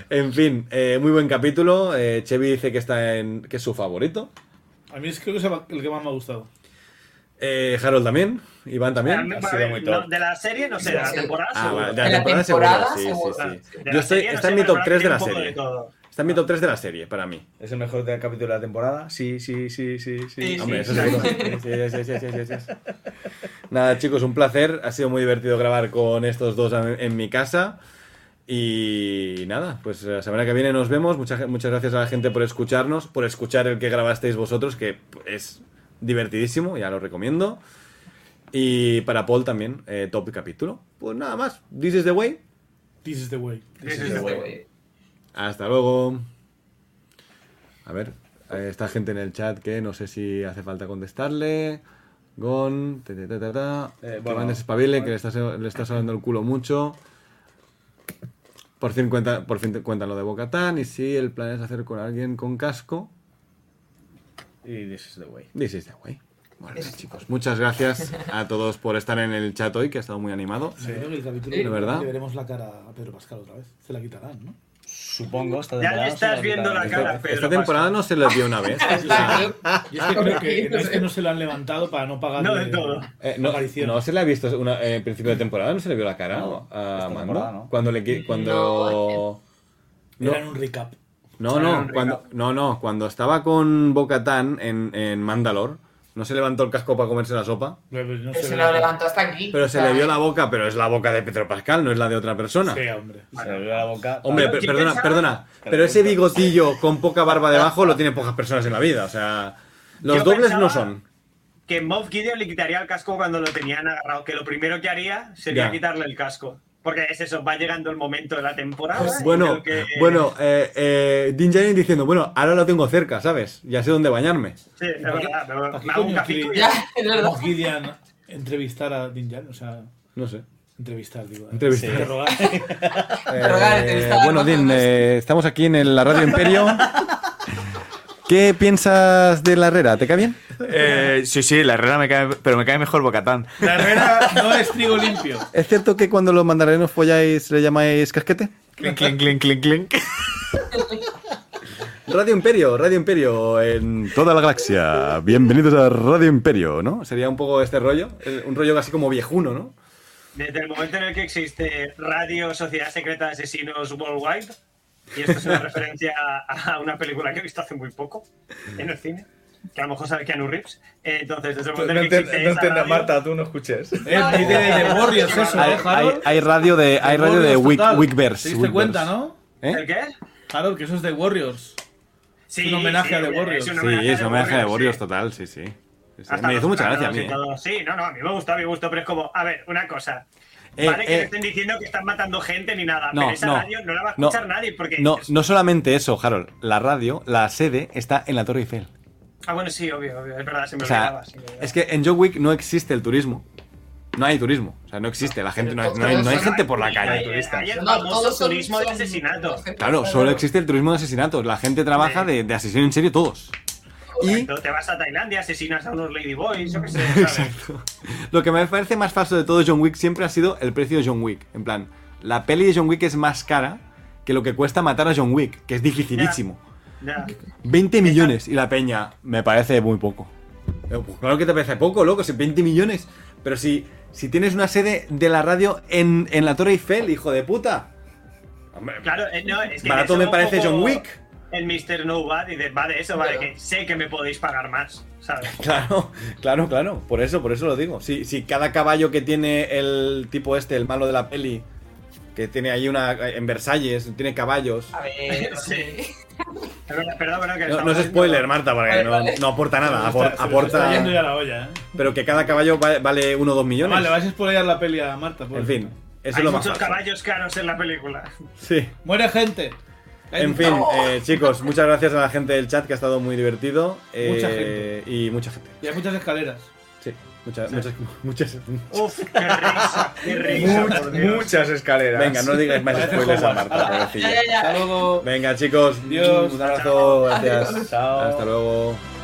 S2: En fin, eh, muy buen capítulo. Eh, Chevy dice que está en. que es su favorito.
S5: A mí es creo que es el que más me ha gustado.
S2: Eh, Harold también. Iván también.
S3: Realmente,
S6: ha
S3: a
S6: sido
S3: ver,
S6: muy
S3: no,
S6: top.
S3: de la serie, no sé, de la
S4: Sí.
S3: temporada.
S2: Ah,
S3: seguro.
S2: vale,
S4: En la temporada,
S2: seguro,
S4: seguro.
S2: sí, sí, sí.
S3: De la
S2: Yo estoy,
S3: serie, no
S2: está
S3: sé,
S2: en mi
S3: pero
S2: top 3 de la
S3: un poco
S2: serie.
S3: todo.
S2: Está en mi top 3 de la serie, para mí.
S6: ¿Es el mejor de- capítulo de la temporada? Sí, sí, sí, sí, sí.
S4: Sí,
S2: Hombre,
S4: sí.
S2: eso seguro. Sí, sí, sí, sí, sí, sí, sí. Nada, chicos, un placer. Ha sido muy divertido grabar con estos dos en, en mi casa. Y nada, pues la semana que viene nos vemos. Muchas, muchas gracias a la gente por escucharnos, por escuchar el que grabasteis vosotros, que es divertidísimo, ya lo recomiendo. Y para Paul también, eh, top capítulo. Pues nada más, this is the way.
S5: This is the way.
S3: Sí, sí,
S4: Este
S3: sí.
S4: güey.
S2: Hasta luego. A ver, eh, está gente en el chat que no sé si hace falta contestarle. Gon, ta, ta, ta, ta, ta.
S6: Eh,
S2: que
S6: bueno.
S2: mandes espabile, que le estás, le estás sonando el culo mucho. Por fin, cuenta, por fin te cuentan lo de Bocatán. Y si el plan es hacer con alguien con casco,
S6: Y this is the way.
S2: this is the way. Bueno, nada, chicos, muchas gracias a todos por estar en el chat hoy, que ha estado muy animado.
S5: Sí. El capítulo
S4: Sí.
S5: que
S2: ¿Verdad?
S5: Le veremos la cara a Pedro Pascal otra vez. Se la quitarán, ¿no?
S6: Supongo, esta
S3: Ya
S6: temporada
S3: le
S6: no se va
S3: estás
S6: a
S3: viendo
S6: quitar.
S3: la cara, Pedro.
S2: Esta temporada no se les dio una vez. O sea,
S5: Yo es que creo que
S4: No
S5: no es
S4: sé.
S5: que no se lo han levantado para no pagar.
S3: No del todo.
S2: Eh, no,
S5: aparición.
S2: no se le ha visto una, eh, en principio de temporada, no se le vio la cara
S6: No,
S2: a
S6: esta
S2: Mando.
S6: temporada no.
S2: Cuando le qui- cuando no,
S5: Eran un recap.
S2: no,
S3: Era
S2: no,
S3: un
S2: cuando no, no, cuando estaba con Bocatán en, en Mandalor, no se levantó el casco para comerse la sopa,
S5: No, pues no
S4: Pero se
S5: se ve la-
S4: lo levantó hasta aquí.
S2: pero
S4: o
S2: se
S4: sea,
S2: le vio la boca, pero es la boca de Pedro Pascal, no es la de otra persona.
S5: Sí, hombre.
S6: Se le abrió la boca.
S2: Hombre,
S3: Pero
S2: per-
S3: yo
S2: perdona,
S3: pensaba-
S2: perdona,
S6: Pero
S2: pero ese
S6: justo.
S2: bigotillo con poca barba debajo lo tienen pocas personas en la vida, o sea, los
S3: Yo
S2: dobles no
S3: pensaba-
S2: son.
S3: Que Moff Gideon le quitaría el casco cuando lo tenían agarrado. Que lo primero que haría sería
S2: Ya.
S3: quitarle el casco. Porque es eso, va llegando el momento de la temporada. y
S2: Pues Bueno,
S3: creo que-
S2: bueno, eh, eh, Din Djarin diciendo, bueno, ahora lo tengo cerca, ¿sabes? Ya sé dónde bañarme.
S3: Sí, es verdad. me-
S5: ¿Para qué
S3: Me hago un
S5: coño
S3: cafito y
S5: escribí?
S4: Ya,
S3: ya.
S4: es verdad.
S5: Moff Gideon entrevistar a Din Djarin, o sea,
S2: No sé.
S5: entrevistar, digo. eh,
S2: Entrevistar.
S5: Interrogar.
S4: Rogar, entrevistar,
S2: Eh, bueno,
S4: bajar
S2: Din,
S4: los-
S2: eh, estamos aquí en el- la Radio Imperio. ¿Qué piensas de la Herrera? ¿Te cae bien?
S7: Eh, sí, sí, la Herrera me cae, pero me cae mejor Bocatán.
S5: La herrera no es trigo limpio.
S2: ¿Es cierto que cuando los mandarinos folláis le llamáis casquete?
S7: Clink, clink, clink, clink, clink.
S2: Radio Imperio, Radio Imperio en toda la galaxia. Bienvenidos a Radio Imperio, ¿no? Sería un poco este rollo, eh, un rollo casi como viejuno, ¿no?
S3: Desde el momento en el que existe Radio Sociedad Secreta de Asesinos Worldwide, y esto es una referencia a, a una película que he visto hace muy poco en el cine, que a lo mejor sabe Keanu Reeves. eh, Entonces, desde el
S6: No
S3: momento en el que
S6: entiendas,
S3: existe esa radio,
S6: Marta, tú no escuches.
S5: Eh, muy de, de Warriors eso,
S2: Hay,
S5: ¿eh,
S2: hay-
S5: Harold?
S2: hay radio de, hay radio de
S5: Warriors
S2: Week,
S5: total.
S2: Weekverse,
S5: Te diste
S2: Weekverse.
S5: cuenta, ¿no?
S2: ¿Eh?
S3: ¿El qué?
S5: Harold, que eso es de Warriors.
S3: Sí,
S5: un homenaje a The
S3: es
S5: Warriors.
S3: un
S5: Sí,
S2: Sí, es un homenaje de Warriors
S3: sí.
S2: total, sí, sí. Sí, sí.
S3: Hasta
S2: Me hizo
S3: los
S2: mucha gracia a
S3: planos
S2: mí.
S3: y
S2: ¿eh?
S3: todo. Sí, no, no, a mí me gustó, a mí me gustó, pero es como, a ver, una cosa.
S2: Eh,
S3: vale que
S2: eh.
S3: no estén diciendo que están matando gente ni nada,
S2: No,
S3: pero esa
S2: no,
S3: radio no la va a
S2: no,
S3: escuchar nadie porque...
S2: No,
S3: es-
S2: no solamente eso, Harold. La radio, la sede, está en la Torre Eiffel.
S3: Ah, bueno, sí, obvio, obvio, es verdad, se me
S2: O sea,
S3: olvidaba. se me olvidaba.
S2: es que en John Wick no existe el turismo. no hay turismo. O sea, no existe. La gente, no, hay- no hay, no hay gente por la
S3: Hay,
S2: calle.
S3: hay eh, el
S4: No,
S3: famoso
S4: todos son-
S3: turismo de
S4: son-
S3: asesinatos.
S2: Claro, solo existe el turismo de asesinatos. La gente trabaja de, de asesino en serio todos. Y
S3: Correcto, Te vas a Tailandia, asesinas a unos ladyboys, yo qué sé. ¿sabes?
S2: Lo que me parece más falso de todo John Wick siempre ha sido el precio de John Wick. En plan, la peli de John Wick es más cara que lo que cuesta matar a John Wick, que es dificilísimo.
S3: Ya.
S2: 20 millones y la peña me parece muy poco. Eh, pues Claro que te parece poco, loco, si 20 millones. Pero si, si tienes una sede de la radio en, en la Torre Eiffel, hijo de puta. Hombre,
S3: Claro, eh, no, es que
S2: barato
S3: eso
S2: me
S3: un
S2: parece
S3: poco
S2: John Wick.
S3: El Mr. Nobody de- va de eso, va de que sé que me podéis pagar más, ¿sabes?
S2: Claro, claro, claro. Por eso, por eso lo digo. Si, si cada caballo que tiene el tipo este, el malo de la peli, que tiene ahí una. En Versalles, tiene caballos.
S4: A ver,
S3: Sí.
S4: sí.
S3: Es verdad, Perdón, perdón, que
S2: No,
S3: estamos
S2: no es
S3: haciendo-
S2: spoiler, Marta, para que
S4: Vale,
S2: no,
S4: vale.
S2: no aporta nada.
S5: Se nos
S2: apor-
S5: está- se nos está yendo ya
S2: aporta.
S5: la olla, ¿eh?
S2: Pero que cada caballo va- vale 1 o 2 millones.
S5: Vale, vais a spoilear la peli a Marta. por
S2: En fin,
S5: ejemplo.
S2: eso
S3: Hay
S2: es lo más
S3: muchos
S2: falso.
S3: caballos caros en la película.
S2: Sí.
S5: Muere gente. Hay
S2: En
S5: un-
S2: fin,
S4: No.
S2: eh, chicos, muchas gracias a la gente del chat que ha estado muy divertido. eh,
S5: Mucha gente.
S2: Y mucha gente.
S5: Y hay muchas escaleras.
S2: Sí, muchas, muchas, muchas.
S3: Uf, qué risa, qué risa, por Dios.
S6: Muchas escaleras.
S2: Venga, no digáis más
S5: Parece
S2: spoilers a
S5: Hogwarts.
S2: Marta,
S5: Hala.
S2: pobrecilla.
S4: Ya, ya, ya.
S5: Hasta luego.
S2: Venga, chicos.
S5: Adiós.
S2: Un abrazo.
S4: Chao.
S2: Gracias.
S4: Adiós.
S2: Hasta luego.